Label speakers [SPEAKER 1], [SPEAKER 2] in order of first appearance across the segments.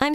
[SPEAKER 1] I'm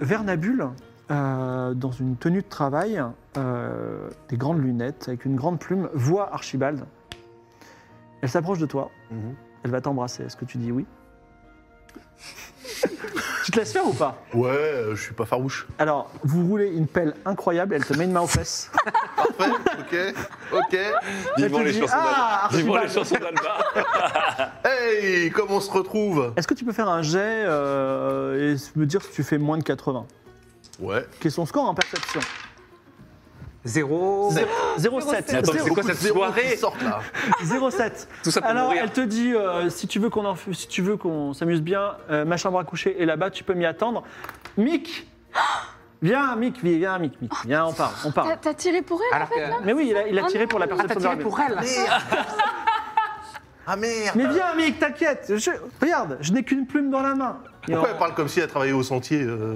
[SPEAKER 2] Vernabule, euh, dans une tenue de travail, euh, des grandes lunettes, avec une grande plume, voit Archibald. Elle s'approche de toi,
[SPEAKER 3] Mhm.
[SPEAKER 2] elle va t'embrasser. Est-ce que tu dis oui Tu te laisses faire ou pas
[SPEAKER 3] Ouais, euh, je suis pas farouche.
[SPEAKER 2] Alors, vous roulez une pelle incroyable, elle te met une main aux fesses.
[SPEAKER 3] Parfait, ok, ok.
[SPEAKER 2] Elle te
[SPEAKER 4] Vivement les
[SPEAKER 2] dit,
[SPEAKER 4] chansons d'Alba.
[SPEAKER 2] ah,
[SPEAKER 4] Vivement les
[SPEAKER 2] Archibald
[SPEAKER 4] chansons d'Alba.
[SPEAKER 3] Hey, comme on se retrouve
[SPEAKER 2] Est-ce que tu peux faire un jet euh, et me dire si tu fais moins de 80
[SPEAKER 3] Ouais.
[SPEAKER 2] Quel est son score en perception
[SPEAKER 5] Zéro.
[SPEAKER 2] 0,7.
[SPEAKER 4] Mais attends, c'est quoi cette
[SPEAKER 3] Beaucoup de zéros
[SPEAKER 4] soirée
[SPEAKER 3] qui sortent, là
[SPEAKER 2] 0,7.
[SPEAKER 4] Tout ça pour
[SPEAKER 2] Alors,
[SPEAKER 4] mourir.
[SPEAKER 2] elle te dit, euh, si tu veux qu'on en f- si tu veux qu'on s'amuse bien, euh, ma chambre à coucher est là-bas, tu peux m'y attendre. Mick Viens, Mick, vi- viens, Mick,
[SPEAKER 5] Oh,
[SPEAKER 2] Mick. Viens, on parle, on
[SPEAKER 6] T'as
[SPEAKER 2] parle.
[SPEAKER 6] t'as tiré pour elle
[SPEAKER 5] Alors que.
[SPEAKER 2] Mais oui, il a, il a
[SPEAKER 6] Ah
[SPEAKER 2] tiré pour la
[SPEAKER 6] non.
[SPEAKER 5] Ah, t'as
[SPEAKER 2] perception de
[SPEAKER 5] tiré
[SPEAKER 2] l'armée.
[SPEAKER 5] pour elle
[SPEAKER 3] Ah merde
[SPEAKER 2] Mais viens, Mick, t'inquiète. je- Regarde, je n'ai qu'une plume dans la main. Et
[SPEAKER 3] Pourquoi
[SPEAKER 2] on-
[SPEAKER 3] elle parle comme si elle travaillait au sentier euh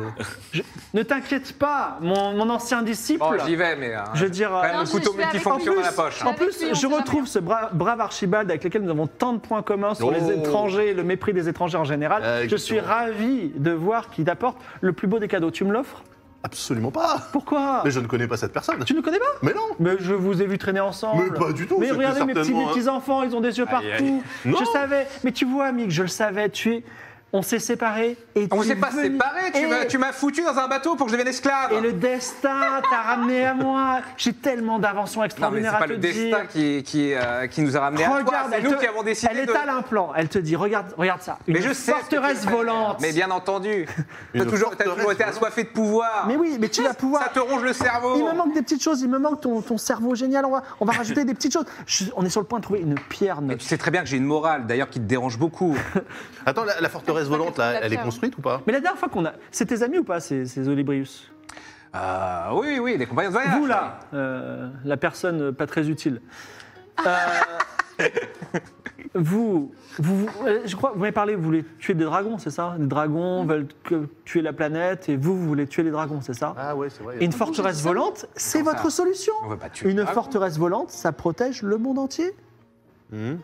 [SPEAKER 2] Ne t'inquiète pas, mon, mon ancien disciple.
[SPEAKER 5] Bon, j'y vais, mais. euh,
[SPEAKER 2] je veux dire,
[SPEAKER 5] Quand même,
[SPEAKER 6] Non,
[SPEAKER 5] le
[SPEAKER 6] je-
[SPEAKER 5] couteau
[SPEAKER 6] je vais avec
[SPEAKER 5] multifonction
[SPEAKER 6] lui.
[SPEAKER 5] dans la poche.
[SPEAKER 2] En
[SPEAKER 6] Avec lui,
[SPEAKER 2] plus,
[SPEAKER 6] on
[SPEAKER 2] je
[SPEAKER 6] sait jamais.
[SPEAKER 2] retrouve ce bra- brave Archibald avec lequel nous avons tant de points communs sur les
[SPEAKER 3] Oh.
[SPEAKER 2] étrangers et le mépris des étrangers en général.
[SPEAKER 3] Euh,
[SPEAKER 2] je suis
[SPEAKER 3] exactement.
[SPEAKER 2] ravi de voir qu'il t'apporte le plus beau des cadeaux. Tu me l'offres
[SPEAKER 3] Absolument pas
[SPEAKER 2] Pourquoi
[SPEAKER 3] Mais je ne connais pas cette personne.
[SPEAKER 2] Tu ne connais pas
[SPEAKER 3] Mais non
[SPEAKER 2] Mais je vous ai vu traîner ensemble.
[SPEAKER 3] Mais pas du tout,
[SPEAKER 2] Mais
[SPEAKER 3] c'était
[SPEAKER 2] regardez mes petits,
[SPEAKER 3] certainement
[SPEAKER 2] mes
[SPEAKER 5] hein.
[SPEAKER 3] un-
[SPEAKER 2] petits enfants, ils ont des yeux partout.
[SPEAKER 4] Aïe, aïe. Non.
[SPEAKER 2] Je savais. Mais tu vois, Mick, je le savais. Tu es. On s'est séparés. Et
[SPEAKER 5] On
[SPEAKER 2] tu
[SPEAKER 5] s'est
[SPEAKER 2] es
[SPEAKER 5] pas
[SPEAKER 2] venu-
[SPEAKER 5] séparés, tu
[SPEAKER 2] Et-
[SPEAKER 5] m'as- tu m'as foutu dans un bateau pour que je devienne esclave.
[SPEAKER 2] Et le destin t'a ramené à moi. J'ai tellement d'inventions
[SPEAKER 5] Non, mais c'est
[SPEAKER 2] extraordinaires à
[SPEAKER 5] pas
[SPEAKER 2] te
[SPEAKER 5] le
[SPEAKER 2] dire.
[SPEAKER 5] destin qui, qui, euh, qui nous a ramenés à toi,
[SPEAKER 2] Regarde,
[SPEAKER 5] c'est
[SPEAKER 2] elle
[SPEAKER 5] nous
[SPEAKER 2] te-
[SPEAKER 5] qui avons décidé
[SPEAKER 2] Elle
[SPEAKER 5] de...
[SPEAKER 2] étale un plan. Elle te dit, regarde, regarde ça. Une
[SPEAKER 5] mais je sais ce que tu
[SPEAKER 2] forteresse
[SPEAKER 5] veux faire.
[SPEAKER 2] volante.
[SPEAKER 5] Mais bien entendu, t'as
[SPEAKER 3] Une
[SPEAKER 5] toujours, t'as
[SPEAKER 3] forteresse
[SPEAKER 5] toujours été
[SPEAKER 3] volante.
[SPEAKER 5] assoiffé de pouvoir.
[SPEAKER 2] Mais oui, mais tu vas
[SPEAKER 5] Ça
[SPEAKER 2] pouvoir.
[SPEAKER 5] te ronge le cerveau.
[SPEAKER 2] Il me manque des petites choses. Il me manque ton, ton cerveau génial. On va, on va rajouter des petites choses. Je- on est sur le point de trouver une pierre
[SPEAKER 5] Mais
[SPEAKER 2] neutre.
[SPEAKER 5] tu sais très bien que j'ai une morale, d'ailleurs, qui te dérange beaucoup.
[SPEAKER 3] Attends, la, la forteresse volante, là, elle est
[SPEAKER 6] D'accord.
[SPEAKER 3] construite ou pas
[SPEAKER 2] Mais la dernière fois qu'on a, c'est tes amis ou pas ces, ces Olibrius
[SPEAKER 5] Euh, oui, oui, les compagnons de voyage.
[SPEAKER 2] Vous là, euh, la personne pas très utile. Euh, vous, vous, vous- euh, je crois, vous m'avez parlé, vous voulez tuer des dragons, c'est ça Les dragons veulent que- tuer la planète et vous, vous voulez tuer les dragons, c'est ça
[SPEAKER 3] Ah ouais, c'est vrai.
[SPEAKER 2] Et une forteresse volante, c'est
[SPEAKER 5] Comment ça
[SPEAKER 2] votre solution.
[SPEAKER 5] On veut pas tuer.
[SPEAKER 2] Une
[SPEAKER 5] Ah,
[SPEAKER 2] forteresse volante, ça protège le monde entier.
[SPEAKER 3] Mhm.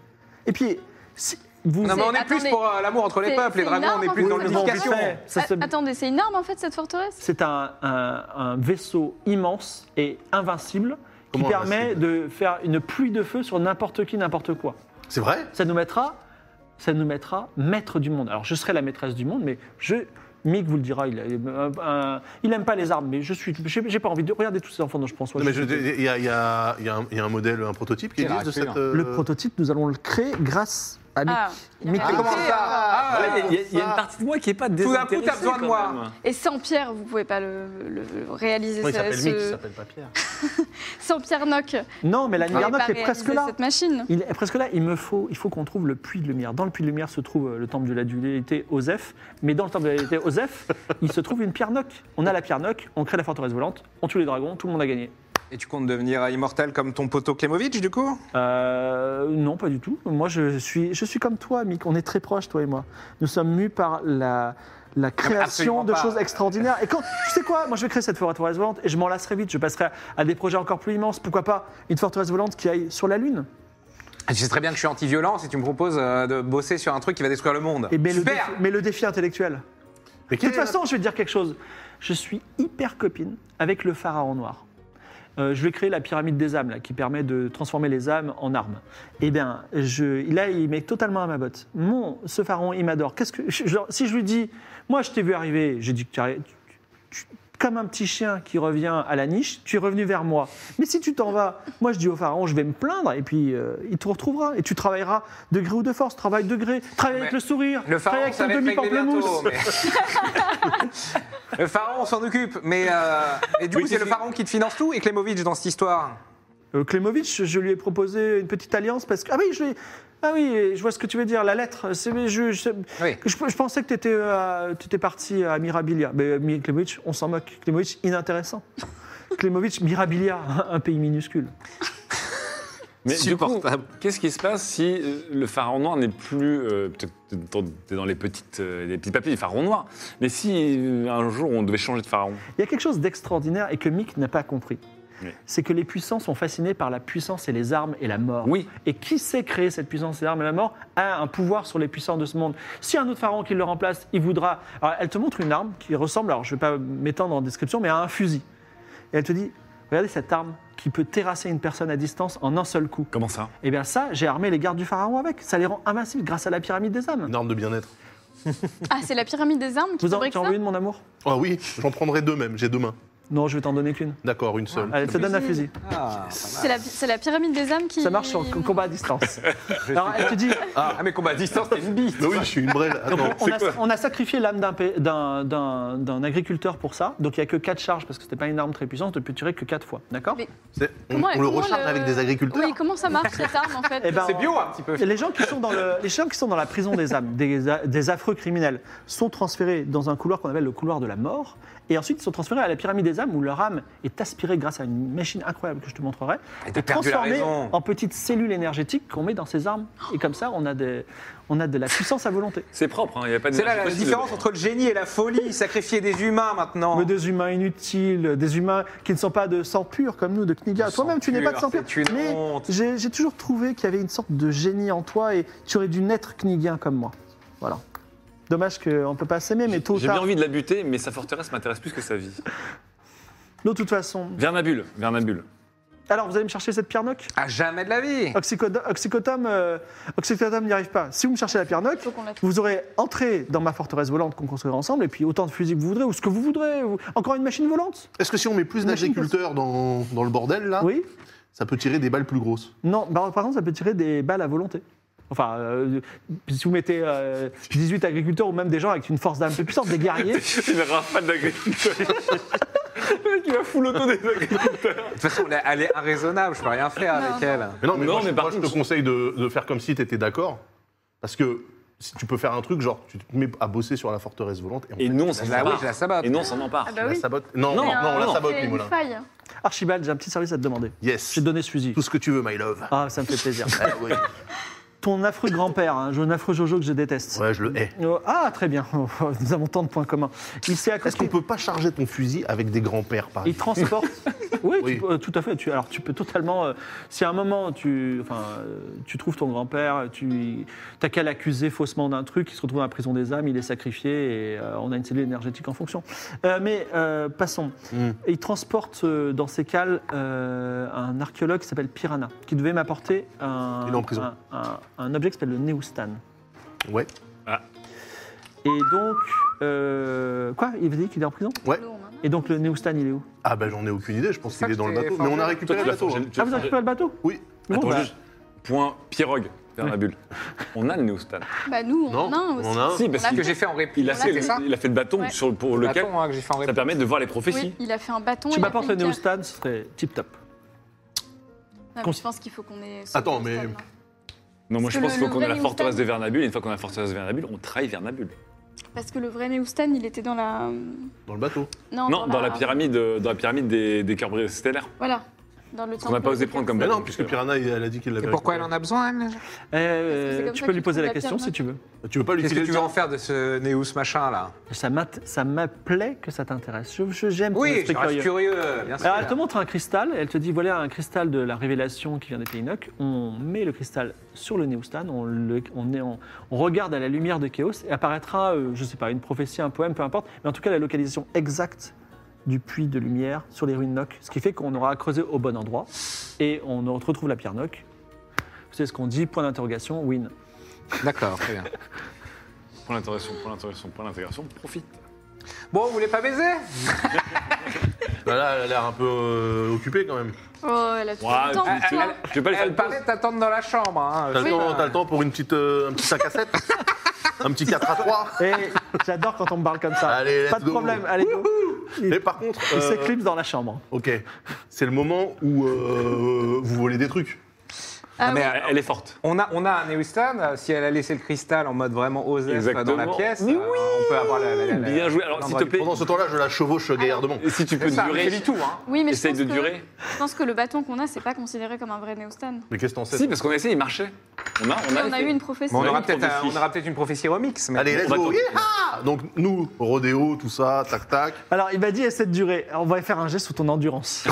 [SPEAKER 2] Et puis, si vous.
[SPEAKER 5] Non, mais on est
[SPEAKER 6] Attendez.
[SPEAKER 5] plus pour euh, l'amour entre les
[SPEAKER 6] C'est-
[SPEAKER 5] peuples, les
[SPEAKER 6] c'est
[SPEAKER 5] dragons, on
[SPEAKER 6] énorme,
[SPEAKER 5] est plus
[SPEAKER 6] en
[SPEAKER 5] dans Euh,
[SPEAKER 6] fait.
[SPEAKER 5] l'unification.
[SPEAKER 2] Oui, mais en fait, ça se-
[SPEAKER 6] A- Ah, Attendez, c'est énorme en fait cette forteresse
[SPEAKER 2] C'est un, un- un vaisseau immense et invincible
[SPEAKER 3] Comment
[SPEAKER 2] qui permet
[SPEAKER 3] invincible
[SPEAKER 2] de faire une pluie de feu sur n'importe qui, n'importe quoi.
[SPEAKER 3] C'est vrai
[SPEAKER 2] Ça nous mettra, ça nous mettra maître du monde. Alors je serai la maîtresse du monde, mais je, Mick vous le dira, il, a- un- il aime pas les armes, mais je suis, j'ai j'ai pas envie de regarder tous ces enfants dont je pense.
[SPEAKER 3] Non, mais je- il y, a- il y a il y a un il y a un modèle, un prototype qui
[SPEAKER 5] Quel
[SPEAKER 3] existe de
[SPEAKER 5] raclure.
[SPEAKER 3] cette. euh,
[SPEAKER 2] Le prototype, nous allons le créer grâce à Mick.
[SPEAKER 6] Ah, il a
[SPEAKER 2] Mick
[SPEAKER 6] pas
[SPEAKER 5] Mais
[SPEAKER 6] arrêté.
[SPEAKER 5] comment ça Ah,
[SPEAKER 3] Ah,
[SPEAKER 5] ouais.
[SPEAKER 3] ouais.
[SPEAKER 4] Il y, a- il y a une partie de moi qui est pas
[SPEAKER 5] Tout d'un
[SPEAKER 4] désintéressée.
[SPEAKER 5] coup, t'as besoin de moi.
[SPEAKER 4] quand même.
[SPEAKER 6] Et sans Pierre, vous pouvez pas le, le- le réaliser
[SPEAKER 3] non, il
[SPEAKER 6] ça,
[SPEAKER 3] s'appelle
[SPEAKER 6] ce-
[SPEAKER 7] Euh,
[SPEAKER 3] Mick, il s'appelle pas Pierre.
[SPEAKER 6] sans Pierre Nock.
[SPEAKER 2] Non, mais la
[SPEAKER 6] vous pouvez pas
[SPEAKER 2] Garnock est
[SPEAKER 6] réaliser
[SPEAKER 2] presque là.
[SPEAKER 6] Cette machine.
[SPEAKER 2] Il est presque là, il me faut, il faut qu'on trouve le puits de lumière. Dans le puits de lumière se trouve euh, le temple de la dualité Osef, mais dans le temple de la dualité Osef, il se trouve une pierre noc. On a la pierre noc, on crée la forteresse volante, on tue les dragons, tout le monde a gagné.
[SPEAKER 5] Et tu comptes devenir immortel comme ton poteau Klemovic, du coup
[SPEAKER 2] Euh, non, pas du tout. Moi, je suis, je suis comme toi, Mick. On est très proches, toi et moi. Nous sommes mus par la, la création
[SPEAKER 5] absolument
[SPEAKER 2] de
[SPEAKER 5] pas.
[SPEAKER 2] choses extraordinaires. Et quand, tu sais quoi Moi, je vais créer cette forteresse volante et je m'en lasserai vite. Je passerai à, à des projets encore plus immenses. Pourquoi pas une forteresse volante qui aille sur la Lune
[SPEAKER 5] Tu sais très bien que je suis anti-violence et tu me proposes euh, de bosser sur un truc qui va détruire le monde.
[SPEAKER 2] et mais, Eh ben, le
[SPEAKER 5] Super
[SPEAKER 2] défi- mais le défi intellectuel.
[SPEAKER 3] Mais
[SPEAKER 2] De toute façon, je vais te dire quelque chose. Je suis hyper copine avec le pharaon noir. Euh, je vais créer la pyramide des âmes, là, qui permet de transformer les âmes en armes. Eh bien, je, là, il m'est totalement à ma botte. Mon, ce pharaon, il m'adore. Qu'est-ce que, je- genre, si je lui dis, moi, je t'ai vu arriver, j'ai dit que tu arri- tu- tu- comme un petit chien qui revient à la niche, tu es revenu vers moi. Mais si tu t'en vas, moi je dis au pharaon, je vais me plaindre, et puis euh, il te retrouvera, et tu travailleras de gré ou de force, travaille de gré, travaille avec
[SPEAKER 5] Mais
[SPEAKER 2] le sourire, travaille
[SPEAKER 5] Le pharaon,
[SPEAKER 2] avec ton
[SPEAKER 5] ça va être réglé
[SPEAKER 2] demi-pamplemousse.
[SPEAKER 5] bientôt. mais- le pharaon, on s'en occupe. Mais euh, et du
[SPEAKER 3] Oui,
[SPEAKER 5] coup,
[SPEAKER 3] si,
[SPEAKER 5] c'est le
[SPEAKER 3] si.
[SPEAKER 5] pharaon qui te finance tout et Klemovic dans cette histoire.
[SPEAKER 2] Euh, Klemovic, je lui ai proposé une petite alliance parce que. Ah oui, je l'ai- Ah oui, je vois ce que tu veux dire, la lettre. C'est, mais je, je,
[SPEAKER 5] Oui.
[SPEAKER 2] je, je pensais que tu étais, parti à Mirabilia. Mais euh, Mi- Klemovic, on s'en moque. Klemovic, inintéressant. Klemovic, Mirabilia, un pays minuscule.
[SPEAKER 7] Mais du coup,
[SPEAKER 8] Supportable.
[SPEAKER 7] qu'est-ce qui se passe si euh, le pharaon noir n'est plus. euh, Peut-être que t'es dans- t'es dans les, petites, euh, les petits papiers du pharaon noir. Mais si euh, un jour on devait changer de pharaon
[SPEAKER 2] Il y a quelque chose d'extraordinaire et que Mick n'a pas compris.
[SPEAKER 7] Oui.
[SPEAKER 2] C'est que les puissants sont fascinés par la puissance et les armes et la mort.
[SPEAKER 7] Oui.
[SPEAKER 2] Et qui sait créer cette puissance et l'arme et la mort a un pouvoir sur les puissants de ce monde. Si un autre pharaon qui le remplace, il voudra. Alors, elle te montre une arme qui ressemble, alors je ne vais pas m'étendre en description, mais à un fusil. Et elle te dit Regardez cette arme qui peut terrasser une personne à distance en un seul coup.
[SPEAKER 7] Comment ça
[SPEAKER 2] Eh bien, ça, j'ai armé les gardes du pharaon avec. Ça les rend invincibles grâce à la pyramide des âmes.
[SPEAKER 3] Une arme de bien-être.
[SPEAKER 6] Ah, c'est la pyramide des armes qui
[SPEAKER 2] Vous en
[SPEAKER 6] fabrique
[SPEAKER 2] tu
[SPEAKER 6] ça
[SPEAKER 2] en veux une, mon amour
[SPEAKER 3] Ah oui, j'en prendrai deux même, j'ai deux mains.
[SPEAKER 2] Non, je vais t'en donner qu'une.
[SPEAKER 3] D'accord, une seule.
[SPEAKER 2] Allez, te donne un fusil.
[SPEAKER 5] Ah,
[SPEAKER 6] C'est la, c'est la pyramide des âmes qui.
[SPEAKER 2] Ça marche sur le combat à distance. Alors, elle te dit
[SPEAKER 5] ah, mais combat à distance, t'es une bite.
[SPEAKER 3] Mais oui, je suis une brêle. Attends,
[SPEAKER 2] on, a, on a sacrifié l'âme d'un pa- d'un- d'un d'un agriculteur pour ça, donc il n'y a que 4 charges parce que c'était pas une arme très puissante, tu peux tirer que 4 fois, d'accord
[SPEAKER 6] Mais
[SPEAKER 3] c'est- on,
[SPEAKER 6] Comment-
[SPEAKER 3] on le
[SPEAKER 6] comment
[SPEAKER 3] recharge
[SPEAKER 6] le-
[SPEAKER 3] avec des agriculteurs.
[SPEAKER 6] Oui, comment ça marche cette arme en fait
[SPEAKER 2] Eh ben,
[SPEAKER 5] C'est bio hein. un petit peu.
[SPEAKER 2] Les gens, qui sont dans le- les gens qui sont dans la prison des âmes, des, a- des affreux criminels, sont transférés dans un couloir qu'on appelle le couloir de la mort, et ensuite ils sont transférés à la pyramide des âmes où leur âme est aspirée grâce à une machine incroyable que je te montrerai,
[SPEAKER 5] Et t'as perdu la
[SPEAKER 2] transformée
[SPEAKER 5] raison.
[SPEAKER 2] en petites cellules énergétiques qu'on met dans ces armes. Et comme ça, on a, des- on a de la puissance à volonté.
[SPEAKER 7] C'est propre, il n'y a pas de.
[SPEAKER 5] C'est là la
[SPEAKER 7] possible.
[SPEAKER 5] différence entre le génie et la folie. Sacrifier des humains maintenant.
[SPEAKER 2] Mais des humains inutiles, des humains qui ne sont pas de sang pur comme nous, de Kniga.
[SPEAKER 5] sang
[SPEAKER 2] Toi-même, tu n'es pas de sang
[SPEAKER 5] pur,
[SPEAKER 2] pur.
[SPEAKER 5] c'est une
[SPEAKER 2] Mais
[SPEAKER 5] honte.
[SPEAKER 2] j'ai j'ai toujours trouvé qu'il y avait une sorte de génie en toi et tu aurais dû naître Knigien comme moi. Voilà. Dommage qu'on ne peut pas s'aimer, mais tôt ou
[SPEAKER 7] J'ai bien
[SPEAKER 2] tard.
[SPEAKER 7] envie de la buter, mais sa forteresse m'intéresse plus que sa vie.
[SPEAKER 2] De toute façon.
[SPEAKER 7] Vernabule, Vernabule.
[SPEAKER 2] Alors, vous allez me chercher cette pierre noc
[SPEAKER 5] À jamais de la vie.
[SPEAKER 2] Oxycodo- Oxycotum, euh, Oxycotum n'y arrive pas. Si vous me cherchez la pierre noc,
[SPEAKER 6] Faut qu'on la trouve.
[SPEAKER 2] vous aurez entré dans ma forteresse volante qu'on construira ensemble, et puis autant de fusils que vous voudrez, ou ce que vous voudrez. ou- Encore une machine volante
[SPEAKER 3] Est-ce que si on met plus
[SPEAKER 2] Machine
[SPEAKER 3] d'agriculteurs dans, dans le bordel,
[SPEAKER 6] Ah.
[SPEAKER 3] là,
[SPEAKER 2] Oui
[SPEAKER 3] ça peut tirer des balles plus grosses
[SPEAKER 2] Non, bah, par exemple, ça peut tirer des balles à volonté. Enfin, euh, si vous mettez euh, 18 agriculteurs ou même des gens avec une force d'âme plus puissante, des guerriers,
[SPEAKER 7] Une rafale d'agriculteurs. Le mec, il va foutre l'auto des agriculteurs.
[SPEAKER 5] De toute façon, elle est- elle est irraisonnable. Je peux rien faire
[SPEAKER 6] Non,
[SPEAKER 5] avec
[SPEAKER 6] non.
[SPEAKER 5] elle.
[SPEAKER 3] Mais non, mais,
[SPEAKER 7] Non,
[SPEAKER 3] moi,
[SPEAKER 7] mais
[SPEAKER 3] je,
[SPEAKER 7] par
[SPEAKER 3] moi, je
[SPEAKER 7] contre-
[SPEAKER 3] te conseille de, de faire comme si t'étais d'accord. Parce que si tu peux faire un truc, genre, tu te mets à bosser sur la forteresse volante et on
[SPEAKER 7] Et nous, on s'en
[SPEAKER 5] Bah oui,
[SPEAKER 7] empare.
[SPEAKER 5] je la sabote.
[SPEAKER 7] Et nous, on s'en empare.
[SPEAKER 6] Ah bah
[SPEAKER 3] la
[SPEAKER 6] oui.
[SPEAKER 3] sabote. Non, non,
[SPEAKER 7] Non,
[SPEAKER 6] Mais un-
[SPEAKER 3] non, on la
[SPEAKER 7] non.
[SPEAKER 3] sabote,
[SPEAKER 6] C'est une
[SPEAKER 3] Mimola.
[SPEAKER 6] faille.
[SPEAKER 2] Archibald, j'ai un petit service à te demander.
[SPEAKER 3] Yes.
[SPEAKER 2] J'ai donné ce fusil.
[SPEAKER 3] Tout ce que tu veux, my love.
[SPEAKER 2] Ah, ça me fait plaisir.
[SPEAKER 3] Ah, oui.
[SPEAKER 2] Ton affreux grand-père, hein, un affreux Jojo que je déteste.
[SPEAKER 3] Ouais, je le hais.
[SPEAKER 2] Oh, ah, très bien. Nous avons tant de points communs. Il s'est
[SPEAKER 3] Est-ce qu'on
[SPEAKER 2] accroché.
[SPEAKER 3] peut pas charger ton fusil avec des grands-pères, par
[SPEAKER 2] Il
[SPEAKER 3] exemple
[SPEAKER 2] transporte. Oui, tu
[SPEAKER 3] Ah. Oui.
[SPEAKER 2] peux- euh, tout à fait. Tu, alors, tu peux totalement. euh, si à un moment, tu, enfin, euh, tu trouves ton grand-père, tu n'as qu'à l'accuser faussement d'un truc, il se retrouve dans la prison des âmes, il est sacrifié et euh, on a une cellule énergétique en fonction. Euh, mais euh, passons.
[SPEAKER 3] Mm.
[SPEAKER 2] Et Il transporte euh, dans ses cales euh, un archéologue qui s'appelle Piranha, qui devait m'apporter un,
[SPEAKER 3] Il est en prison.
[SPEAKER 2] un, un- un objet qui s'appelle le Néustan.
[SPEAKER 3] Ouais,
[SPEAKER 2] Et donc. euh, quoi Il vous dit qu'il est en prison
[SPEAKER 3] ouais.
[SPEAKER 2] Et donc, le Néustan, il est où
[SPEAKER 3] Ah bah j'en ai aucune idée, je pense
[SPEAKER 5] C'est
[SPEAKER 3] qu'il est
[SPEAKER 5] ça
[SPEAKER 3] dans le
[SPEAKER 5] que t'es
[SPEAKER 3] bateau. Mais on
[SPEAKER 5] formé.
[SPEAKER 3] a
[SPEAKER 7] Toi,
[SPEAKER 3] récupéré
[SPEAKER 7] tu
[SPEAKER 3] le
[SPEAKER 7] l'as
[SPEAKER 3] bateau.
[SPEAKER 7] forgé.
[SPEAKER 3] hein.
[SPEAKER 7] tu
[SPEAKER 2] Ah,
[SPEAKER 7] l'as
[SPEAKER 2] vous
[SPEAKER 7] forgé.
[SPEAKER 2] occupez le bateau
[SPEAKER 3] Oui.
[SPEAKER 2] Bon,
[SPEAKER 7] Attends,
[SPEAKER 2] bah,
[SPEAKER 7] juste. Point pirogue, Vernabule. On a le néostane.
[SPEAKER 6] Bah nous, on
[SPEAKER 3] Non,
[SPEAKER 6] en a un aussi.
[SPEAKER 3] on en a un.
[SPEAKER 7] Si, parce
[SPEAKER 6] On l'a
[SPEAKER 7] qu'il-
[SPEAKER 5] Que j'ai fait en réplique.
[SPEAKER 7] Il a,
[SPEAKER 6] Là,
[SPEAKER 7] fait,
[SPEAKER 6] c'est ça
[SPEAKER 7] il a fait le bâton
[SPEAKER 6] Ouais.
[SPEAKER 7] sur- pour
[SPEAKER 5] Le
[SPEAKER 7] lequel
[SPEAKER 5] bâton, hein, que j'ai fait en
[SPEAKER 7] ça
[SPEAKER 5] réplique.
[SPEAKER 7] permet de voir les prophéties.
[SPEAKER 6] Oui, il a fait un bâton.
[SPEAKER 2] Tu
[SPEAKER 6] il a
[SPEAKER 2] m'apportes
[SPEAKER 6] fait
[SPEAKER 2] le
[SPEAKER 6] une pierre.
[SPEAKER 2] Neustan, ce serait Eh, tip-top.
[SPEAKER 6] Non, Ah, mais Je pense qu'il faut qu'on ait. ce
[SPEAKER 3] Attends, mais-
[SPEAKER 6] Neustan, là.
[SPEAKER 7] Non, moi je pense
[SPEAKER 6] Parce
[SPEAKER 7] qu'il
[SPEAKER 6] que
[SPEAKER 7] faut
[SPEAKER 6] le
[SPEAKER 7] qu'on ait la
[SPEAKER 6] Neustan-
[SPEAKER 7] forteresse de Vernabule. Et une fois qu'on a la forteresse de Vernabule, on trahit Vernabule.
[SPEAKER 6] Parce que le vrai Neustan, il était dans la.
[SPEAKER 3] Dans le bateau.
[SPEAKER 6] Non,
[SPEAKER 7] non, dans la pyramide, euh, dans la pyramide des, des cœurs stellaires.
[SPEAKER 6] Voilà. Dans le temps.
[SPEAKER 7] Qu'on n'a pas osé prendre comme
[SPEAKER 3] Mais
[SPEAKER 7] bâton.
[SPEAKER 3] non, puisque Piranha, elle a dit qu'il l'avait.
[SPEAKER 5] Et pourquoi elle
[SPEAKER 3] récupéré.
[SPEAKER 5] en a besoin, elle
[SPEAKER 2] Euh,
[SPEAKER 6] Parce que c'est comme
[SPEAKER 2] tu
[SPEAKER 6] ça
[SPEAKER 2] peux
[SPEAKER 6] que
[SPEAKER 2] lui poser
[SPEAKER 6] tu trouves
[SPEAKER 2] la
[SPEAKER 6] la
[SPEAKER 2] question
[SPEAKER 6] pierre,
[SPEAKER 2] si tu veux.
[SPEAKER 3] Tu veux pas
[SPEAKER 5] Qu'est-ce que
[SPEAKER 3] l'utiliser
[SPEAKER 5] tu veux en faire de ce Neus machin là
[SPEAKER 2] Ça m'int- ça m'appelait que ça t'intéresse. Je- je- J'aime ton
[SPEAKER 5] Oui,
[SPEAKER 2] esprit
[SPEAKER 5] je reste
[SPEAKER 2] curieux.
[SPEAKER 5] curieux, euh,
[SPEAKER 7] Ah,
[SPEAKER 5] bien sûr.
[SPEAKER 2] Alors, elle te montre un cristal, elle te dit voilà un cristal de la révélation qui vient des Pays Noc. On met le cristal sur le néostan, on, le- on, est en- on regarde à la lumière de Chaos et apparaîtra, euh, je sais pas, une prophétie, un poème, peu importe, mais en tout cas la localisation exacte du puits de lumière sur les ruines Noc. Ce qui fait qu'on aura creusé au bon endroit et on retrouve la pierre Noc. C'est ce qu'on dit, point d'interrogation, win.
[SPEAKER 5] D'accord, très bien.
[SPEAKER 7] Point d'intégration, point d'intégration, point d'intégration. Profite.
[SPEAKER 5] Bon, vous voulez pas baiser
[SPEAKER 3] Bah là, elle a l'air un peu euh, occupée quand même.
[SPEAKER 6] Oh, elle a tout le temps
[SPEAKER 7] Ouais,
[SPEAKER 6] pour
[SPEAKER 7] tu-
[SPEAKER 6] toi.
[SPEAKER 7] tu- je vais pas lui faire
[SPEAKER 5] Elle
[SPEAKER 7] de pause.
[SPEAKER 5] paraît t'attendre dans la chambre. hein.
[SPEAKER 3] T'as le,
[SPEAKER 6] Oui.
[SPEAKER 3] temps- t'as le temps pour une petite, euh, un petit 5 à 7 Un petit 4 à 3
[SPEAKER 2] Et j'adore quand on me parle comme ça.
[SPEAKER 3] Allez, let's
[SPEAKER 2] Pas de
[SPEAKER 3] go.
[SPEAKER 2] problème. Allez, go.
[SPEAKER 3] Mais par contre,
[SPEAKER 2] Il
[SPEAKER 3] euh,
[SPEAKER 2] s'éclipse dans la chambre.
[SPEAKER 3] ok, c'est le moment où euh, vous volez des trucs.
[SPEAKER 6] Ah
[SPEAKER 5] mais
[SPEAKER 6] oui.
[SPEAKER 7] Elle, elle est forte.
[SPEAKER 5] On a, on a un Houston, euh, si elle a laissé le cristal en mode vraiment osé dans la
[SPEAKER 7] Exactement.
[SPEAKER 5] pièce,
[SPEAKER 7] Mais
[SPEAKER 5] euh,
[SPEAKER 7] oui
[SPEAKER 5] on peut avoir la, la- la- la-
[SPEAKER 7] Bien joué. Alors, s'il te
[SPEAKER 5] l'endroit
[SPEAKER 7] plaît,
[SPEAKER 3] Pendant ce temps-là, je la chevauche gaillardement.
[SPEAKER 7] Et si tu peux
[SPEAKER 5] C'est ça,
[SPEAKER 7] durer,
[SPEAKER 5] mais tout, hein.
[SPEAKER 6] Oui, mais je
[SPEAKER 7] essaye
[SPEAKER 6] pense
[SPEAKER 7] de
[SPEAKER 6] que-
[SPEAKER 7] durer.
[SPEAKER 6] Je pense que le bâton qu'on a, c'est pas considéré comme un vrai Neostan.
[SPEAKER 3] Mais qu'est-ce que t'en sais
[SPEAKER 7] Si, parce qu'on a essayé, il marchait. On a,
[SPEAKER 6] Et on a
[SPEAKER 7] essayé.
[SPEAKER 6] eu une profession.
[SPEAKER 5] Mais on,
[SPEAKER 7] Ouais,
[SPEAKER 5] aura
[SPEAKER 7] une
[SPEAKER 5] peut-être un-
[SPEAKER 7] prophétie.
[SPEAKER 5] on aura peut-être une prophétie remix. Mais
[SPEAKER 3] Allez, let's
[SPEAKER 7] va
[SPEAKER 3] go.
[SPEAKER 7] continuer.
[SPEAKER 3] Yeeha Donc nous, rodéo, tout ça, tac tac.
[SPEAKER 2] Alors, il m'a dit, essaie de durer. On va faire un geste sous ton endurance.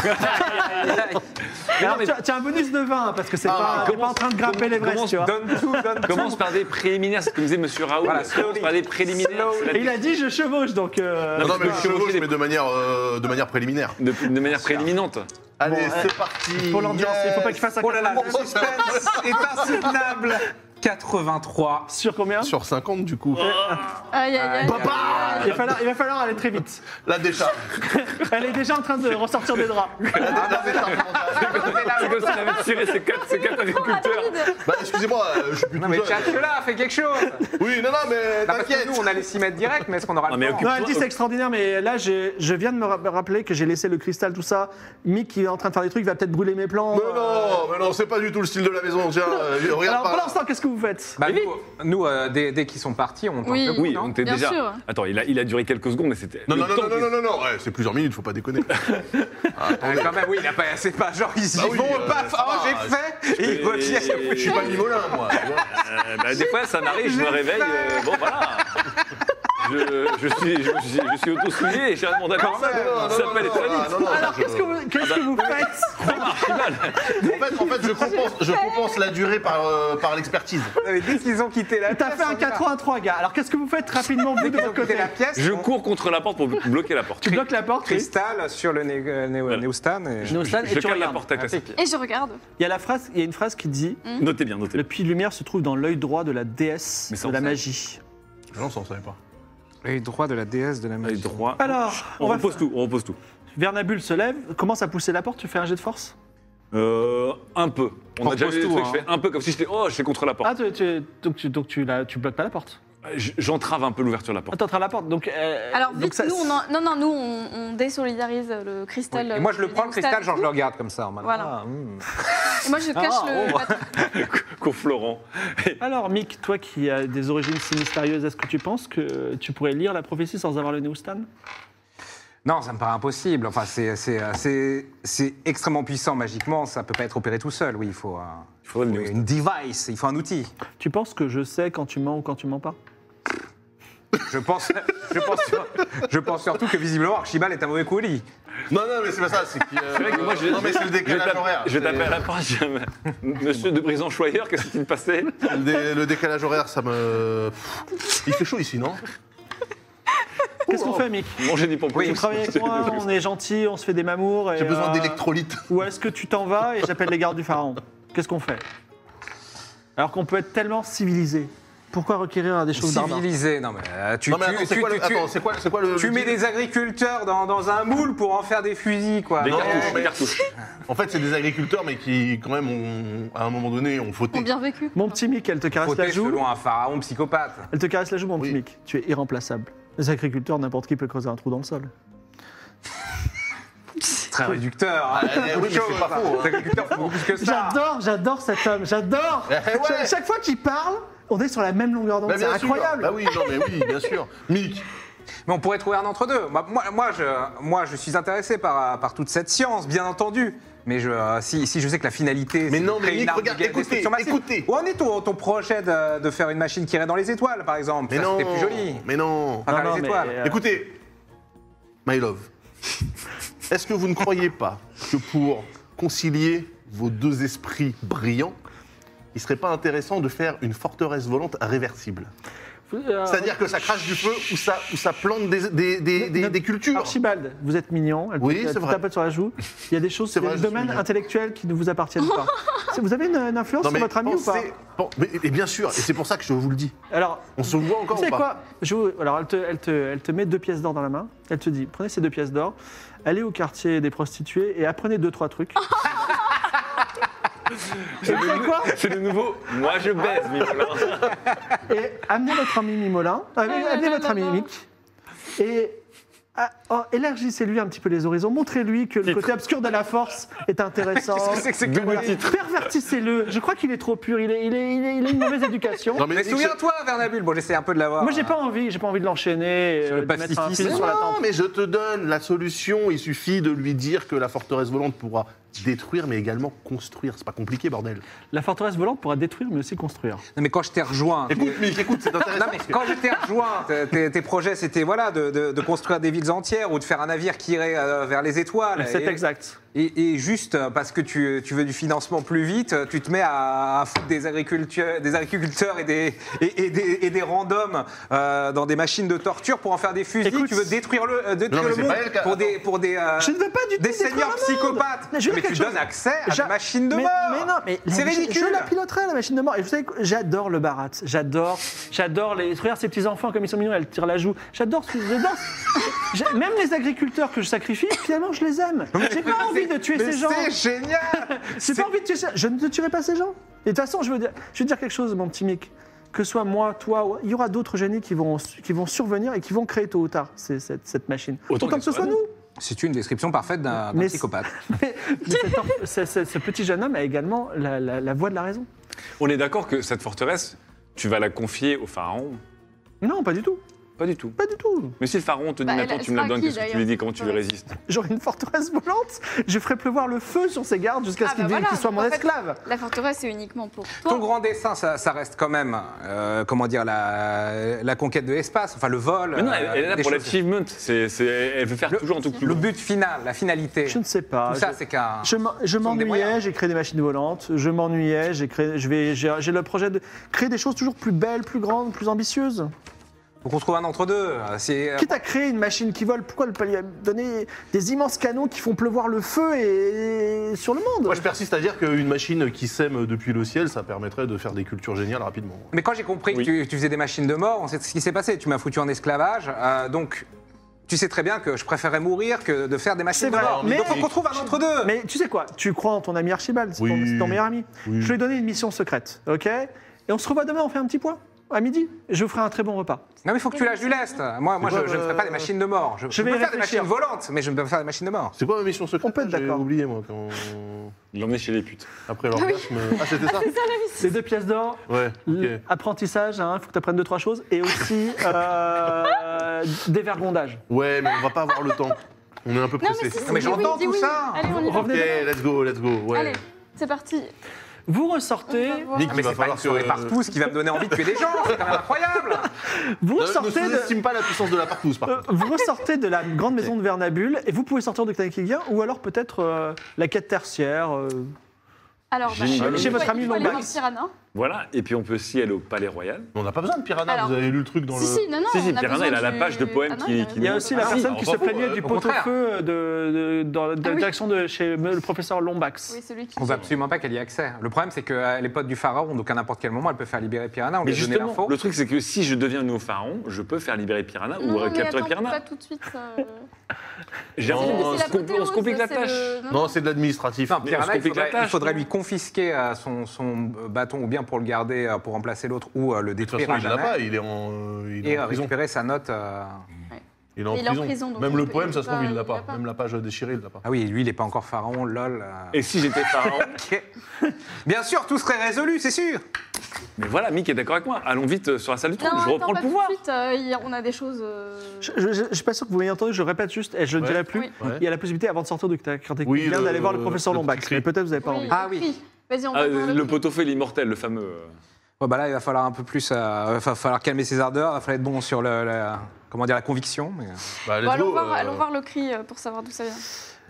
[SPEAKER 2] Alors,
[SPEAKER 7] mais-
[SPEAKER 2] tu, as, tu as un bonus de 20, hein, parce que c'est
[SPEAKER 3] Ah, bah,
[SPEAKER 2] pas, t'es pas en train de grimper les
[SPEAKER 7] comment
[SPEAKER 2] l'Everest, tu vois.
[SPEAKER 5] donne tout, donne tout.
[SPEAKER 7] Commence par des préliminaires, c'est ce que disait Monsieur Raoul.
[SPEAKER 5] Voilà,
[SPEAKER 7] commence par des préliminaires.
[SPEAKER 2] Et il a dit, je chevauche, donc... euh,
[SPEAKER 3] Non, non, mais
[SPEAKER 7] tu peux
[SPEAKER 3] chevauche,
[SPEAKER 7] chevaucher des-
[SPEAKER 3] mais de manière, euh, de manière préliminaire.
[SPEAKER 7] De, de manière préliminante.
[SPEAKER 3] Allez,
[SPEAKER 2] Bon,
[SPEAKER 3] c'est parti.
[SPEAKER 2] Pour l'endurance, il faut pas qu'il fasse un
[SPEAKER 5] Oh là là, le
[SPEAKER 3] Comment-
[SPEAKER 5] suspense est insoutenable. 83.
[SPEAKER 2] Sur combien
[SPEAKER 3] Sur 50 du coup.
[SPEAKER 6] Aïe, aïe, aïe.
[SPEAKER 3] Papa
[SPEAKER 2] il va, falloir, il va falloir aller très vite.
[SPEAKER 3] La décharge.
[SPEAKER 2] Elle est déjà en train de ressortir des draps.
[SPEAKER 3] La
[SPEAKER 5] Ah,
[SPEAKER 3] dé- la décharge mentale.
[SPEAKER 7] C'est comme s'il avait tiré ses quatre, ses quatre agriculteurs.
[SPEAKER 3] Bah, excusez-moi, euh, je suis plus tout
[SPEAKER 5] Non Ah, mais
[SPEAKER 3] jeune.
[SPEAKER 5] tchatche là, fais quelque chose.
[SPEAKER 3] Oui, non, non, mais
[SPEAKER 5] Là, parce que
[SPEAKER 3] t'inquiète.
[SPEAKER 5] nous, on allait s'y mettre direct, mais est-ce qu'on aura
[SPEAKER 7] Non,
[SPEAKER 5] le
[SPEAKER 7] mais
[SPEAKER 5] temps
[SPEAKER 7] occupe-
[SPEAKER 2] Non, elle dit c'est extraordinaire, mais là, j'ai- je viens de me ra- rappeler que j'ai laissé le cristal, tout ça. Mick, il est en train de faire des trucs, il va peut-être brûler mes plans.
[SPEAKER 3] Mais non, mais non, c'est pas du tout le style de la maison. Tiens, euh, regarde
[SPEAKER 2] Alors, pour
[SPEAKER 3] pas.
[SPEAKER 2] l'instant, qu'est-ce que vous faites
[SPEAKER 5] Bah, nous, nous, euh, dès, dès qu'ils sont partis, on tente
[SPEAKER 6] Oui.
[SPEAKER 5] le coup,
[SPEAKER 7] Oui,
[SPEAKER 5] non
[SPEAKER 7] on était
[SPEAKER 6] Bien
[SPEAKER 7] déjà.
[SPEAKER 6] sûr.
[SPEAKER 7] Attends, il a, il a duré quelques secondes, mais c'était.
[SPEAKER 3] Non,
[SPEAKER 7] le
[SPEAKER 3] non, non,
[SPEAKER 7] temps
[SPEAKER 3] non,
[SPEAKER 7] que-
[SPEAKER 3] non, non, non, ouais, c'est plusieurs minutes, faut pas déconner.
[SPEAKER 5] Ah, quand même, oui, il a pas, c'est pas genre ils y
[SPEAKER 3] Bah oui,
[SPEAKER 5] vont,
[SPEAKER 3] euh,
[SPEAKER 5] paf,
[SPEAKER 3] ça
[SPEAKER 5] oh,
[SPEAKER 3] va,
[SPEAKER 5] j'ai fait, et ils
[SPEAKER 7] Et-
[SPEAKER 3] Je suis
[SPEAKER 5] reviennent.
[SPEAKER 3] pas Mimolin, moi. tu vois.
[SPEAKER 7] Euh, bah, des fois, ça m'arrive, je me réveille. euh, bon, voilà. Je, je suis, je, suis- je suis auto-souillé et j'ai demandé à personne.
[SPEAKER 3] Non, non,
[SPEAKER 7] Ça
[SPEAKER 3] non,
[SPEAKER 7] s'appelle
[SPEAKER 3] non,
[SPEAKER 7] être
[SPEAKER 3] non, non, non,
[SPEAKER 2] Alors,
[SPEAKER 3] je-
[SPEAKER 2] qu'est-ce que vous, qu'est-ce que vous faites
[SPEAKER 3] En fait, en fait, je compense, je compense la durée par, euh, par l'expertise.
[SPEAKER 5] Non, mais Dès qu'ils ont quitté la
[SPEAKER 2] T'as
[SPEAKER 5] pièce,
[SPEAKER 2] fait
[SPEAKER 5] on
[SPEAKER 2] un
[SPEAKER 5] y va.
[SPEAKER 2] 83, gars. Alors, qu'est-ce que vous faites rapidement, vous,
[SPEAKER 5] Dès
[SPEAKER 2] de
[SPEAKER 5] qu'ils
[SPEAKER 2] votre
[SPEAKER 5] ont quitté
[SPEAKER 2] côté
[SPEAKER 5] la pièce,
[SPEAKER 7] Je
[SPEAKER 5] on-
[SPEAKER 7] cours contre la porte pour blo- bloquer la porte.
[SPEAKER 2] Tu bloques la porte, Chris.
[SPEAKER 5] cristal sur le né- euh, né-
[SPEAKER 7] Voilà.
[SPEAKER 5] Neustan. et-
[SPEAKER 2] Nostan,
[SPEAKER 7] Je
[SPEAKER 2] et tu
[SPEAKER 7] cale la
[SPEAKER 2] regardes.
[SPEAKER 7] porte à classique.
[SPEAKER 6] Et je regarde.
[SPEAKER 2] Il y a la phrase, il y a une phrase qui dit
[SPEAKER 6] Mm.
[SPEAKER 7] Notez bien, notez
[SPEAKER 2] le
[SPEAKER 7] bien.
[SPEAKER 2] puits de lumière se trouve dans l'œil droit de la déesse
[SPEAKER 7] Mais ça,
[SPEAKER 2] de
[SPEAKER 7] on
[SPEAKER 2] la
[SPEAKER 7] sait.
[SPEAKER 2] magie.
[SPEAKER 3] Non, ça, on savait pas.
[SPEAKER 5] L'œil droit de la déesse de la
[SPEAKER 7] Allez,
[SPEAKER 5] magie.
[SPEAKER 7] droit.
[SPEAKER 2] Alors, on
[SPEAKER 7] On
[SPEAKER 2] va
[SPEAKER 7] repose tout, on repose tout.
[SPEAKER 2] Vernabule se lève, commence à pousser la porte. Tu fais un jet de force.
[SPEAKER 7] Euh, un peu. On,
[SPEAKER 5] On
[SPEAKER 7] a déjà
[SPEAKER 5] repose
[SPEAKER 7] vu des
[SPEAKER 5] tout,
[SPEAKER 7] trucs,
[SPEAKER 5] hein.
[SPEAKER 7] je fais un peu comme si j'étais. Oh, j'étais contre la porte.
[SPEAKER 2] Ah, tu, tu- donc tu donc tu, la- tu bloques pas la porte.
[SPEAKER 6] Ah.
[SPEAKER 7] J- J'entrave un peu l'ouverture de la
[SPEAKER 2] Ah,
[SPEAKER 7] porte.
[SPEAKER 2] t'es en train de la porte. Donc euh,
[SPEAKER 6] Alors,
[SPEAKER 2] donc
[SPEAKER 6] vite,
[SPEAKER 2] ça-
[SPEAKER 6] nous, on en- Non, non, nous, on, on désolidarise le
[SPEAKER 5] Oui.
[SPEAKER 6] cristal.
[SPEAKER 5] Et moi, je le
[SPEAKER 6] euh,
[SPEAKER 5] prends le
[SPEAKER 6] Neostan
[SPEAKER 5] cristal,
[SPEAKER 6] et
[SPEAKER 5] genre je
[SPEAKER 6] tout.
[SPEAKER 5] le regarde comme ça. en mode,
[SPEAKER 6] Voilà.
[SPEAKER 5] ah, hmm.
[SPEAKER 6] Et moi, je cache
[SPEAKER 2] Ah,
[SPEAKER 6] le
[SPEAKER 2] oh.
[SPEAKER 6] bâton.
[SPEAKER 7] Qu'au Florent.
[SPEAKER 2] Alors, Mick, toi qui as des origines si mystérieuses, est-ce que tu penses que tu pourrais lire la prophétie sans avoir le Neustan
[SPEAKER 5] Non, ça me paraît impossible. Enfin, c'est- c'est euh, c'est- c'est extrêmement puissant magiquement. Ça peut pas être opéré tout seul. Oui, il faut, euh, il faut
[SPEAKER 7] faudrait le
[SPEAKER 5] une device. Il faut un outil.
[SPEAKER 2] Tu penses que je sais quand tu mens ou quand tu mens pas
[SPEAKER 5] Je pense, je pense, sur- je pense surtout que visiblement Archibald est un mauvais coulis.
[SPEAKER 3] Non, non, mais c'est pas ça, c'est qu'il, euh,
[SPEAKER 7] C'est vrai que moi, je,
[SPEAKER 3] Non, mais c'est le
[SPEAKER 7] je
[SPEAKER 3] décalage
[SPEAKER 7] tape-
[SPEAKER 3] horaire.
[SPEAKER 7] Je
[SPEAKER 3] C'est-
[SPEAKER 7] tapais à la porte, je dis, Monsieur de brison choyeur qu'est-ce qui s'est passé
[SPEAKER 3] le, dé- le décalage horaire, ça me. Il fait chaud ici, non
[SPEAKER 2] Qu'est-ce qu'on fait, Mick
[SPEAKER 7] Manger des pompons.
[SPEAKER 2] Tu travailles avec moi, on est gentil, on se fait des mamours. et,
[SPEAKER 3] J'ai besoin
[SPEAKER 2] euh,
[SPEAKER 3] d'électrolytes.
[SPEAKER 2] Ou est-ce que tu t'en vas et j'appelle les gardes du pharaon Qu'est-ce qu'on fait Alors qu'on peut être tellement civilisé. Pourquoi requérir des choses d'armes
[SPEAKER 5] Civilisé. Non mais euh, tu,
[SPEAKER 3] Non, mais
[SPEAKER 5] tu-
[SPEAKER 3] attends, c'est
[SPEAKER 5] tu-
[SPEAKER 3] quoi,
[SPEAKER 5] tu-
[SPEAKER 3] le...
[SPEAKER 5] tu-
[SPEAKER 3] attends, c'est quoi, c'est quoi le.
[SPEAKER 5] tu mets des agriculteurs dans, dans un moule pour en faire des fusils, quoi.
[SPEAKER 6] Ah,
[SPEAKER 7] Des
[SPEAKER 5] Non,
[SPEAKER 7] cartouches,
[SPEAKER 5] mais-
[SPEAKER 7] des cartouches.
[SPEAKER 3] En fait, c'est des agriculteurs, mais qui, quand même, ont- à un moment donné, ont fauté.
[SPEAKER 6] Ont bien vécu.
[SPEAKER 2] Mon petit Mick, elle te caresse la
[SPEAKER 5] Protège
[SPEAKER 2] joue.
[SPEAKER 5] selon un pharaon psychopathe.
[SPEAKER 2] Elle te caresse la joue, mon
[SPEAKER 3] Oui.
[SPEAKER 2] petit Mick. Tu es irremplaçable. Les agriculteurs, n'importe qui peut creuser un trou dans le sol.
[SPEAKER 5] Très réducteur. hein.
[SPEAKER 3] eh oui, mais c'est pas faux, hein.
[SPEAKER 5] Les agriculteurs font beaucoup plus que ça.
[SPEAKER 2] J'adore, j'adore cet homme, j'adore
[SPEAKER 3] Eh ouais.
[SPEAKER 2] Cha- Chaque fois qu'il parle, on est sur la même longueur d'onde,
[SPEAKER 3] Bah,
[SPEAKER 2] c'est
[SPEAKER 3] bien sûr.
[SPEAKER 2] incroyable
[SPEAKER 3] Bah oui, non, mais oui, bien sûr. Mick,
[SPEAKER 5] Mais on pourrait trouver un entre-deux. Moi, moi- moi, je, moi, je suis intéressé par, par toute cette science, bien entendu. Mais je, euh, si, si je sais que la finalité,
[SPEAKER 3] Mais
[SPEAKER 5] de
[SPEAKER 3] non, mais
[SPEAKER 5] créer une
[SPEAKER 3] Nick,
[SPEAKER 5] arme de
[SPEAKER 3] regarde,
[SPEAKER 5] guerre-
[SPEAKER 3] écoutez,
[SPEAKER 5] destruction massive.
[SPEAKER 3] écoutez.
[SPEAKER 5] Où en est ton, ton projet de, de faire une machine qui irait dans les étoiles, par exemple
[SPEAKER 3] mais
[SPEAKER 5] Ça,
[SPEAKER 3] non.
[SPEAKER 5] C'était plus joli.
[SPEAKER 3] Mais non.
[SPEAKER 5] Enfin,
[SPEAKER 2] Non,
[SPEAKER 5] vers
[SPEAKER 2] non,
[SPEAKER 5] les
[SPEAKER 2] mais,
[SPEAKER 5] étoiles.
[SPEAKER 2] euh,
[SPEAKER 3] Écoutez, my love, est-ce que vous ne croyez pas que pour concilier vos deux esprits brillants, il serait pas intéressant de faire une forteresse volante réversible
[SPEAKER 2] Euh,
[SPEAKER 3] C'est-à-dire que ça crache du feu ou ça, ou ça plante des, des- des- des-
[SPEAKER 2] notre-
[SPEAKER 3] des cultures.
[SPEAKER 2] Archibald, vous êtes mignon. Elle
[SPEAKER 3] Oui,
[SPEAKER 2] elle
[SPEAKER 3] c'est
[SPEAKER 2] te
[SPEAKER 3] vrai.
[SPEAKER 2] tapote sur la joue. Il y a des choses,
[SPEAKER 3] C'est
[SPEAKER 2] il y a
[SPEAKER 3] vrai,
[SPEAKER 2] des
[SPEAKER 3] je suis
[SPEAKER 2] domaines
[SPEAKER 3] mignon.
[SPEAKER 2] intellectuels qui ne vous appartiennent pas. C'est- vous avez une, une influence sur votre ami ou
[SPEAKER 3] pensez- pen- mais- et bien sûr, et c'est pour ça que je vous le dis.
[SPEAKER 2] pas Alors,
[SPEAKER 3] On se voit encore
[SPEAKER 2] Tu sais
[SPEAKER 3] ou pas
[SPEAKER 2] quoi Je vous- Alors, elle te, elle, te, elle te met deux pièces d'or dans la main. Elle te dit prenez ces deux pièces d'or, allez au quartier des prostituées et apprenez deux, trois trucs. Et tu sais quoi
[SPEAKER 7] C'est de nouveau, moi je baise, Nicolas.
[SPEAKER 2] Et amenez votre ami Mimolin, euh, amenez,
[SPEAKER 6] Oh là là
[SPEAKER 2] votre ami
[SPEAKER 6] là.
[SPEAKER 2] Mick, et ah, oh, élargissez-lui un petit peu les horizons, montrez-lui que le côté obscur de la force est intéressant.
[SPEAKER 7] Double
[SPEAKER 2] Voilà.
[SPEAKER 7] titre.
[SPEAKER 2] Pervertissez-le. Je crois qu'il est trop pur. Il est, il est, il est- il est une mauvaise éducation.
[SPEAKER 3] Non,
[SPEAKER 5] Mais
[SPEAKER 3] dis que c'est-
[SPEAKER 5] souviens-toi, Vernabule. Bon, j'essaie un peu de l'avoir.
[SPEAKER 2] Moi, j'ai pas envie. J'ai pas envie de l'enchaîner, euh,
[SPEAKER 5] le
[SPEAKER 2] de mettre un
[SPEAKER 5] pacifisme.
[SPEAKER 2] fil
[SPEAKER 3] Mais
[SPEAKER 2] sur la
[SPEAKER 3] non,
[SPEAKER 2] tempe.
[SPEAKER 3] mais je te donne la solution. Il suffit de lui dire que la forteresse volante pourra détruire, mais également construire. C'est pas compliqué, bordel.
[SPEAKER 2] La forteresse volante pourra détruire, mais aussi construire.
[SPEAKER 5] Non, mais quand je t'ai rejoint.
[SPEAKER 3] Écoute, Mick, écoute, c'est
[SPEAKER 5] Non,
[SPEAKER 3] intéressant.
[SPEAKER 5] mais
[SPEAKER 3] parce que-
[SPEAKER 5] quand j'étais rejoint, tes- tes, tes projets, c'était voilà, de, de- de construire des villes entières ou de faire un navire qui irait euh, vers les étoiles.
[SPEAKER 2] C'est
[SPEAKER 5] Et-
[SPEAKER 2] exact.
[SPEAKER 5] Et, et juste euh, parce que tu, tu veux du financement plus vite, euh, tu te mets à, à foutre des agriculteurs, des agriculteurs et des, et, et des, et des randoms euh, dans des machines de torture pour en faire des fusils.
[SPEAKER 2] Écoute-
[SPEAKER 5] tu veux détruire le, euh, détruire
[SPEAKER 3] Non, mais
[SPEAKER 5] le
[SPEAKER 3] c'est
[SPEAKER 5] monde
[SPEAKER 3] pas elle qui a-
[SPEAKER 5] pour des, pour des, euh,
[SPEAKER 2] Je ne veux pas du tout
[SPEAKER 5] des
[SPEAKER 2] détruire
[SPEAKER 5] seigneurs
[SPEAKER 2] le monde.
[SPEAKER 5] psychopathes.
[SPEAKER 2] Mais
[SPEAKER 5] Mais,
[SPEAKER 2] je veux dire
[SPEAKER 5] tu
[SPEAKER 2] quelque chose.
[SPEAKER 5] donnes accès à
[SPEAKER 2] J'a-
[SPEAKER 5] des machines de
[SPEAKER 2] mais,
[SPEAKER 5] mort.
[SPEAKER 2] Mais non, mais
[SPEAKER 5] c'est
[SPEAKER 2] la- je-
[SPEAKER 5] ridicule.
[SPEAKER 2] Je la piloterai la machine de mort. Et vous savez, quoi, j'adore le barat. J'adore, j'adore les. Regarde ces petits enfants comme ils sont mignons, elles tirent la joue. J'adore, ce- j'adore. ce- j'ai- Même les agriculteurs que je sacrifie, finalement, je les aime. J'ai pas envie de tuer
[SPEAKER 5] Mais
[SPEAKER 2] ces gens.
[SPEAKER 5] C'est génial.
[SPEAKER 2] J'ai pas envie de tuer ces- Je ne te tuerai pas ces gens. Et de toute façon, je veux dire, je veux dire quelque chose, mon petit Mick. Que ce soit moi, toi, ou- il y aura d'autres génies qui vont, qui vont survenir et qui vont créer tôt ou tard ces- cette, cette machine. Autant,
[SPEAKER 7] Autant
[SPEAKER 2] que ce
[SPEAKER 7] qu'elle
[SPEAKER 2] soit
[SPEAKER 7] soit
[SPEAKER 2] nous.
[SPEAKER 5] C'est une description parfaite d'un d'un
[SPEAKER 2] Mais-
[SPEAKER 5] psychopathe.
[SPEAKER 2] Mais, mais cet or- ce, ce- ce petit jeune homme a également la, la- la voix de la raison.
[SPEAKER 7] On est d'accord que cette forteresse, tu vas la confier au pharaon
[SPEAKER 2] Non, pas du tout.
[SPEAKER 7] Pas du tout.
[SPEAKER 2] Pas du tout.
[SPEAKER 7] Mais si le pharaon te dit
[SPEAKER 6] Bah, elle-
[SPEAKER 7] maintenant
[SPEAKER 6] elle
[SPEAKER 7] tu me la
[SPEAKER 6] sera
[SPEAKER 7] donnes,
[SPEAKER 6] qui,
[SPEAKER 7] qu'est-ce que tu lui
[SPEAKER 6] d'ailleurs,
[SPEAKER 7] dis Comment tu lui
[SPEAKER 6] cette
[SPEAKER 7] résistes
[SPEAKER 2] J'aurai une forteresse volante. Je ferai pleuvoir le feu sur ses gardes jusqu'à ce
[SPEAKER 6] Ah,
[SPEAKER 2] qu'il
[SPEAKER 6] bah
[SPEAKER 2] devienne-
[SPEAKER 6] voilà.
[SPEAKER 2] qu'il soit mon
[SPEAKER 6] En fait-
[SPEAKER 2] esclave.
[SPEAKER 6] La forteresse, c'est uniquement pour
[SPEAKER 5] Ton
[SPEAKER 6] toi.
[SPEAKER 5] grand dessin, ça, ça reste quand même, euh, comment dire, la, la conquête de l'espace, enfin le vol.
[SPEAKER 7] Mais non,
[SPEAKER 5] euh,
[SPEAKER 7] elle, elle est là
[SPEAKER 5] des
[SPEAKER 7] pour
[SPEAKER 5] choses-
[SPEAKER 7] l'achievement. C'est- c'est- Elle veut faire toujours un truc plus
[SPEAKER 5] Le
[SPEAKER 7] grand.
[SPEAKER 5] but final, la finalité.
[SPEAKER 2] Je ne sais pas.
[SPEAKER 5] Tout ça,
[SPEAKER 2] Je-
[SPEAKER 5] c'est qu'un.
[SPEAKER 2] Je m'en- je
[SPEAKER 5] des
[SPEAKER 2] m'ennuyais,
[SPEAKER 5] moyens.
[SPEAKER 2] j'ai créé des machines volantes. Je m'ennuyais, j'ai créé. Je vais. J'ai j'ai le projet de créer des choses toujours plus belles, plus grandes, plus ambitieuses.
[SPEAKER 5] Faut qu'on trouve un entre deux. C'est. euh,
[SPEAKER 2] Quitte à créer une machine qui vole, pourquoi ne pas lui donner des immenses canons qui font pleuvoir le feu et sur le monde
[SPEAKER 3] Moi, je persiste à dire qu'une machine qui sème depuis le ciel, ça permettrait de faire des cultures géniales rapidement.
[SPEAKER 5] Mais quand j'ai compris
[SPEAKER 7] Oui.
[SPEAKER 5] que tu, tu faisais des machines de mort, on sait ce qui s'est passé. Tu m'as foutu en esclavage, euh, donc. Tu sais très bien que je préférerais mourir que de faire des
[SPEAKER 2] C'est
[SPEAKER 5] machines de
[SPEAKER 2] vrai,
[SPEAKER 5] mort.
[SPEAKER 2] mais-
[SPEAKER 5] Donc faut qu'on trouve un entre deux.
[SPEAKER 2] Mais tu sais quoi Tu crois en ton ami Archibald, c'est ton-
[SPEAKER 3] Oui.
[SPEAKER 2] c'est ton, meilleur ami.
[SPEAKER 3] Oui.
[SPEAKER 2] Je lui ai donné une mission secrète, ok Et on se revoit demain, on fait un petit point à midi. Je vous ferai un très bon repas.
[SPEAKER 5] Non mais faut que tu lâches du lest. Moi, moi, je,
[SPEAKER 3] quoi,
[SPEAKER 5] je ne ferai pas
[SPEAKER 3] euh,
[SPEAKER 5] des machines de mort. Je,
[SPEAKER 2] je
[SPEAKER 5] je
[SPEAKER 2] vais
[SPEAKER 5] peux
[SPEAKER 2] y
[SPEAKER 5] faire des
[SPEAKER 2] réfléchir.
[SPEAKER 5] machines volantes, mais je ne peux pas faire des machines de mort.
[SPEAKER 3] C'est quoi ma mission secrète
[SPEAKER 2] On peut être
[SPEAKER 3] J'ai
[SPEAKER 2] d'accord.
[SPEAKER 3] oublié, moi, quand...
[SPEAKER 7] L'emmener chez les putes.
[SPEAKER 3] Après l'orgasme... Ah, c'était ça
[SPEAKER 2] Les deux pièces d'or,
[SPEAKER 3] Ouais, ok.
[SPEAKER 2] Mm. l'apprentissage, il faut que tu apprennes deux, trois choses, et aussi euh, dévergondage.
[SPEAKER 3] Ouais, mais on va pas avoir le temps. On est un peu
[SPEAKER 6] Non, mais
[SPEAKER 3] pressé.
[SPEAKER 6] si, si,
[SPEAKER 5] mais
[SPEAKER 6] dis
[SPEAKER 5] j'entends
[SPEAKER 6] oui, dis
[SPEAKER 5] tout
[SPEAKER 6] oui.
[SPEAKER 5] ça.
[SPEAKER 6] Allez, on y va.
[SPEAKER 3] Ok, let's go, let's go. Ouais.
[SPEAKER 6] Allez, c'est parti.
[SPEAKER 2] Vous
[SPEAKER 6] On y
[SPEAKER 2] ressortez,
[SPEAKER 6] va voir.
[SPEAKER 3] Nick,
[SPEAKER 5] Ah,
[SPEAKER 3] il
[SPEAKER 5] mais
[SPEAKER 3] va
[SPEAKER 5] c'est pas
[SPEAKER 3] falloir
[SPEAKER 5] une soirée
[SPEAKER 3] que-
[SPEAKER 5] partout, ce qui va me donner envie de tuer des gens. C'est quand même incroyable.
[SPEAKER 2] vous
[SPEAKER 3] Ne- Ne
[SPEAKER 2] ressortez de...
[SPEAKER 3] sous-estime pas la puissance de la partouze, par
[SPEAKER 2] euh,
[SPEAKER 3] contre.
[SPEAKER 2] vous ressortez de la grande maison de Vernabule et vous pouvez sortir de Tanikigia ou alors peut-être euh, la quête tertiaire. euh.
[SPEAKER 6] Alors, bah,
[SPEAKER 7] Génial.
[SPEAKER 2] Chez votre ami Lombax.
[SPEAKER 7] Voilà, et puis on peut aussi aller au palais royal.
[SPEAKER 3] On n'a pas besoin de Piranha,
[SPEAKER 6] Alors-
[SPEAKER 3] vous avez lu le truc dans
[SPEAKER 6] Si,
[SPEAKER 3] le...
[SPEAKER 6] si, non, non.
[SPEAKER 7] Si, si,
[SPEAKER 6] on a
[SPEAKER 7] Piranha,
[SPEAKER 6] besoin
[SPEAKER 7] il a la
[SPEAKER 6] du-
[SPEAKER 7] page de poème
[SPEAKER 6] Ah non,
[SPEAKER 7] qui-
[SPEAKER 6] il a
[SPEAKER 7] qui
[SPEAKER 2] Il y a
[SPEAKER 6] raison.
[SPEAKER 2] aussi la
[SPEAKER 6] Ah,
[SPEAKER 2] personne
[SPEAKER 7] on
[SPEAKER 2] qui
[SPEAKER 7] s'en
[SPEAKER 2] se
[SPEAKER 7] fout,
[SPEAKER 2] plaignait
[SPEAKER 7] euh,
[SPEAKER 2] du
[SPEAKER 5] au
[SPEAKER 2] pot au
[SPEAKER 5] contraire.
[SPEAKER 2] feu de, de- dans- de la
[SPEAKER 6] oui.
[SPEAKER 2] direction de chez euh, le professeur Lombax.
[SPEAKER 6] Oui, celui qui.
[SPEAKER 5] On veut absolument pas qu'elle y ait accès. Le problème, c'est que euh, les potes du pharaon, donc à n'importe quel moment, elle peut faire libérer Piranha. On
[SPEAKER 7] Mais
[SPEAKER 5] lui a donné
[SPEAKER 7] justement,
[SPEAKER 5] l'info.
[SPEAKER 7] le truc c'est que si je deviens nouveau pharaon, je peux faire libérer Piranha
[SPEAKER 6] Non,
[SPEAKER 7] ou
[SPEAKER 6] non, mais
[SPEAKER 7] capturer
[SPEAKER 6] attends, Pas
[SPEAKER 7] Piranha.
[SPEAKER 6] tout de suite. ça.
[SPEAKER 7] J'ai
[SPEAKER 3] Non,
[SPEAKER 7] envie de-
[SPEAKER 3] c'est
[SPEAKER 7] on
[SPEAKER 3] la
[SPEAKER 7] se compl- on se complique la
[SPEAKER 6] protéose, c'est
[SPEAKER 7] tâche.
[SPEAKER 6] le-
[SPEAKER 3] Non, c'est de l'administratif.
[SPEAKER 5] Non,
[SPEAKER 7] Mais on se
[SPEAKER 5] Piranha, il
[SPEAKER 7] complique la
[SPEAKER 5] faudrait,
[SPEAKER 7] tâche,
[SPEAKER 5] il faudrait
[SPEAKER 7] non
[SPEAKER 5] lui confisquer euh, son, son, euh, bâton, ou bien pour le garder, euh, pour remplacer l'autre, ou euh, le
[SPEAKER 3] De toute
[SPEAKER 5] détruire.
[SPEAKER 3] façon, il l'a
[SPEAKER 5] à jamais,
[SPEAKER 3] pas, il est en, euh, il est
[SPEAKER 5] Et
[SPEAKER 3] en
[SPEAKER 5] euh,
[SPEAKER 3] prison.
[SPEAKER 5] récupérer sa note. euh,
[SPEAKER 3] Il est en
[SPEAKER 6] Il est en
[SPEAKER 3] prison.
[SPEAKER 6] prison, donc
[SPEAKER 3] Même
[SPEAKER 6] il
[SPEAKER 3] le
[SPEAKER 6] peut-
[SPEAKER 3] poème,
[SPEAKER 6] il
[SPEAKER 3] ça
[SPEAKER 6] peut
[SPEAKER 3] se trouve,
[SPEAKER 6] pas-
[SPEAKER 3] il l'a
[SPEAKER 6] il
[SPEAKER 3] pas.
[SPEAKER 6] l'a pas.
[SPEAKER 3] Même la page déchirée, il l'a pas.
[SPEAKER 5] Ah oui, lui, il n'est pas encore pharaon, lol. euh.
[SPEAKER 7] Et si j'étais pharaon
[SPEAKER 5] Ok. Bien sûr, tout serait résolu, c'est sûr.
[SPEAKER 7] Mais voilà, Mick est d'accord avec moi. Allons vite euh, sur la salle du trône, je
[SPEAKER 6] attends,
[SPEAKER 7] reprends le
[SPEAKER 6] pas tout de
[SPEAKER 7] pouvoir.
[SPEAKER 6] suite, euh, il y a- on a des choses. euh,
[SPEAKER 2] Je, je, je- je suis pas sûr que vous m'ayez entendu, je le répète juste, et je ne
[SPEAKER 3] Ouais.
[SPEAKER 2] dirai plus.
[SPEAKER 6] Oui.
[SPEAKER 3] Ouais.
[SPEAKER 2] Il y a la possibilité avant de sortir de Cartec
[SPEAKER 3] Oui, le-
[SPEAKER 2] d'aller voir le professeur
[SPEAKER 3] le
[SPEAKER 2] Lombax,
[SPEAKER 3] petit cri.
[SPEAKER 2] mais peut-être vous n'avez pas
[SPEAKER 6] oui,
[SPEAKER 2] envie.
[SPEAKER 5] Ah oui.
[SPEAKER 6] écrit. Vas-y, on va.
[SPEAKER 7] Ah,
[SPEAKER 6] voir
[SPEAKER 7] le
[SPEAKER 6] le-
[SPEAKER 7] pot au feu, l'immortel, le fameux. euh.
[SPEAKER 5] Ouais, bah là, il va falloir un peu plus. euh, il va falloir calmer ses ardeurs, il va falloir être bon sur le, le- comment dire, la conviction. mais-
[SPEAKER 3] Bah,
[SPEAKER 6] Bon,
[SPEAKER 3] let's
[SPEAKER 6] allons,
[SPEAKER 3] go,
[SPEAKER 6] voir,
[SPEAKER 3] euh,
[SPEAKER 6] allons voir le cri euh, pour savoir d'où ça vient.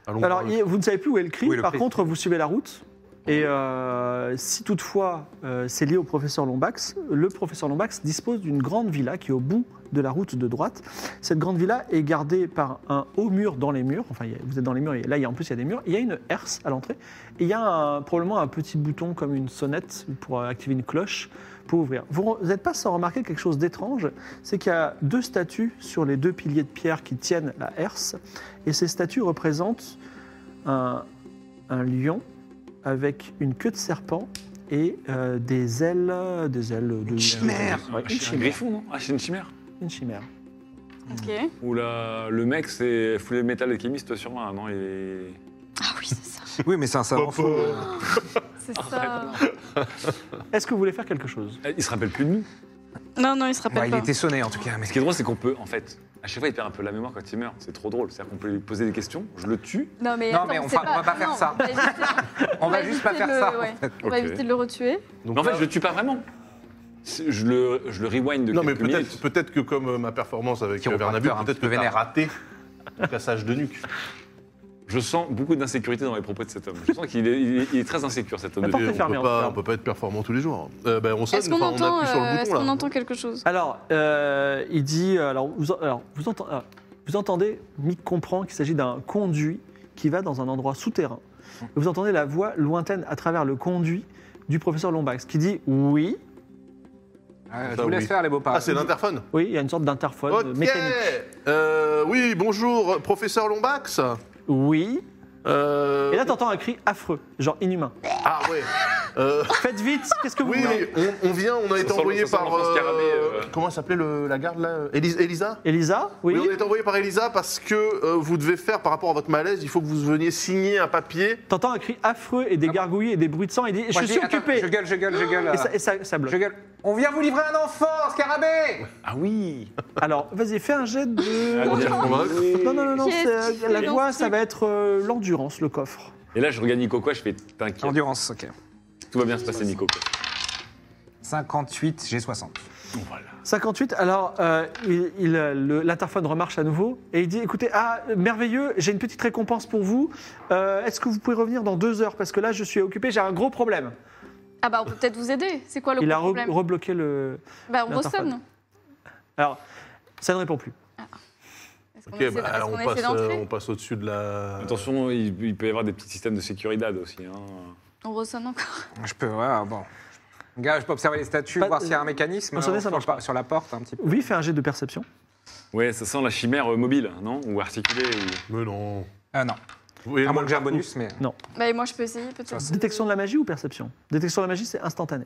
[SPEAKER 3] allons
[SPEAKER 2] Alors,
[SPEAKER 3] voir le-
[SPEAKER 2] il- vous ne savez plus où est le cri,
[SPEAKER 5] Oui, le
[SPEAKER 2] par
[SPEAKER 5] cri.
[SPEAKER 2] contre, vous suivez la route, Et euh, si toutefois euh, c'est lié au professeur Lombax, le professeur Lombax dispose d'une grande villa qui est au bout de la route de droite. Cette grande villa est gardée par un haut mur dans les murs. Enfin, il y a- vous êtes dans les murs, et là il y a, en plus il y a des murs. Il y a une herse à l'entrée. Et il y a un- probablement un petit bouton comme une sonnette pour euh, activer une cloche pour ouvrir. Vous n'êtes pas sans remarquer quelque chose d'étrange, c'est qu'il y a deux statues sur les deux piliers de pierre qui tiennent la herse. Et ces statues représentent un, un lion avec une queue de serpent et euh, des ailes, des ailes de
[SPEAKER 5] chimère.
[SPEAKER 2] Ouais, une
[SPEAKER 7] C'est un
[SPEAKER 2] chimère.
[SPEAKER 7] griffon, non Ah, c'est une chimère
[SPEAKER 2] Une chimère.
[SPEAKER 6] Ok.
[SPEAKER 7] Ou la- le mec, c'est Full Metal Alchemist sur un, non il est...
[SPEAKER 6] Ah oui, c'est ça.
[SPEAKER 5] Oui, mais c'est un savant fou.
[SPEAKER 6] C'est ça.
[SPEAKER 2] Est-ce que vous voulez faire quelque chose
[SPEAKER 7] Eh, Il se rappelle plus de nous.
[SPEAKER 6] Non, non, il se
[SPEAKER 5] Bah,
[SPEAKER 6] rappelle
[SPEAKER 5] il
[SPEAKER 6] pas.
[SPEAKER 5] était sonné en tout cas. Mais
[SPEAKER 7] Ce qui est drôle, c'est qu'on peut, en fait, à chaque fois, il perd un peu la mémoire quand il meurt. C'est trop drôle. C'est-à-dire qu'on peut lui poser des questions, je le tue.
[SPEAKER 6] Non, mais,
[SPEAKER 5] Non,
[SPEAKER 6] attends,
[SPEAKER 5] mais on
[SPEAKER 6] c'est
[SPEAKER 5] va- on va pas faire
[SPEAKER 6] non,
[SPEAKER 5] ça.
[SPEAKER 6] On va éviter,
[SPEAKER 5] on va juste pas faire
[SPEAKER 6] éviter de le-
[SPEAKER 5] ça.
[SPEAKER 6] ouais. On va
[SPEAKER 7] Ok.
[SPEAKER 6] éviter de le retuer.
[SPEAKER 3] Donc
[SPEAKER 7] Mais en fait,
[SPEAKER 3] là-
[SPEAKER 7] je le tue pas vraiment. C'est- Je le, je le rewind de
[SPEAKER 3] non, mais
[SPEAKER 7] quelques minutes.
[SPEAKER 3] peut-être peut-être que comme euh, ma performance avec euh,
[SPEAKER 5] Chiropracteur,
[SPEAKER 3] Bernabé,
[SPEAKER 5] un
[SPEAKER 3] peut-être
[SPEAKER 5] petit peu
[SPEAKER 3] que t'as
[SPEAKER 5] vénère.
[SPEAKER 3] raté le cassage de nuque.
[SPEAKER 7] Je sens beaucoup d'insécurité dans les propos de cet homme. Je sens qu'il est, il est- il est très insécure, cet homme.
[SPEAKER 2] La
[SPEAKER 7] de-
[SPEAKER 2] porte
[SPEAKER 3] Et
[SPEAKER 2] est
[SPEAKER 3] on
[SPEAKER 2] fermée,
[SPEAKER 3] peut
[SPEAKER 2] en tout
[SPEAKER 3] pas,
[SPEAKER 2] cas.
[SPEAKER 3] on peut pas être performant tous les jours. Euh, ben, on sonne,
[SPEAKER 6] Est-ce qu'on
[SPEAKER 3] enfin, on
[SPEAKER 6] entend,
[SPEAKER 3] appuie sur le
[SPEAKER 6] euh, est-ce
[SPEAKER 3] bouton
[SPEAKER 6] qu'on
[SPEAKER 3] là.
[SPEAKER 6] entend quelque chose
[SPEAKER 2] Alors, euh, il dit. Alors, vous, alors, vous, entend- alors, vous entendez, Mick comprend qu'il s'agit d'un conduit qui va dans un endroit souterrain. Vous entendez la voix lointaine à travers le conduit du professeur Lombax qui dit oui.
[SPEAKER 5] Euh, je
[SPEAKER 3] Ça,
[SPEAKER 5] vous laisse
[SPEAKER 3] oui.
[SPEAKER 5] faire les beaux pas.
[SPEAKER 3] Ah, c'est l'interphone
[SPEAKER 2] Oui, il y a une sorte d'interphone
[SPEAKER 3] Ok
[SPEAKER 2] euh, mécanique.
[SPEAKER 3] Euh, Oui, bonjour, euh, professeur Lombax
[SPEAKER 2] Oui.
[SPEAKER 3] Euh,
[SPEAKER 2] Et là, t'entends un cri affreux, genre inhumain.
[SPEAKER 3] Ah ouais Euh,
[SPEAKER 2] Faites vite, qu'est-ce que vous
[SPEAKER 3] Oui,
[SPEAKER 2] voulez
[SPEAKER 3] on, on vient, on a été
[SPEAKER 7] sent le-
[SPEAKER 3] envoyé
[SPEAKER 7] ça sent
[SPEAKER 3] par...
[SPEAKER 7] l'enfance scarabée, euh.
[SPEAKER 3] Comment elle s'appelait le- la garde là Elis- Elisa
[SPEAKER 2] Elisa Oui.
[SPEAKER 3] Oui, on est envoyé par Elisa parce que euh, vous devez faire par rapport à votre malaise, il faut que vous veniez signer un papier.
[SPEAKER 2] T'entends un cri affreux et des gargouilles et des bruits de sang. Il dit
[SPEAKER 5] Moi,
[SPEAKER 2] Je
[SPEAKER 5] dis,
[SPEAKER 2] suis
[SPEAKER 5] attends,
[SPEAKER 2] occupé
[SPEAKER 5] Je gueule, je gueule, je gueule. euh,
[SPEAKER 2] Et ça, et ça- ça bloque.
[SPEAKER 5] Je gueule. On vient vous livrer un enfant, scarabée
[SPEAKER 7] Ah oui
[SPEAKER 2] Alors, vas-y, fais un jet de.
[SPEAKER 7] Ah, de dire convaincre.
[SPEAKER 2] Non, non, non, non,
[SPEAKER 6] Qu'est-ce
[SPEAKER 2] c'est-
[SPEAKER 6] qu'il fait
[SPEAKER 2] la
[SPEAKER 6] dans
[SPEAKER 2] voix,
[SPEAKER 6] ce
[SPEAKER 2] ça
[SPEAKER 6] truc
[SPEAKER 2] va être euh, l'endurance, le coffre.
[SPEAKER 7] Et là, je regarde Nico quoi, je fais T'inquiète,
[SPEAKER 5] Endurance, ok.
[SPEAKER 7] tout va bien se passer, Nico quoi.
[SPEAKER 5] 58, j'ai 60.
[SPEAKER 2] 58, alors euh, il- il, euh, le- l'interphone remarche à nouveau et il dit écoutez, ah, merveilleux, j'ai une petite récompense pour vous. Euh, Est-ce que vous pouvez revenir dans deux heures Parce que là, je suis occupé, j'ai un gros problème.
[SPEAKER 6] Ah bah, on peut peut-être vous aider. C'est quoi le
[SPEAKER 2] il a re-
[SPEAKER 6] problème
[SPEAKER 2] rebloqué le.
[SPEAKER 6] Bah, on
[SPEAKER 2] l'interphone.
[SPEAKER 6] ressonne.
[SPEAKER 2] Alors, ça ne répond plus.
[SPEAKER 6] Est-ce qu'on
[SPEAKER 3] Ok,
[SPEAKER 6] essaie-
[SPEAKER 3] bah,
[SPEAKER 6] est-ce qu'on
[SPEAKER 3] on,
[SPEAKER 6] essaie
[SPEAKER 3] passe, euh, on
[SPEAKER 6] d'entrer
[SPEAKER 3] passe au-dessus de la...
[SPEAKER 7] Attention, il, il peut y avoir des petits systèmes de sécurité aussi. Hein.
[SPEAKER 6] On ressonne encore.
[SPEAKER 5] Je peux, ouais, ah, bon. Gars, je peux observer les statues,
[SPEAKER 2] Pas-
[SPEAKER 5] voir s'il y a un mécanisme. euh,
[SPEAKER 2] Attendez, ça
[SPEAKER 5] sur,
[SPEAKER 2] marche
[SPEAKER 5] le-
[SPEAKER 2] pas.
[SPEAKER 5] sur la porte, un petit peu.
[SPEAKER 2] Oui, fais un jet de perception.
[SPEAKER 7] Ouais, ça sent la chimère euh, mobile, non Ou articulée. ou-
[SPEAKER 3] Mais non...
[SPEAKER 5] Ah non,
[SPEAKER 3] Oui,
[SPEAKER 5] à moins que j'ai un bonus, mais.
[SPEAKER 6] Bah, et moi, je peux essayer peut-être.
[SPEAKER 2] Détection de la magie ou perception Détection de la magie, c'est instantané.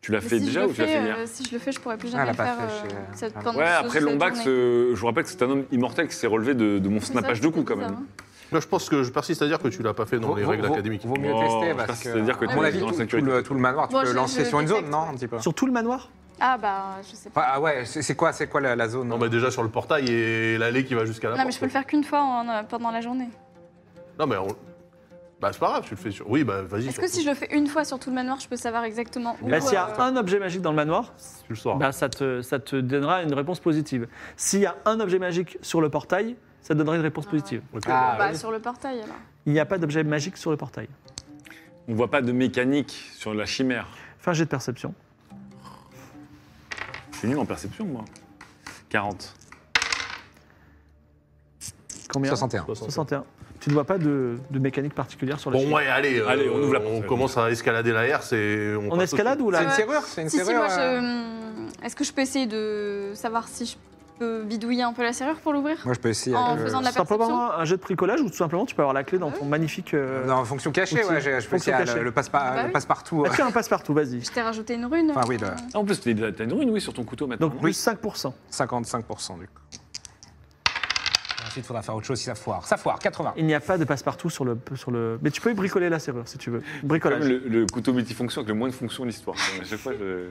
[SPEAKER 7] Tu l'as
[SPEAKER 6] Mais
[SPEAKER 7] fait
[SPEAKER 6] si je
[SPEAKER 7] déjà
[SPEAKER 6] le
[SPEAKER 7] ou tu l'as
[SPEAKER 6] fais,
[SPEAKER 7] fait hier
[SPEAKER 6] euh, Si je le fais, je pourrais plus
[SPEAKER 5] Ah, elle
[SPEAKER 6] jamais
[SPEAKER 5] a
[SPEAKER 6] le
[SPEAKER 5] pas
[SPEAKER 6] faire.
[SPEAKER 5] fait
[SPEAKER 6] euh,
[SPEAKER 5] chez-
[SPEAKER 6] cette-
[SPEAKER 5] ah,
[SPEAKER 6] pendant
[SPEAKER 7] Ouais,
[SPEAKER 6] toute
[SPEAKER 7] après
[SPEAKER 6] la
[SPEAKER 7] Lombax,
[SPEAKER 6] journée.
[SPEAKER 7] euh, je vous rappelle que c'est un homme immortel qui s'est relevé de, de mon
[SPEAKER 6] C'est ça,
[SPEAKER 7] snappage
[SPEAKER 6] c'est
[SPEAKER 7] de cou quand
[SPEAKER 6] bizarre,
[SPEAKER 7] même.
[SPEAKER 6] hein.
[SPEAKER 3] Moi, je pense que je persiste à dire que tu l'as pas fait dans les
[SPEAKER 5] Vaut-
[SPEAKER 3] règles
[SPEAKER 5] vaut-
[SPEAKER 3] académiques.
[SPEAKER 5] Vaut mieux
[SPEAKER 7] Oh,
[SPEAKER 5] tester
[SPEAKER 7] ça,
[SPEAKER 5] parce que.
[SPEAKER 7] c'est-à-dire que
[SPEAKER 5] à
[SPEAKER 7] tu
[SPEAKER 5] mon
[SPEAKER 7] es
[SPEAKER 5] avis,
[SPEAKER 7] dans la
[SPEAKER 5] tout, tout
[SPEAKER 7] sécurité.
[SPEAKER 5] le, tout le manoir, tu
[SPEAKER 6] Bon,
[SPEAKER 5] peux
[SPEAKER 6] je-
[SPEAKER 5] lancer
[SPEAKER 6] je
[SPEAKER 5] sur une zone,
[SPEAKER 6] détecte.
[SPEAKER 5] non Un petit peu.
[SPEAKER 2] Sur tout le manoir
[SPEAKER 6] Ah bah, je sais pas.
[SPEAKER 5] Ah ouais, c'est c'est quoi, c'est quoi la, la zone
[SPEAKER 3] Non, mais déjà sur le portail et l'allée qui va jusqu'à la
[SPEAKER 6] Non, mais
[SPEAKER 3] porte.
[SPEAKER 6] je peux le faire qu'une fois en, euh, pendant la journée.
[SPEAKER 3] Non, mais on- Bah, c'est pas grave, tu le fais sur... Oui, bah, vas-y,
[SPEAKER 6] Est-ce
[SPEAKER 3] sur-
[SPEAKER 6] que si je le fais une fois sur tout le manoir, je peux savoir exactement où
[SPEAKER 2] Bah, S'il y a
[SPEAKER 6] euh,
[SPEAKER 2] un objet magique dans le manoir,
[SPEAKER 3] tu le sors.
[SPEAKER 2] bah, ça, te, ça te donnera une réponse positive. S'il y a un objet magique sur le portail, ça te donnera une réponse positive.
[SPEAKER 3] Ok.
[SPEAKER 5] Ah,
[SPEAKER 6] bah,
[SPEAKER 5] oui.
[SPEAKER 6] sur le portail alors.
[SPEAKER 2] Il n'y a pas d'objet magique sur le portail.
[SPEAKER 7] On voit pas de mécanique sur la chimère.
[SPEAKER 2] Fais un jet de perception.
[SPEAKER 7] Je suis nul en perception, moi. 40.
[SPEAKER 2] Combien
[SPEAKER 5] 61.
[SPEAKER 2] 61. Tu ne vois pas de, de mécanique particulière sur la
[SPEAKER 3] Bon,
[SPEAKER 2] chimère.
[SPEAKER 3] ouais, allez, euh,
[SPEAKER 7] Allez, on ouvre la porte.
[SPEAKER 3] on commence à escalader la herse et on
[SPEAKER 2] On
[SPEAKER 3] passe
[SPEAKER 2] escalade ou
[SPEAKER 5] C'est
[SPEAKER 2] là
[SPEAKER 5] une serrure C'est une
[SPEAKER 6] Si, si,
[SPEAKER 5] serrure
[SPEAKER 6] moi,
[SPEAKER 5] euh,
[SPEAKER 6] je... Est-ce que je peux essayer de savoir si je peux bidouiller un peu la serrure pour l'ouvrir
[SPEAKER 5] Moi, je peux essayer.
[SPEAKER 6] Euh, En
[SPEAKER 5] avec le-
[SPEAKER 6] faisant de la perception
[SPEAKER 2] Euh,
[SPEAKER 6] Ah
[SPEAKER 2] Simplement un jet de bricolage ou tout simplement tu peux avoir la clé dans ton magnifique. euh,
[SPEAKER 5] Non, fonction cachée,
[SPEAKER 2] Outil.
[SPEAKER 5] ouais, j'ai- je
[SPEAKER 2] Fonction
[SPEAKER 5] peux essayer à
[SPEAKER 2] cachée.
[SPEAKER 5] le, le passe
[SPEAKER 6] Bah oui.
[SPEAKER 5] partout.
[SPEAKER 2] Ah, tiens, un passe-partout, vas-y.
[SPEAKER 6] Je t'ai rajouté une rune.
[SPEAKER 5] Enfin, oui, le-
[SPEAKER 7] Ah, en plus, t'as t'as une ruine, oui, sur ton couteau maintenant. hein.
[SPEAKER 2] Donc
[SPEAKER 7] non
[SPEAKER 2] plus 5%.
[SPEAKER 5] 55% du coup. Ensuite, il faudra faire autre chose si ça foire. Ça foire, 80.
[SPEAKER 2] Il n'y a pas de passe-partout sur le, sur le. Mais tu peux y bricoler la serrure si tu veux.
[SPEAKER 7] Comme
[SPEAKER 2] Bricolage.
[SPEAKER 7] le, le couteau multifonction avec le moins de fonctions de l'histoire. À chaque fois, je...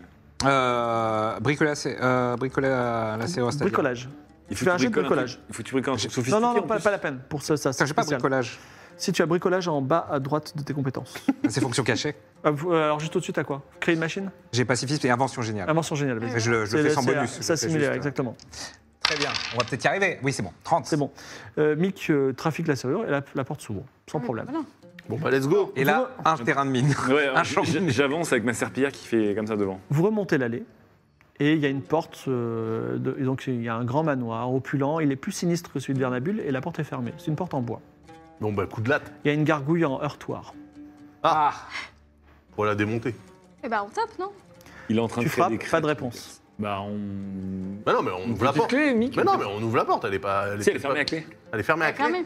[SPEAKER 5] Euh, bricoler, la sé- euh, bricoler la, la serrure, c'est-à-dire-
[SPEAKER 2] Bricolage.
[SPEAKER 7] Il
[SPEAKER 2] Fais un
[SPEAKER 7] tu
[SPEAKER 2] jet de
[SPEAKER 7] bricoles
[SPEAKER 2] bricolage.
[SPEAKER 7] truc- Il faut que tu bricoles un truc
[SPEAKER 2] Non,
[SPEAKER 7] sophistiqué.
[SPEAKER 2] non, non,
[SPEAKER 7] en
[SPEAKER 2] pas,
[SPEAKER 7] plus.
[SPEAKER 2] pas la peine. Pour ça, ça
[SPEAKER 5] Putain,
[SPEAKER 2] c'est
[SPEAKER 5] j'ai pas
[SPEAKER 2] spécial.
[SPEAKER 5] bricolage.
[SPEAKER 2] Si tu as bricolage en bas à droite de tes compétences.
[SPEAKER 5] C'est fonction cachée.
[SPEAKER 2] Ah, vous- euh, Alors juste au-dessus, t'as quoi Créer une machine
[SPEAKER 5] J'ai pacifisme et invention géniale.
[SPEAKER 2] Invention géniale. vas-y.
[SPEAKER 5] Mais Ah. je le, je le
[SPEAKER 2] Ah, C'est-
[SPEAKER 5] fais sans
[SPEAKER 2] c'est-
[SPEAKER 5] bonus. je
[SPEAKER 2] Ça
[SPEAKER 5] le fais
[SPEAKER 2] simulé,
[SPEAKER 5] juste. euh,
[SPEAKER 2] exactement.
[SPEAKER 5] Très bien. On va peut-être y arriver. Oui, c'est bon. 30.
[SPEAKER 2] C'est bon. Euh, Mick euh, trafique la serrure et la, la porte s'ouvre, sans
[SPEAKER 6] Ah,
[SPEAKER 2] problème.
[SPEAKER 6] voilà.
[SPEAKER 3] Bon, bah, let's go.
[SPEAKER 5] Et là, un terrain de mine.
[SPEAKER 7] Ouais,
[SPEAKER 5] Un
[SPEAKER 7] j-
[SPEAKER 5] champ.
[SPEAKER 7] j- J'avance avec ma serpillière qui fait comme ça devant.
[SPEAKER 2] Vous remontez l'allée et il y a une porte. euh, de- et donc il y a un grand manoir opulent. Il est plus sinistre que celui de Vernabule et la porte est fermée. C'est une porte en bois.
[SPEAKER 3] Bon, bah, coup de latte
[SPEAKER 2] Il y a une gargouille en heurtoir.
[SPEAKER 5] Ah,
[SPEAKER 3] pour la démonter.
[SPEAKER 6] Eh ben, on tape, non
[SPEAKER 7] Il est en train
[SPEAKER 2] Tu
[SPEAKER 7] de faire
[SPEAKER 2] frappes,
[SPEAKER 7] des
[SPEAKER 2] pas de
[SPEAKER 7] cris.
[SPEAKER 2] réponse.
[SPEAKER 7] Bah on.
[SPEAKER 3] Bah, non, mais on ouvre la porte. Mais non, mais on ouvre la porte, elle est pas.
[SPEAKER 7] Si, elle est fermée à clé.
[SPEAKER 3] Elle est Ah, fermée à clé.
[SPEAKER 6] Fermé.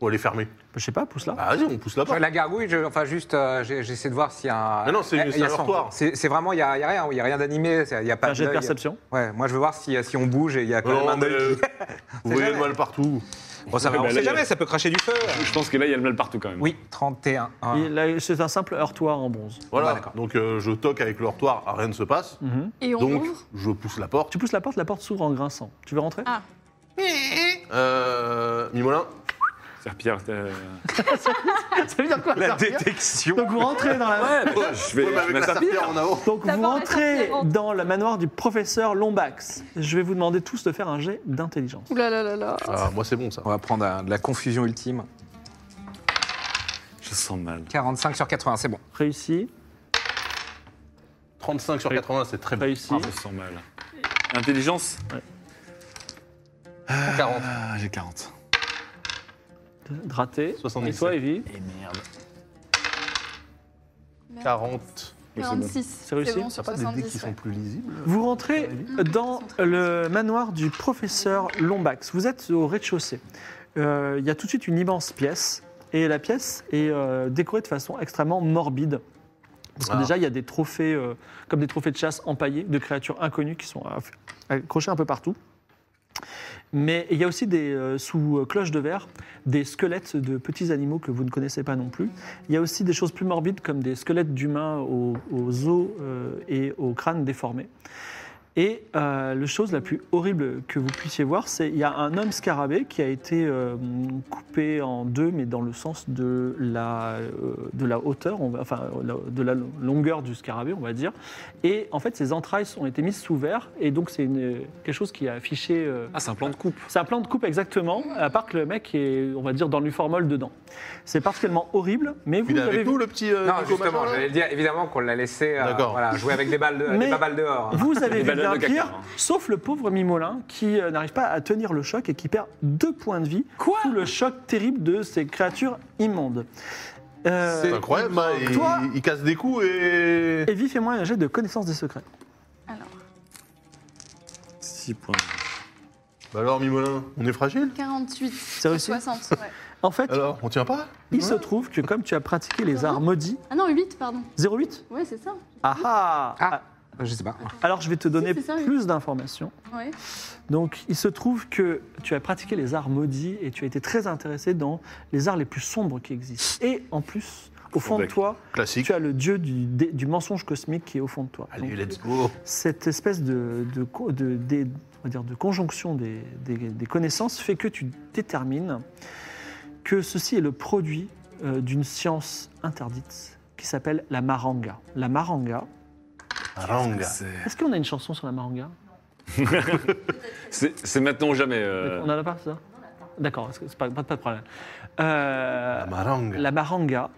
[SPEAKER 3] Ou elle est fermée.
[SPEAKER 2] Bah, je sais pas, pousse là.
[SPEAKER 3] Bah, vas-y, on pousse la porte.
[SPEAKER 5] la gargouille, je- enfin juste, euh, j'ai- j'essaie de voir s'il y a un.
[SPEAKER 3] Mais non, c'est-
[SPEAKER 5] Eh,
[SPEAKER 3] c'est
[SPEAKER 5] il y a
[SPEAKER 3] un
[SPEAKER 5] son-
[SPEAKER 3] heurtoir.
[SPEAKER 5] C'est c'est vraiment, il n'y a, il y a rien, il n'y a rien d'animé, c'est- il n'y a pas
[SPEAKER 2] un jet de
[SPEAKER 5] d'œil.
[SPEAKER 2] perception.
[SPEAKER 5] Ouais, moi je veux voir si, si on bouge et il y a quand
[SPEAKER 3] Non,
[SPEAKER 5] même un
[SPEAKER 3] mais, euh,
[SPEAKER 5] œil
[SPEAKER 3] Vous
[SPEAKER 5] qui. C'est
[SPEAKER 3] voyez
[SPEAKER 5] jamais.
[SPEAKER 3] le mal partout.
[SPEAKER 5] Bon, ça va,
[SPEAKER 7] Ouais,
[SPEAKER 5] on
[SPEAKER 7] bah, là,
[SPEAKER 5] sait
[SPEAKER 7] il y a-
[SPEAKER 5] jamais, ça peut cracher du feu.
[SPEAKER 7] Je pense que là il y a le mal partout quand même.
[SPEAKER 5] Oui, 31. Ah.
[SPEAKER 2] Et là, C'est un simple heurtoir en bronze.
[SPEAKER 3] Voilà.
[SPEAKER 5] Bah, d'accord.
[SPEAKER 3] Donc, euh, je toque avec le hortoir, rien ne se passe.
[SPEAKER 6] Et on
[SPEAKER 3] Donc,
[SPEAKER 6] ouvre.
[SPEAKER 3] je pousse la porte.
[SPEAKER 2] Tu pousses la porte, la porte s'ouvre en grinçant. Tu veux rentrer
[SPEAKER 6] Ah.
[SPEAKER 3] Euh, Mimolin,
[SPEAKER 7] Serpillière. euh,
[SPEAKER 2] Ça veut dire quoi
[SPEAKER 5] La
[SPEAKER 2] ça veut dire
[SPEAKER 5] détection.
[SPEAKER 2] Donc vous rentrez dans la...
[SPEAKER 7] Je vais.
[SPEAKER 3] Ouais, mais bah, avec
[SPEAKER 7] ma
[SPEAKER 3] la
[SPEAKER 7] serpillière.
[SPEAKER 3] serpillière en avant.
[SPEAKER 2] Donc
[SPEAKER 6] Ça
[SPEAKER 2] vous
[SPEAKER 6] va, on va
[SPEAKER 2] rentrez
[SPEAKER 6] sortir, on-
[SPEAKER 2] dans le manoir du professeur Lombax. Je vais vous demander tous de faire un jet d'intelligence.
[SPEAKER 6] Ouh là là là là.
[SPEAKER 3] Ah, moi, c'est bon, ça.
[SPEAKER 5] On va prendre un- de la confusion ultime.
[SPEAKER 7] Je sens mal.
[SPEAKER 5] 45 sur 80, c'est bon.
[SPEAKER 2] Réussi,
[SPEAKER 3] 35 sur 80, c'est très bien.
[SPEAKER 2] réussi.
[SPEAKER 7] Ah, je sens mal. Intelligence
[SPEAKER 5] 40.
[SPEAKER 3] Euh,
[SPEAKER 7] Ah, j'ai 40.
[SPEAKER 2] Raté.
[SPEAKER 3] 77.
[SPEAKER 2] Et toi, Evie
[SPEAKER 7] Et merde.
[SPEAKER 6] Merde.
[SPEAKER 3] 40.
[SPEAKER 7] bon.
[SPEAKER 6] 46.
[SPEAKER 2] C'est réussi
[SPEAKER 6] bon sur
[SPEAKER 3] Pas des dés
[SPEAKER 6] 70.
[SPEAKER 3] qui sont
[SPEAKER 6] ouais.
[SPEAKER 3] plus lisibles.
[SPEAKER 2] Vous rentrez dans le manoir du professeur Lombax. Vous êtes au rez-de-chaussée. Euh, Il y a tout de suite une immense pièce. Et la pièce est euh, décorée de façon extrêmement morbide. Parce que
[SPEAKER 3] Ah.
[SPEAKER 2] déjà, il y a des trophées, euh, comme des trophées de chasse empaillés, de créatures inconnues qui sont aff- accrochées un peu partout. Mais il y a aussi des, euh, sous euh, cloche de verre des squelettes de petits animaux que vous ne connaissez pas non plus. Il y a aussi des choses plus morbides comme des squelettes d'humains aux, aux os euh, et aux crânes déformés. Et euh, la chose la plus horrible que vous puissiez voir, c'est il y a un homme scarabée qui a été euh, coupé en deux, mais dans le sens de la, euh, de la hauteur, on va- enfin la- de la longueur du scarabée, on va dire. Et en fait, ses entrailles ont été mises sous verre, et donc c'est une- quelque chose qui a affiché. euh,
[SPEAKER 7] Ah, c'est un plan de coupe.
[SPEAKER 2] c'est un plan de coupe exactement, à part que le mec est, on va dire, dans l'uformol dedans. C'est particulièrement horrible, mais vous
[SPEAKER 3] Il est
[SPEAKER 2] l'avez
[SPEAKER 3] avec
[SPEAKER 2] vu.
[SPEAKER 3] nous, le petit. euh,
[SPEAKER 5] Non,
[SPEAKER 3] Nico
[SPEAKER 5] justement,
[SPEAKER 3] machin, là
[SPEAKER 5] j'allais le dire, évidemment qu'on l'a laissé euh,
[SPEAKER 3] D'accord.
[SPEAKER 5] voilà, jouer avec des balles, de,
[SPEAKER 2] Mais
[SPEAKER 5] des babales dehors.
[SPEAKER 2] Vous avez
[SPEAKER 7] Les
[SPEAKER 2] vu
[SPEAKER 7] ballons
[SPEAKER 2] bien
[SPEAKER 7] de caca,
[SPEAKER 2] pire,
[SPEAKER 7] hein.
[SPEAKER 2] sauf le pauvre Mimolin qui euh, n'arrive pas à tenir le choc et qui perd deux points de vie sous le choc terrible de ces créatures immondes. Euh,
[SPEAKER 3] C'est incroyable, bah, il,
[SPEAKER 2] Toi-
[SPEAKER 3] il casse des coups et.
[SPEAKER 2] Evie, fais-moi un jet de connaissance des secrets.
[SPEAKER 6] Alors,
[SPEAKER 7] 6 points.
[SPEAKER 3] Bah alors, Mimolin, on est fragile
[SPEAKER 6] 48.
[SPEAKER 2] réussi
[SPEAKER 6] 60. Ouais.
[SPEAKER 2] En fait,
[SPEAKER 3] Alors, on tient pas
[SPEAKER 2] il se trouve que comme tu as pratiqué les arts maudits,
[SPEAKER 6] Ah non, 8, pardon.
[SPEAKER 2] 08
[SPEAKER 6] Ouais, c'est ça.
[SPEAKER 2] Ah ah
[SPEAKER 5] Ah. Je sais pas.
[SPEAKER 2] Alors je vais te donner
[SPEAKER 6] c'est ça, oui.
[SPEAKER 2] plus d'informations.
[SPEAKER 6] Ouais.
[SPEAKER 2] Donc, il se trouve que tu as pratiqué les arts maudits et tu as été très intéressé dans les arts les plus sombres qui existent. Et en plus, au fond de
[SPEAKER 7] D'accord.
[SPEAKER 2] toi,
[SPEAKER 3] Classique.
[SPEAKER 2] tu as le dieu du, dé- du mensonge cosmique qui est au fond de toi.
[SPEAKER 3] Allez,
[SPEAKER 2] Donc,
[SPEAKER 3] let's
[SPEAKER 6] euh,
[SPEAKER 3] go.
[SPEAKER 2] cette espèce de, de co- de- des- on va dire de conjonction des, des- des connaissances fait que tu détermines que ceci est le produit euh, d'une science interdite qui s'appelle la maranga. La maranga.
[SPEAKER 3] Ranga.
[SPEAKER 7] C'est-
[SPEAKER 2] Est-ce qu'on a une chanson sur la maranga
[SPEAKER 7] C'est c'est maintenant ou jamais. euh,
[SPEAKER 2] On en a pas, c'est ça D'accord, c'est pas, pas de problème. Euh,
[SPEAKER 3] La maranga.
[SPEAKER 2] La maranga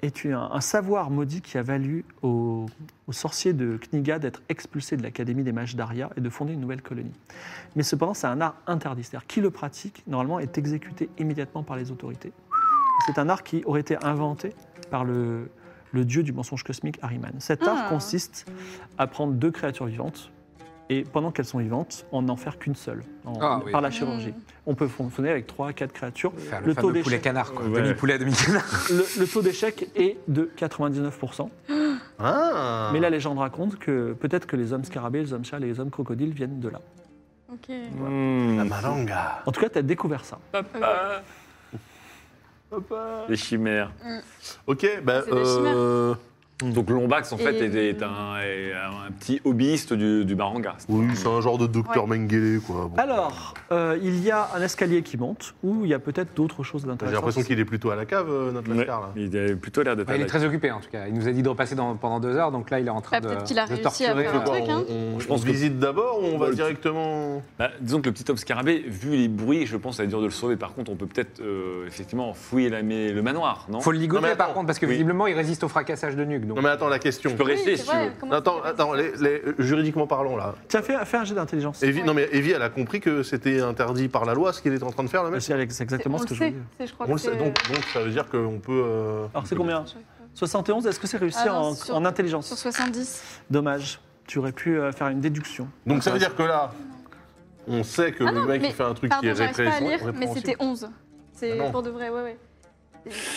[SPEAKER 2] est un, un savoir maudit qui a valu aux, aux sorciers de Kniga d'être expulsés de l'Académie des mages d'Aria et de fonder une nouvelle colonie. Mais cependant, c'est un art interdit. C'est-à-dire, qui le pratique, normalement, est exécuté immédiatement par les autorités. C'est un art qui aurait été inventé par le, le dieu du mensonge cosmique, Ahriman. Cet art
[SPEAKER 6] Ah.
[SPEAKER 2] consiste à prendre deux créatures vivantes et, pendant qu'elles sont vivantes, en n'en faire qu'une seule, en-
[SPEAKER 5] Ah oui.
[SPEAKER 2] par la chirurgie. On peut fonctionner avec trois, quatre créatures.
[SPEAKER 5] Faire le,
[SPEAKER 2] Le taux
[SPEAKER 5] fameux poulet
[SPEAKER 2] d'échec.
[SPEAKER 5] canard, quoi.
[SPEAKER 7] Ouais.
[SPEAKER 5] Demi-poulet, demi-canard.
[SPEAKER 2] Le, le taux d'échec est de 99%.
[SPEAKER 3] Ah
[SPEAKER 2] Mais la légende raconte que peut-être que les hommes scarabées, les hommes chats et les hommes crocodiles viennent de là.
[SPEAKER 6] Ok.
[SPEAKER 7] hmm,
[SPEAKER 3] La maranga.
[SPEAKER 2] En tout cas, tu as découvert ça.
[SPEAKER 7] les chimères.
[SPEAKER 3] Ok, bah.
[SPEAKER 6] C'est des chimères.
[SPEAKER 3] euh,
[SPEAKER 7] Donc Lombax, en fait,
[SPEAKER 6] Et-
[SPEAKER 7] est, est un, est un petit hobbyiste du, du baranga.
[SPEAKER 3] Oui, c'est un genre de docteur Mengele, quoi. Bon.
[SPEAKER 2] Alors, euh, il y a un escalier qui monte, où il y a peut-être d'autres choses
[SPEAKER 3] J'ai
[SPEAKER 2] d'intéressantes.
[SPEAKER 3] l'impression qu'il est plutôt à la cave, euh, notre
[SPEAKER 7] Ouais,
[SPEAKER 3] Lascar, là.
[SPEAKER 7] il avait plutôt l'air d'être.
[SPEAKER 5] Ouais, il est
[SPEAKER 7] à la-
[SPEAKER 5] très occupé en tout cas. Il nous a dit de repasser dans- pendant deux heures, donc là il est en train
[SPEAKER 6] Bah,
[SPEAKER 5] de,
[SPEAKER 6] peut-être qu'il a
[SPEAKER 5] de
[SPEAKER 6] réussi à
[SPEAKER 5] torturer. euh,
[SPEAKER 6] faire un truc, hein.
[SPEAKER 3] on,
[SPEAKER 7] Je pense
[SPEAKER 3] on
[SPEAKER 7] que-
[SPEAKER 3] visite d'abord ou on va
[SPEAKER 7] Ouais,
[SPEAKER 3] directement.
[SPEAKER 7] Bah, disons que le petit homme scarabée, vu les bruits, je pense que ça va être dur de le sauver. Par contre, on peut peut-être euh, effectivement fouiller la, mais- le manoir, non
[SPEAKER 5] Faut le
[SPEAKER 3] Non, mais
[SPEAKER 5] ligoter
[SPEAKER 3] attends.
[SPEAKER 5] par contre, parce que
[SPEAKER 7] Oui.
[SPEAKER 5] visiblement il résiste au fracassage de nuque. Donc.
[SPEAKER 3] Non, mais attends, la question.
[SPEAKER 7] Je peux
[SPEAKER 6] Oui,
[SPEAKER 7] rester
[SPEAKER 6] c'est
[SPEAKER 7] si tu
[SPEAKER 6] vrai,
[SPEAKER 7] veux.
[SPEAKER 6] comment
[SPEAKER 3] Attends,
[SPEAKER 6] ça s'appelle
[SPEAKER 3] attends, les- les- euh, juridiquement parlant, là.
[SPEAKER 2] Tiens, fais, fais un jet d'intelligence.
[SPEAKER 3] Evie,
[SPEAKER 6] Ouais.
[SPEAKER 3] Non, mais Evie, elle a compris que c'était interdit par la loi ce qu'il était en train de faire, le mec.
[SPEAKER 2] Ah, C'est c'est exactement
[SPEAKER 6] on
[SPEAKER 2] ce que
[SPEAKER 6] le
[SPEAKER 2] je voulais
[SPEAKER 6] sait,
[SPEAKER 2] dire.
[SPEAKER 6] c'est- je crois
[SPEAKER 3] On le
[SPEAKER 6] que
[SPEAKER 3] sait.
[SPEAKER 6] c'est-
[SPEAKER 3] Donc, donc, ça veut dire qu'on peut. euh,
[SPEAKER 2] Alors c'est combien 71, est-ce que c'est réussi
[SPEAKER 6] Ah non,
[SPEAKER 2] en,
[SPEAKER 6] sur-
[SPEAKER 2] en intelligence
[SPEAKER 6] Sur 70.
[SPEAKER 2] Dommage, tu aurais pu euh, faire une déduction.
[SPEAKER 3] Donc ça veut dire que là, on sait que le mec
[SPEAKER 6] Ah mais-
[SPEAKER 3] il fait un truc qui est
[SPEAKER 6] Pardon, j'arrive pas à
[SPEAKER 3] répré-
[SPEAKER 6] lire, mais
[SPEAKER 3] répréhensible.
[SPEAKER 6] c'était 11. C'est
[SPEAKER 3] Ah non.
[SPEAKER 6] pour de vrai, ouais, ouais.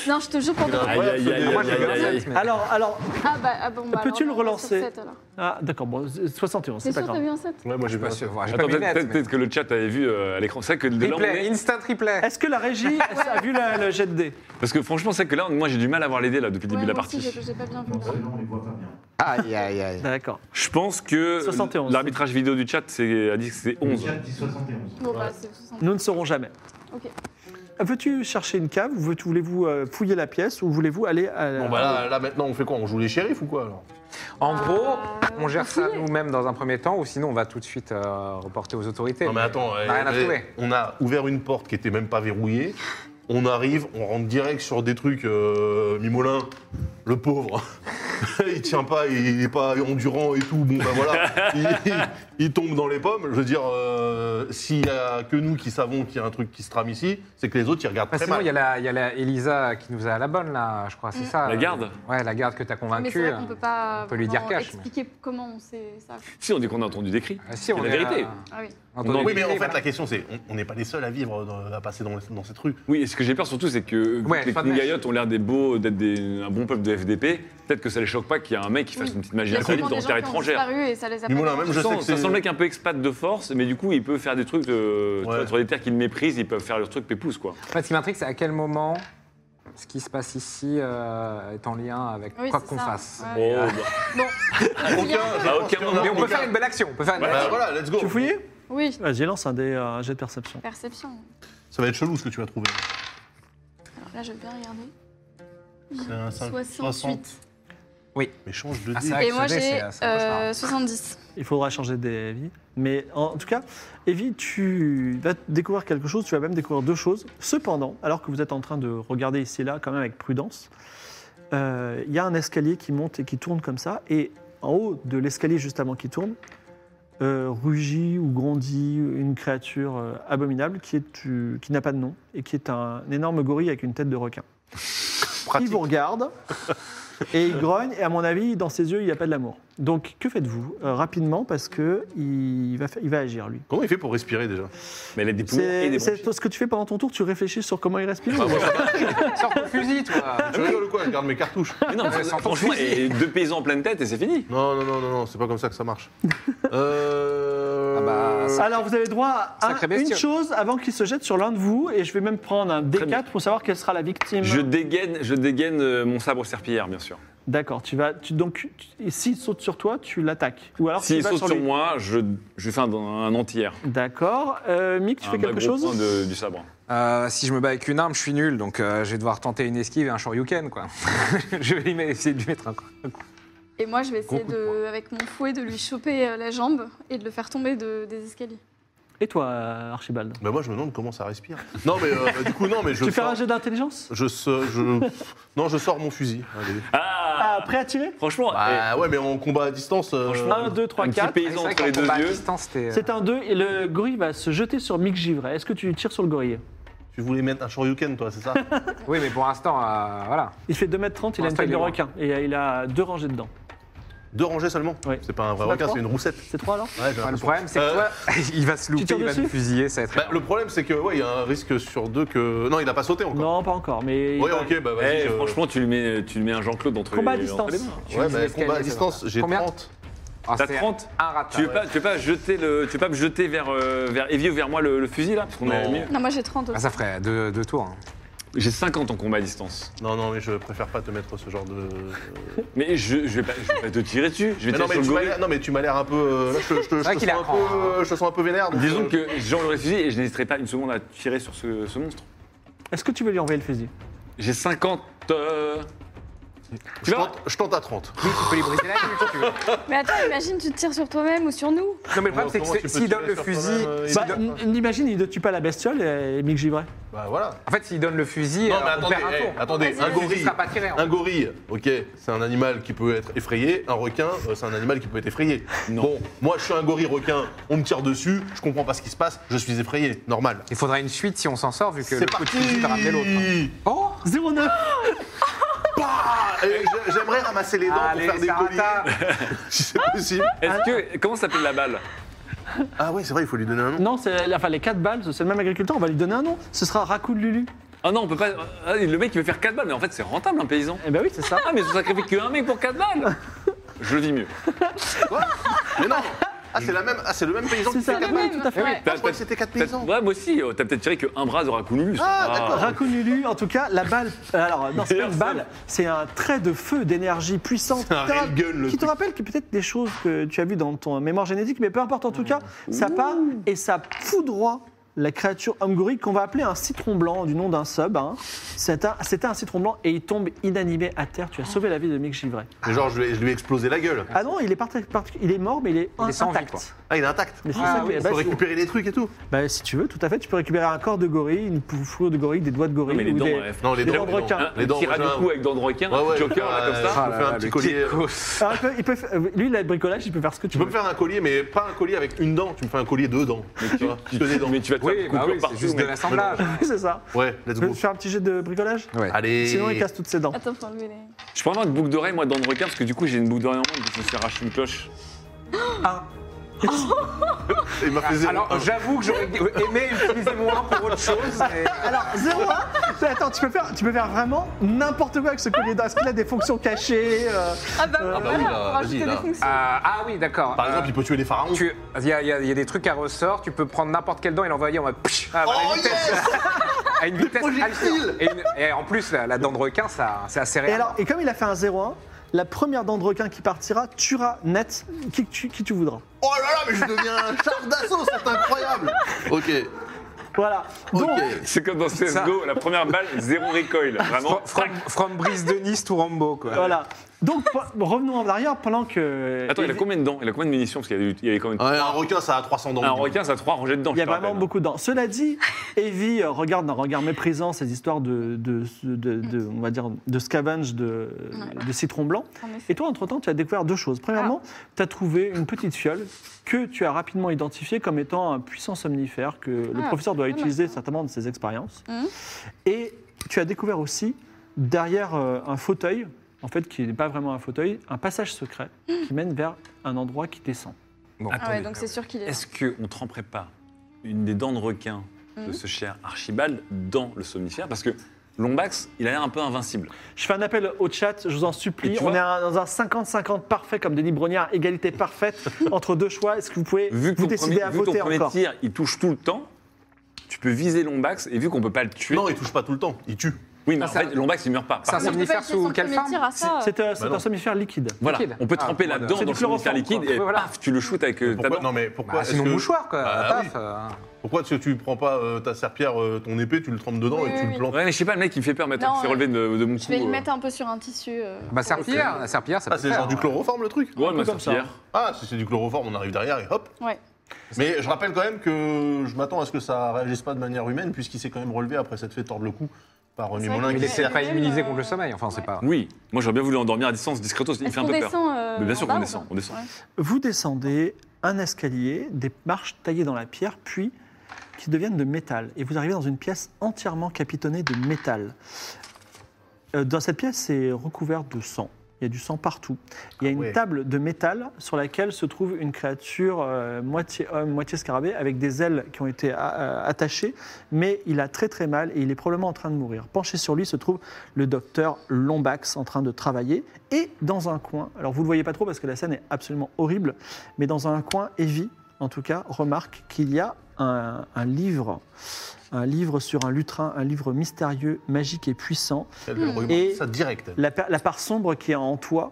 [SPEAKER 6] Non, je te jure pour de
[SPEAKER 3] Putain,
[SPEAKER 7] Aïe,
[SPEAKER 6] vrai.
[SPEAKER 7] aïe, aïe,
[SPEAKER 5] Moi
[SPEAKER 7] aïe,
[SPEAKER 5] j'ai
[SPEAKER 7] aïe,
[SPEAKER 5] grave
[SPEAKER 7] aïe, aïe.
[SPEAKER 5] mais-
[SPEAKER 2] Alors, alors,
[SPEAKER 6] Ah bah, ah bon, bah
[SPEAKER 2] Peux-tu
[SPEAKER 6] alors,
[SPEAKER 2] le
[SPEAKER 6] on va sur
[SPEAKER 2] relancer
[SPEAKER 6] sept, alors.
[SPEAKER 2] ah d'accord, bon, 71,
[SPEAKER 6] C'est
[SPEAKER 2] c'est pas
[SPEAKER 6] sûr que t'as
[SPEAKER 2] grave.
[SPEAKER 6] vu un 7
[SPEAKER 3] Ouais, moi j'ai
[SPEAKER 5] Je suis pas
[SPEAKER 3] pas
[SPEAKER 5] sûr, j'ai pas
[SPEAKER 7] Attends,
[SPEAKER 5] mes
[SPEAKER 7] peut-être
[SPEAKER 5] lunettes, mais-
[SPEAKER 7] peut-être que le chat avait vu euh, à l'écran. C'est vrai que de là, on
[SPEAKER 5] Replay,
[SPEAKER 7] est-
[SPEAKER 5] instant replay.
[SPEAKER 2] Est-ce que la régie a vu la- le jet de dés
[SPEAKER 7] Parce que franchement, c'est que là, moi, j'ai du mal à voir les dés là depuis le début de la partie.
[SPEAKER 6] J'ai pas bien vu. hein. là.
[SPEAKER 5] Aïe, aïe, aïe.
[SPEAKER 2] D'accord.
[SPEAKER 7] Je pense que
[SPEAKER 2] 71.
[SPEAKER 7] l'arbitrage vidéo du chat c'est- a dit que c'est 11.
[SPEAKER 6] Bon, bah, c'est 60.
[SPEAKER 2] Nous ne saurons jamais.
[SPEAKER 6] Ok.
[SPEAKER 2] Veux-tu chercher une cave ou veux- voulez-vous euh, fouiller la pièce ou voulez-vous aller à la...
[SPEAKER 3] Bon bah là, là maintenant on fait quoi On joue les shérifs ou quoi alors
[SPEAKER 5] En
[SPEAKER 6] Ah.
[SPEAKER 5] gros, on
[SPEAKER 6] on
[SPEAKER 5] gère
[SPEAKER 6] peut
[SPEAKER 5] ça
[SPEAKER 6] fouiller.
[SPEAKER 5] nous-mêmes dans un premier temps, ou sinon on va tout de suite euh, reporter aux autorités.
[SPEAKER 3] Non mais attends,
[SPEAKER 5] on
[SPEAKER 3] eh,
[SPEAKER 5] a rien à
[SPEAKER 3] eh,
[SPEAKER 5] trouver.
[SPEAKER 3] on a ouvert une porte qui était même pas verrouillée. On arrive, on rentre direct sur des trucs euh, Mimolin, le pauvre. il tient pas, il est pas endurant et tout. Bon bah voilà, il, il- il tombe dans les pommes. Je veux dire, euh, s'il y a que nous qui savons qu'il y a un truc qui se trame ici, c'est que les autres ils regardent
[SPEAKER 5] Ah,
[SPEAKER 3] très
[SPEAKER 5] sinon,
[SPEAKER 3] mal.
[SPEAKER 5] il y, a la- il y a la Elisa qui nous a à la bonne, là, je crois, c'est ça.
[SPEAKER 7] La
[SPEAKER 5] euh,
[SPEAKER 7] garde
[SPEAKER 5] Ouais, la garde que t'as
[SPEAKER 6] Mm. Mais c'est
[SPEAKER 5] convaincue.
[SPEAKER 6] vrai qu'on peut
[SPEAKER 5] hein.
[SPEAKER 6] pas
[SPEAKER 5] on peut lui dire
[SPEAKER 6] vraiment
[SPEAKER 5] cash, mais-
[SPEAKER 6] expliquer comment on sait ça.
[SPEAKER 7] Si, on dit qu'on a entendu des cris.
[SPEAKER 5] Ah, si,
[SPEAKER 7] C'est
[SPEAKER 5] on
[SPEAKER 7] la
[SPEAKER 5] est à-
[SPEAKER 7] vérité.
[SPEAKER 6] Ah oui.
[SPEAKER 5] Antoine
[SPEAKER 3] Oui mais en
[SPEAKER 5] Elisa,
[SPEAKER 3] fait la question c'est, on- on n'est pas les seuls à vivre, dans- à passer dans, dans cette rue.
[SPEAKER 7] Oui, et ce que j'ai peur surtout, c'est que vu
[SPEAKER 5] Ouais,
[SPEAKER 7] que les
[SPEAKER 5] fin de
[SPEAKER 7] Knigayotes ont l'air des beaux, d'être des- un bon peuple de FDP. Peut-être que ça les choque pas qu'il y a un mec qui fasse
[SPEAKER 6] Oui.
[SPEAKER 7] une petite magie
[SPEAKER 6] Mais
[SPEAKER 7] insolite
[SPEAKER 6] souvent,
[SPEAKER 7] dans
[SPEAKER 6] des gens
[SPEAKER 7] terre
[SPEAKER 6] qui ont
[SPEAKER 7] étrangère.
[SPEAKER 6] disparu et ça les a
[SPEAKER 3] Mimolin,
[SPEAKER 6] pas
[SPEAKER 3] même je
[SPEAKER 7] Ça
[SPEAKER 3] sais
[SPEAKER 7] sent-
[SPEAKER 3] que
[SPEAKER 7] ça
[SPEAKER 3] c'est.
[SPEAKER 7] sent le mec un peu expat de force, mais du coup, il peut faire des trucs de- tu
[SPEAKER 3] Ouais.
[SPEAKER 7] vois, sur des terres qu'il méprise, il peut faire des trucs pépouze, quoi.
[SPEAKER 5] En fait, ce qui m'intrigue, c'est à quel moment ce qui se passe ici euh, est en lien avec
[SPEAKER 6] Oui,
[SPEAKER 5] quoi
[SPEAKER 6] c'est
[SPEAKER 5] qu'on
[SPEAKER 6] ça.
[SPEAKER 5] fasse.
[SPEAKER 6] Ouais.
[SPEAKER 7] Oh, bah.
[SPEAKER 3] Aucun,
[SPEAKER 7] À
[SPEAKER 3] je pense
[SPEAKER 7] aucun
[SPEAKER 3] qu'il y en a
[SPEAKER 7] moment.
[SPEAKER 5] Mais on peut
[SPEAKER 3] aucun.
[SPEAKER 5] faire une belle action, on peut faire une
[SPEAKER 3] Bah,
[SPEAKER 5] belle action.
[SPEAKER 3] voilà, let's go.
[SPEAKER 2] Tu fouilles
[SPEAKER 6] Oui,
[SPEAKER 2] Vas-y, lance un, dé, un jet de perception.
[SPEAKER 6] perception.
[SPEAKER 3] Ça va être chelou ce que tu vas trouver.
[SPEAKER 6] Alors là, je vais bien regarder.
[SPEAKER 3] C'est un cinq-
[SPEAKER 6] 68.
[SPEAKER 3] Mais change de
[SPEAKER 5] Ah,
[SPEAKER 3] dé.
[SPEAKER 5] c'est vrai
[SPEAKER 6] Et
[SPEAKER 5] que ce
[SPEAKER 6] moi,
[SPEAKER 5] dé,
[SPEAKER 6] j'ai
[SPEAKER 5] c'est- c'est un cauchemar.
[SPEAKER 6] euh, 70.
[SPEAKER 2] Il faudra changer des vies. Mais en tout cas, Evie, tu vas découvrir quelque chose, tu vas même découvrir deux choses. Cependant, alors que vous êtes en train de regarder ici et là, quand même avec prudence, euh, il y a un escalier qui monte et qui tourne comme ça. Et en haut de l'escalier, juste avant qu'il tourne, euh, rugit ou grandit une créature euh, abominable qui, est, euh, qui n'a pas de nom et qui est un, énorme gorille avec une tête de requin. Il vous regarde et il grogne et à mon avis, dans ses yeux, il n'y a pas de l'amour. Donc que faites-vous Euh, rapidement parce que il va, fa- il va agir lui.
[SPEAKER 3] Comment il fait pour respirer déjà
[SPEAKER 7] Mais elle a des poumons et des
[SPEAKER 2] C'est c'est
[SPEAKER 7] bronchites.
[SPEAKER 2] ce que tu fais pendant ton tour, tu réfléchis sur comment il respire. ou-
[SPEAKER 5] Sors ton fusil, toi.
[SPEAKER 3] Tu rigoles ou quoi Ah, Je garde mes cartouches.
[SPEAKER 7] Mais non, mais
[SPEAKER 5] sans ton
[SPEAKER 7] franchement,
[SPEAKER 5] fusil.
[SPEAKER 7] et deux paysans en pleine tête et c'est fini.
[SPEAKER 3] Non, non, non, non, non, c'est pas comme ça que ça marche. Euh...
[SPEAKER 5] Ah bah, ça-
[SPEAKER 2] Alors vous avez droit à un-
[SPEAKER 5] Sacré
[SPEAKER 2] une
[SPEAKER 5] bestiole.
[SPEAKER 2] chose avant qu'il se jette sur l'un de vous et je vais même prendre un
[SPEAKER 7] bien.
[SPEAKER 2] D4 pour savoir quelle sera la victime.
[SPEAKER 7] Je dégaine, je dégaine euh, mon sabre serpillière, bien sûr.
[SPEAKER 2] D'accord, tu vas tu, donc tu- s'il saute sur toi, tu l'attaques ou alors tu
[SPEAKER 7] S'il
[SPEAKER 2] vas
[SPEAKER 7] saute sur
[SPEAKER 2] lui.
[SPEAKER 7] moi, je, je fais un, un entière.
[SPEAKER 2] D'accord, Euh, Mick, tu
[SPEAKER 7] Un
[SPEAKER 2] fais quelque
[SPEAKER 7] gros
[SPEAKER 2] chose
[SPEAKER 7] point de- du sabre.
[SPEAKER 5] Euh, si je me bats avec une arme, je suis nul, donc euh, je vais devoir tenter une esquive et un shoryuken, quoi. je vais lui mettre- essayer de lui mettre un coup.
[SPEAKER 6] Et moi, je vais
[SPEAKER 5] Gros
[SPEAKER 6] essayer,
[SPEAKER 5] coup de
[SPEAKER 6] de, avec mon fouet, de lui choper euh, la jambe et de le faire tomber de- des escaliers.
[SPEAKER 2] Et toi, euh, Archibald
[SPEAKER 3] Bah moi je me demande comment ça respire. Non mais euh, du coup non mais je
[SPEAKER 2] Tu fais
[SPEAKER 3] sors,
[SPEAKER 2] un jet d'intelligence
[SPEAKER 3] je, se- je- non je sors mon fusil. Allez.
[SPEAKER 7] Ah,
[SPEAKER 2] Ah, Prêt à tirer
[SPEAKER 7] Franchement,
[SPEAKER 3] Bah ouais mais en combat à distance. euh,
[SPEAKER 2] 1, 2,
[SPEAKER 7] eh,
[SPEAKER 2] 3,
[SPEAKER 7] un petit
[SPEAKER 2] 4.
[SPEAKER 7] paysan
[SPEAKER 5] Ah, C'est vrai
[SPEAKER 7] entre
[SPEAKER 5] qu'en
[SPEAKER 7] les deux
[SPEAKER 5] combat à
[SPEAKER 7] yeux.
[SPEAKER 5] distance, c'était, euh,
[SPEAKER 2] C'est un 2 et le gorille va se jeter sur Mick Givray. Est-ce que tu tires sur le gorille
[SPEAKER 3] Tu voulais mettre un shoryuken toi c'est ça
[SPEAKER 5] Oui, mais pour l'instant, euh, voilà.
[SPEAKER 2] Il fait 2m30, il
[SPEAKER 5] Pour
[SPEAKER 2] a une
[SPEAKER 5] l'instant,
[SPEAKER 2] tête
[SPEAKER 5] il
[SPEAKER 2] de
[SPEAKER 5] est loin.
[SPEAKER 2] requin et euh, il a deux rangées dedans.
[SPEAKER 3] Deux rangées seulement.
[SPEAKER 2] Ouais.
[SPEAKER 3] C'est pas un vrai
[SPEAKER 2] C'est pas
[SPEAKER 3] requin
[SPEAKER 2] trois
[SPEAKER 3] c'est une roussette.
[SPEAKER 2] C'est 3 alors
[SPEAKER 3] Ouais, j'ai
[SPEAKER 5] Enfin, le
[SPEAKER 3] l'impression.
[SPEAKER 5] problème, c'est que
[SPEAKER 3] Euh,
[SPEAKER 5] toi, il va se louper,
[SPEAKER 2] tires
[SPEAKER 5] il va
[SPEAKER 2] dessus
[SPEAKER 5] me fusiller, ça va être.
[SPEAKER 3] Bah, le problème c'est que ouais il y a un risque sur deux que non il a pas sauté encore.
[SPEAKER 2] Non, pas encore, mais.
[SPEAKER 3] Ouais ok bah vas-y.
[SPEAKER 7] Eh,
[SPEAKER 3] euh,
[SPEAKER 7] Franchement, tu lui mets, tu lui mets un Jean-Claude entre
[SPEAKER 2] Combat à
[SPEAKER 7] les hein. entre
[SPEAKER 2] distance.
[SPEAKER 7] les mains.
[SPEAKER 5] Tu
[SPEAKER 3] Ouais
[SPEAKER 5] utilises
[SPEAKER 3] bah
[SPEAKER 5] l'escalier,
[SPEAKER 3] combat à
[SPEAKER 5] ça va.
[SPEAKER 3] distance j'ai
[SPEAKER 5] Combien
[SPEAKER 3] 30.
[SPEAKER 5] Ah,
[SPEAKER 7] T'as
[SPEAKER 5] c'est
[SPEAKER 7] 30
[SPEAKER 5] Un ratat.
[SPEAKER 7] Tu veux, pas, tu veux pas jeter le, tu veux pas me jeter vers euh, vers Evie ou vers moi le, le fusil là Parce qu'on
[SPEAKER 3] Non.
[SPEAKER 7] est-
[SPEAKER 6] Non, moi, j'ai 30.
[SPEAKER 5] Ah, ça ferait deux, deux tours. hein.
[SPEAKER 7] J'ai 50 en combat à distance.
[SPEAKER 3] Non, non, mais je préfère pas te mettre ce genre de.
[SPEAKER 7] Mais je, je, vais, pas, je vais pas te tirer dessus. Je vais
[SPEAKER 3] Mais non,
[SPEAKER 7] tirer
[SPEAKER 3] mais
[SPEAKER 7] sur le
[SPEAKER 3] tu m'as
[SPEAKER 7] gorille.
[SPEAKER 3] l'air- non, mais tu m'as l'air un peu. euh, là, je, je- je- je
[SPEAKER 5] vrai
[SPEAKER 3] te
[SPEAKER 5] qu'il
[SPEAKER 3] sens un
[SPEAKER 5] apprend,
[SPEAKER 3] peu, je te sens un peu vénère. donc,
[SPEAKER 7] Disons
[SPEAKER 3] euh,
[SPEAKER 7] que Jean l'aurait fusil et je n'hésiterai pas une seconde à tirer sur ce, ce monstre.
[SPEAKER 2] Est-ce que tu veux lui envoyer le fusil
[SPEAKER 7] J'ai 50. euh,
[SPEAKER 3] je
[SPEAKER 7] tu vas-
[SPEAKER 3] tente, je tente à 30.
[SPEAKER 5] Oui, tu peux lui briser la nuque si tu veux.
[SPEAKER 6] Mais attends, imagine, tu te tires sur toi-même ou sur nous.
[SPEAKER 5] Non, mais le problème, c'est
[SPEAKER 3] Comment tu
[SPEAKER 5] que
[SPEAKER 3] peux
[SPEAKER 5] s'il donne
[SPEAKER 3] tirer
[SPEAKER 5] le
[SPEAKER 3] sur
[SPEAKER 5] fusil.
[SPEAKER 3] toi-même, euh,
[SPEAKER 5] s'il
[SPEAKER 2] bah,
[SPEAKER 3] il-
[SPEAKER 5] donne-
[SPEAKER 2] n- Imagine, il ne tue pas la bestiole et Mick Gibray.
[SPEAKER 3] Bah voilà.
[SPEAKER 5] En fait, s'il donne le fusil,
[SPEAKER 3] Non,
[SPEAKER 5] euh,
[SPEAKER 3] mais
[SPEAKER 5] on
[SPEAKER 3] attendez,
[SPEAKER 5] perd un
[SPEAKER 3] hey,
[SPEAKER 5] tour.
[SPEAKER 3] attendez,
[SPEAKER 5] Vas-y,
[SPEAKER 3] un
[SPEAKER 5] le fusil
[SPEAKER 3] gorille.
[SPEAKER 5] sera pas tiré, hein. en
[SPEAKER 3] Un
[SPEAKER 5] fait.
[SPEAKER 3] gorille, ok, c'est un animal qui peut être effrayé. Un requin, euh, c'est un animal qui peut être effrayé.
[SPEAKER 7] Non.
[SPEAKER 3] Bon, moi je suis un gorille requin, on me tire dessus, je comprends pas ce qui se passe, je suis effrayé, normal.
[SPEAKER 5] Il faudra une suite si on s'en sort, vu que le
[SPEAKER 3] C'est
[SPEAKER 5] coup de
[SPEAKER 3] parti
[SPEAKER 5] fusil t'a ramené l'autre. Oh
[SPEAKER 2] 09
[SPEAKER 3] Bah, euh, j'a- J'aimerais ramasser les dents
[SPEAKER 5] Allez,
[SPEAKER 3] pour faire des
[SPEAKER 5] Sarata.
[SPEAKER 3] colliers, si c'est possible.
[SPEAKER 7] Est-ce que. Comment s'appelle la balle
[SPEAKER 3] Ah ouais, c'est vrai, il faut lui donner un nom.
[SPEAKER 2] Non, c'est, enfin, les 4 balles, c'est le même agriculteur, on va lui donner un nom. Ce sera Raku de Lulu.
[SPEAKER 7] Ah non, on peut pas. ah, le mec, il veut faire 4 balles, mais en fait, c'est rentable, un paysan.
[SPEAKER 2] Eh ben oui, c'est ça.
[SPEAKER 7] Ah, mais ils ont sacrifié qu'un mec pour 4 balles Je le vis mieux.
[SPEAKER 3] Quoi Mais non Ah, c'est la même, ah, c'est le même paysan
[SPEAKER 2] C'est
[SPEAKER 3] qui fait
[SPEAKER 2] ça,
[SPEAKER 3] quatre
[SPEAKER 2] oui,
[SPEAKER 3] balles
[SPEAKER 2] tout à fait.
[SPEAKER 6] Ouais.
[SPEAKER 3] Ah, Je croyais que c'était quatre
[SPEAKER 7] Peut-être-
[SPEAKER 3] paysans.
[SPEAKER 7] Ouais, moi aussi, euh, t'as peut-être tiré qu'un bras de Racoonulus.
[SPEAKER 3] Ah, d'accord.
[SPEAKER 2] Raku de Lulu, en tout cas, la balle. euh, Alors, non, c'est pas une balle, c'est un trait de feu, d'énergie puissante.
[SPEAKER 3] C'est un
[SPEAKER 2] tape,
[SPEAKER 3] rail gun, le
[SPEAKER 2] qui te
[SPEAKER 3] truc.
[SPEAKER 2] rappelle que peut-être des choses que tu as vues dans ton mémoire génétique, mais peu importe, en tout cas, ça part et ça foudroie la créature homme gorille qu'on va appeler un citron blanc du nom d'un sub. hein. C'est un- C'était un, citron blanc et il tombe inanimé à terre. Tu as sauvé la vie de Mick Givray.
[SPEAKER 3] Mais genre, je lui ai- je lui ai explosé la gueule.
[SPEAKER 2] Ah non, il est, parti- parti- il est mort, mais il est,
[SPEAKER 5] Il est sans vie,
[SPEAKER 2] intact.
[SPEAKER 5] quoi.
[SPEAKER 3] Ah, il est intact.
[SPEAKER 2] Mais c'est
[SPEAKER 5] Ah
[SPEAKER 2] ça que-
[SPEAKER 5] oui,
[SPEAKER 2] eh
[SPEAKER 3] Il
[SPEAKER 2] ben,
[SPEAKER 3] faut
[SPEAKER 2] si-
[SPEAKER 3] récupérer des trucs et tout.
[SPEAKER 2] bah, si tu veux, tout à fait, tu peux récupérer un corps de gorille, une pou- fourrure de gorille, des doigts de
[SPEAKER 7] Non,
[SPEAKER 2] gorille.
[SPEAKER 7] mais les
[SPEAKER 2] ou
[SPEAKER 7] dents,
[SPEAKER 2] des-
[SPEAKER 7] ouais,
[SPEAKER 3] Non, les
[SPEAKER 2] Des
[SPEAKER 3] dents,
[SPEAKER 2] dents de requin.
[SPEAKER 7] Un,
[SPEAKER 3] Les dents,
[SPEAKER 7] petit
[SPEAKER 3] moi, j'ai
[SPEAKER 7] radeau
[SPEAKER 3] un-
[SPEAKER 7] coup avec dents de requin,
[SPEAKER 3] Ouais, ouais,
[SPEAKER 7] Joker, là,
[SPEAKER 3] euh,
[SPEAKER 7] comme ça.
[SPEAKER 3] je me fais un petit collier. euh,
[SPEAKER 2] Alors, Ah, il peut- il peut faire- lui, le bricolage, il peut faire ce que tu
[SPEAKER 3] Tu
[SPEAKER 2] veux.
[SPEAKER 3] peux me faire un collier, mais pas un collier avec une dent, tu me fais un collier deux dents. Tu vois,
[SPEAKER 7] Tu-
[SPEAKER 3] que des dents.
[SPEAKER 7] mais tu vas te
[SPEAKER 5] Oui,
[SPEAKER 7] faire
[SPEAKER 5] bah
[SPEAKER 7] couper
[SPEAKER 5] oui,
[SPEAKER 7] partout,
[SPEAKER 5] c'est juste de
[SPEAKER 7] mec.
[SPEAKER 5] l'assemblage.
[SPEAKER 2] c'est ça.
[SPEAKER 3] Ouais, let's
[SPEAKER 2] Tu veux
[SPEAKER 3] go.
[SPEAKER 2] faire un petit jet de bricolage
[SPEAKER 5] Ouais.
[SPEAKER 3] Allez.
[SPEAKER 2] Sinon, il casse toutes ses dents.
[SPEAKER 6] Attends, faut enlever les.
[SPEAKER 7] Je prends une boucle d'oreille, moi, dans le requin, parce que du coup, j'ai une boucle d'oreille en main, parce que je me suis arraché une cloche.
[SPEAKER 3] Il m'a fait zéro. Ah,
[SPEAKER 5] Alors, j'avoue que j'aurais aimé utiliser mon 1 pour autre chose. mais-
[SPEAKER 3] Ah,
[SPEAKER 2] Alors,
[SPEAKER 6] hein
[SPEAKER 2] 0-1 Attends, tu peux, faire, tu peux faire vraiment n'importe quoi avec ce collier d'or. Est-ce qu'il a des fonctions cachées euh,
[SPEAKER 6] Ah bah,
[SPEAKER 2] Ah bah
[SPEAKER 3] oui,
[SPEAKER 6] voilà,
[SPEAKER 3] là,
[SPEAKER 6] on
[SPEAKER 3] vas-y,
[SPEAKER 6] rajoute
[SPEAKER 3] là.
[SPEAKER 6] des fonctions.
[SPEAKER 5] Ah ah oui, d'accord.
[SPEAKER 3] Par exemple, il peut tuer les pharaons.
[SPEAKER 5] Tu- Il y, a- il y a il y a des trucs à ressort, tu peux prendre n'importe quelle dent et l'envoyer en mode. psh, à
[SPEAKER 3] Oh,
[SPEAKER 5] une vitesse, à une vitesse
[SPEAKER 3] projectile.
[SPEAKER 5] hallucinante. et, une- et en plus, la, la dent de requin, ça, c'est assez
[SPEAKER 2] Et,
[SPEAKER 5] réel.
[SPEAKER 2] alors, et comme il a fait un 0-1, la première dent de requin qui partira tuera net qui, que tu, qui tu voudras.
[SPEAKER 3] Oh là là, mais je deviens un charge d'assaut, c'est incroyable. Ok,
[SPEAKER 2] Voilà. Donc,
[SPEAKER 3] ok.
[SPEAKER 7] C'est comme dans CSGO, la première balle, zéro recoil. Vraiment,
[SPEAKER 5] From, from, from Brice de Nice to Rambo, quoi.
[SPEAKER 2] voilà. Donc, pe- revenons en arrière pendant que.
[SPEAKER 7] Attends, il a combien de dents Il a combien de munitions Parce qu'il y avait- il y avait quand même.
[SPEAKER 3] Ouais, un requin, ça a 300 dents.
[SPEAKER 7] Ah, Un requin, ça a trois rangées de dents.
[SPEAKER 2] Ah, Il y a
[SPEAKER 7] je te
[SPEAKER 2] vraiment
[SPEAKER 7] rappelle.
[SPEAKER 2] beaucoup d'ans. Cela dit, Evie euh, regarde d'un regard méprisant ces histoires de, de, de- de-
[SPEAKER 6] Mm.
[SPEAKER 2] on va dire, de scavenge de, de citron blanc.
[SPEAKER 6] En effet.
[SPEAKER 2] Et toi, entre-temps, tu as découvert deux choses. Premièrement,
[SPEAKER 6] Ah.
[SPEAKER 2] tu as trouvé une petite fiole que tu as rapidement identifiée comme étant un puissant somnifère que le
[SPEAKER 6] Ah,
[SPEAKER 2] professeur doit
[SPEAKER 6] pas mal,
[SPEAKER 2] utiliser
[SPEAKER 6] ça.
[SPEAKER 2] certainement de ses expériences.
[SPEAKER 6] Mhm.
[SPEAKER 2] Et tu as découvert aussi, derrière euh, un fauteuil, en fait, qui n'est pas vraiment un fauteuil, un passage secret
[SPEAKER 6] Mm.
[SPEAKER 2] qui mène vers un endroit qui descend.
[SPEAKER 5] Bon.
[SPEAKER 6] Ah ouais,
[SPEAKER 7] Attendez.
[SPEAKER 6] donc c'est sûr qu'il est.
[SPEAKER 7] Est-ce qu'on tremperait pas une des dents de requin de
[SPEAKER 6] Mhm.
[SPEAKER 7] ce cher Archibald dans le somnifère Parce que Lombax, il a l'air un peu invincible.
[SPEAKER 2] Je fais un appel au chat, je vous en
[SPEAKER 7] Et
[SPEAKER 2] supplie.
[SPEAKER 7] tu
[SPEAKER 2] On
[SPEAKER 7] vois-
[SPEAKER 2] est un- dans un 50-50 parfait comme Denis Brognard, égalité parfaite entre deux choix. Est-ce que vous pouvez
[SPEAKER 7] Vu que
[SPEAKER 2] vous
[SPEAKER 7] ton
[SPEAKER 2] décider
[SPEAKER 7] premier,
[SPEAKER 2] à
[SPEAKER 7] vu que ton
[SPEAKER 2] voter
[SPEAKER 7] premier
[SPEAKER 2] encore
[SPEAKER 7] tir, il touche tout le temps, tu peux viser Lombax et vu qu'on peut pas le tuer.
[SPEAKER 3] Non, il touche pas tout le temps, il tue.
[SPEAKER 7] oui, mais
[SPEAKER 5] Ah,
[SPEAKER 7] en
[SPEAKER 5] ça-
[SPEAKER 7] fait, Lombax, il meurt pas. Par
[SPEAKER 5] ça,
[SPEAKER 7] contre,
[SPEAKER 6] Mais je peux pas
[SPEAKER 5] somnifère
[SPEAKER 6] essayer
[SPEAKER 5] sous
[SPEAKER 6] sans le
[SPEAKER 5] quelle
[SPEAKER 6] premier
[SPEAKER 5] forme
[SPEAKER 6] tir à ça.
[SPEAKER 2] C'est euh, c'est
[SPEAKER 3] Bah non.
[SPEAKER 2] un somnifère liquide.
[SPEAKER 7] voilà,
[SPEAKER 5] liquide.
[SPEAKER 7] on peut
[SPEAKER 5] Ah,
[SPEAKER 7] tremper la
[SPEAKER 5] voilà.
[SPEAKER 7] dent
[SPEAKER 2] C'est
[SPEAKER 7] dans
[SPEAKER 2] du
[SPEAKER 7] le somnifère
[SPEAKER 2] chloroforme,
[SPEAKER 7] liquide
[SPEAKER 2] quoi.
[SPEAKER 7] et
[SPEAKER 5] Oui, voilà.
[SPEAKER 7] paf, tu le shootes avec euh, ta
[SPEAKER 3] Pourquoi
[SPEAKER 7] dent.
[SPEAKER 3] Non, mais pourquoi
[SPEAKER 5] Bah,
[SPEAKER 3] est-ce
[SPEAKER 5] sinon,
[SPEAKER 3] que-
[SPEAKER 5] mouchoir, quoi.
[SPEAKER 3] Bah
[SPEAKER 5] Paf,
[SPEAKER 3] oui.
[SPEAKER 5] euh.
[SPEAKER 3] Pourquoi est-ce que tu prends pas euh, ta serpillère, euh, ton épée, tu le trempes dedans
[SPEAKER 6] Oui,
[SPEAKER 3] et tu
[SPEAKER 6] oui,
[SPEAKER 3] le
[SPEAKER 6] oui.
[SPEAKER 3] plantes
[SPEAKER 7] Ouais, mais je sais pas, le mec, il me fait peur maintenant
[SPEAKER 6] Non,
[SPEAKER 7] qu'il s'est relevé
[SPEAKER 6] euh,
[SPEAKER 7] de, de mon cou.
[SPEAKER 6] Je vais le
[SPEAKER 7] euh.
[SPEAKER 6] mettre un peu sur un tissu. euh,
[SPEAKER 5] Bah,
[SPEAKER 6] pour
[SPEAKER 5] serpillère, la serpillère, ça
[SPEAKER 3] Ah,
[SPEAKER 5] peut
[SPEAKER 3] c'est
[SPEAKER 5] faire,
[SPEAKER 3] genre du
[SPEAKER 5] hein.
[SPEAKER 3] chloroforme le truc
[SPEAKER 7] Ouais,
[SPEAKER 2] Un
[SPEAKER 7] ma
[SPEAKER 2] peu comme ça.
[SPEAKER 7] sorcière.
[SPEAKER 3] Ah, si c'est du chloroforme, on arrive derrière et hop.
[SPEAKER 6] Ouais.
[SPEAKER 3] Mais je rappelle quand même que je m'attends à ce que ça réagisse pas de manière humaine, puisqu'il s'est quand même relevé après s'être fait tordre le cou par René
[SPEAKER 6] C'est vrai
[SPEAKER 3] Molin.
[SPEAKER 6] qu'il
[SPEAKER 5] Il
[SPEAKER 3] qui
[SPEAKER 6] est-
[SPEAKER 3] s'est-
[SPEAKER 5] n'était pas
[SPEAKER 6] lui-même,
[SPEAKER 5] immunisé
[SPEAKER 6] euh,
[SPEAKER 5] contre le sommeil, enfin, c'est
[SPEAKER 6] ouais.
[SPEAKER 5] pas.
[SPEAKER 7] Oui, moi j'aurais bien voulu endormir à distance discretos, il me
[SPEAKER 6] Est-ce
[SPEAKER 7] fait un
[SPEAKER 6] qu'on
[SPEAKER 7] peu peur.
[SPEAKER 6] descend euh,
[SPEAKER 7] Mais bien sûr
[SPEAKER 6] en bas
[SPEAKER 7] qu'on
[SPEAKER 6] ou
[SPEAKER 7] descend,
[SPEAKER 6] pas
[SPEAKER 7] on descend.
[SPEAKER 6] Ouais.
[SPEAKER 2] Vous descendez un escalier, des marches taillées dans la pierre, puis qui deviennent de métal. Et vous arrivez dans une pièce entièrement capitonnée de métal. Euh, Dans cette pièce, c'est recouvert de sang. Il y a du sang partout. Il y a une
[SPEAKER 3] ouais.
[SPEAKER 2] table de métal sur laquelle se trouve une créature euh, moitié homme, moitié scarabée, avec des ailes qui ont été a- euh, attachées, mais il a très très mal et il est probablement en train de mourir. Penché sur lui se trouve le docteur Lombax en train de travailler. Et dans un coin, alors vous ne le voyez pas trop parce que la scène est absolument horrible, mais dans un coin, Evie, en tout cas, remarque qu'il y a un, un livre, un livre sur un lutrin, un livre mystérieux, magique et puissant.
[SPEAKER 3] Elle elle remarque
[SPEAKER 2] Et-
[SPEAKER 3] ça direct. elle.
[SPEAKER 2] La, pa- la part sombre qui est en toi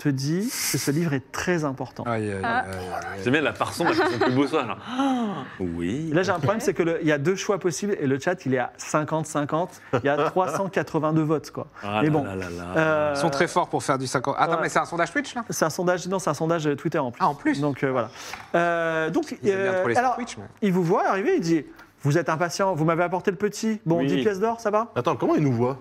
[SPEAKER 2] te dit que ce livre est très important.
[SPEAKER 5] Aïe, aïe,
[SPEAKER 6] Ah.
[SPEAKER 5] aïe, aïe.
[SPEAKER 7] J'aime bien la part sombre, c'est plus beau ça. genre. Oui.
[SPEAKER 2] Et Là, j'ai un problème, c'est qu'il y a deux choix possibles et le chat, il est à 50-50. Il y a 382 votes, quoi.
[SPEAKER 7] Ah
[SPEAKER 2] mais
[SPEAKER 7] là
[SPEAKER 2] bon.
[SPEAKER 7] là là là.
[SPEAKER 2] Euh,
[SPEAKER 5] Ils sont très forts pour faire du 50. Attends,
[SPEAKER 2] Ouais.
[SPEAKER 5] mais c'est un sondage Twitch, là
[SPEAKER 2] C'est un sondage, non, c'est un sondage Twitter en plus.
[SPEAKER 5] Ah, en plus
[SPEAKER 2] Donc euh, voilà. Euh, donc,
[SPEAKER 5] Ils aiment bien
[SPEAKER 2] euh,
[SPEAKER 5] trop les
[SPEAKER 2] alors,
[SPEAKER 5] Twitch, mais-
[SPEAKER 2] il vous voit arriver, il dit Vous êtes impatient, vous m'avez apporté le petit. Bon,
[SPEAKER 7] Oui.
[SPEAKER 2] 10 pièces d'or, ça va
[SPEAKER 3] Attends, comment il nous voit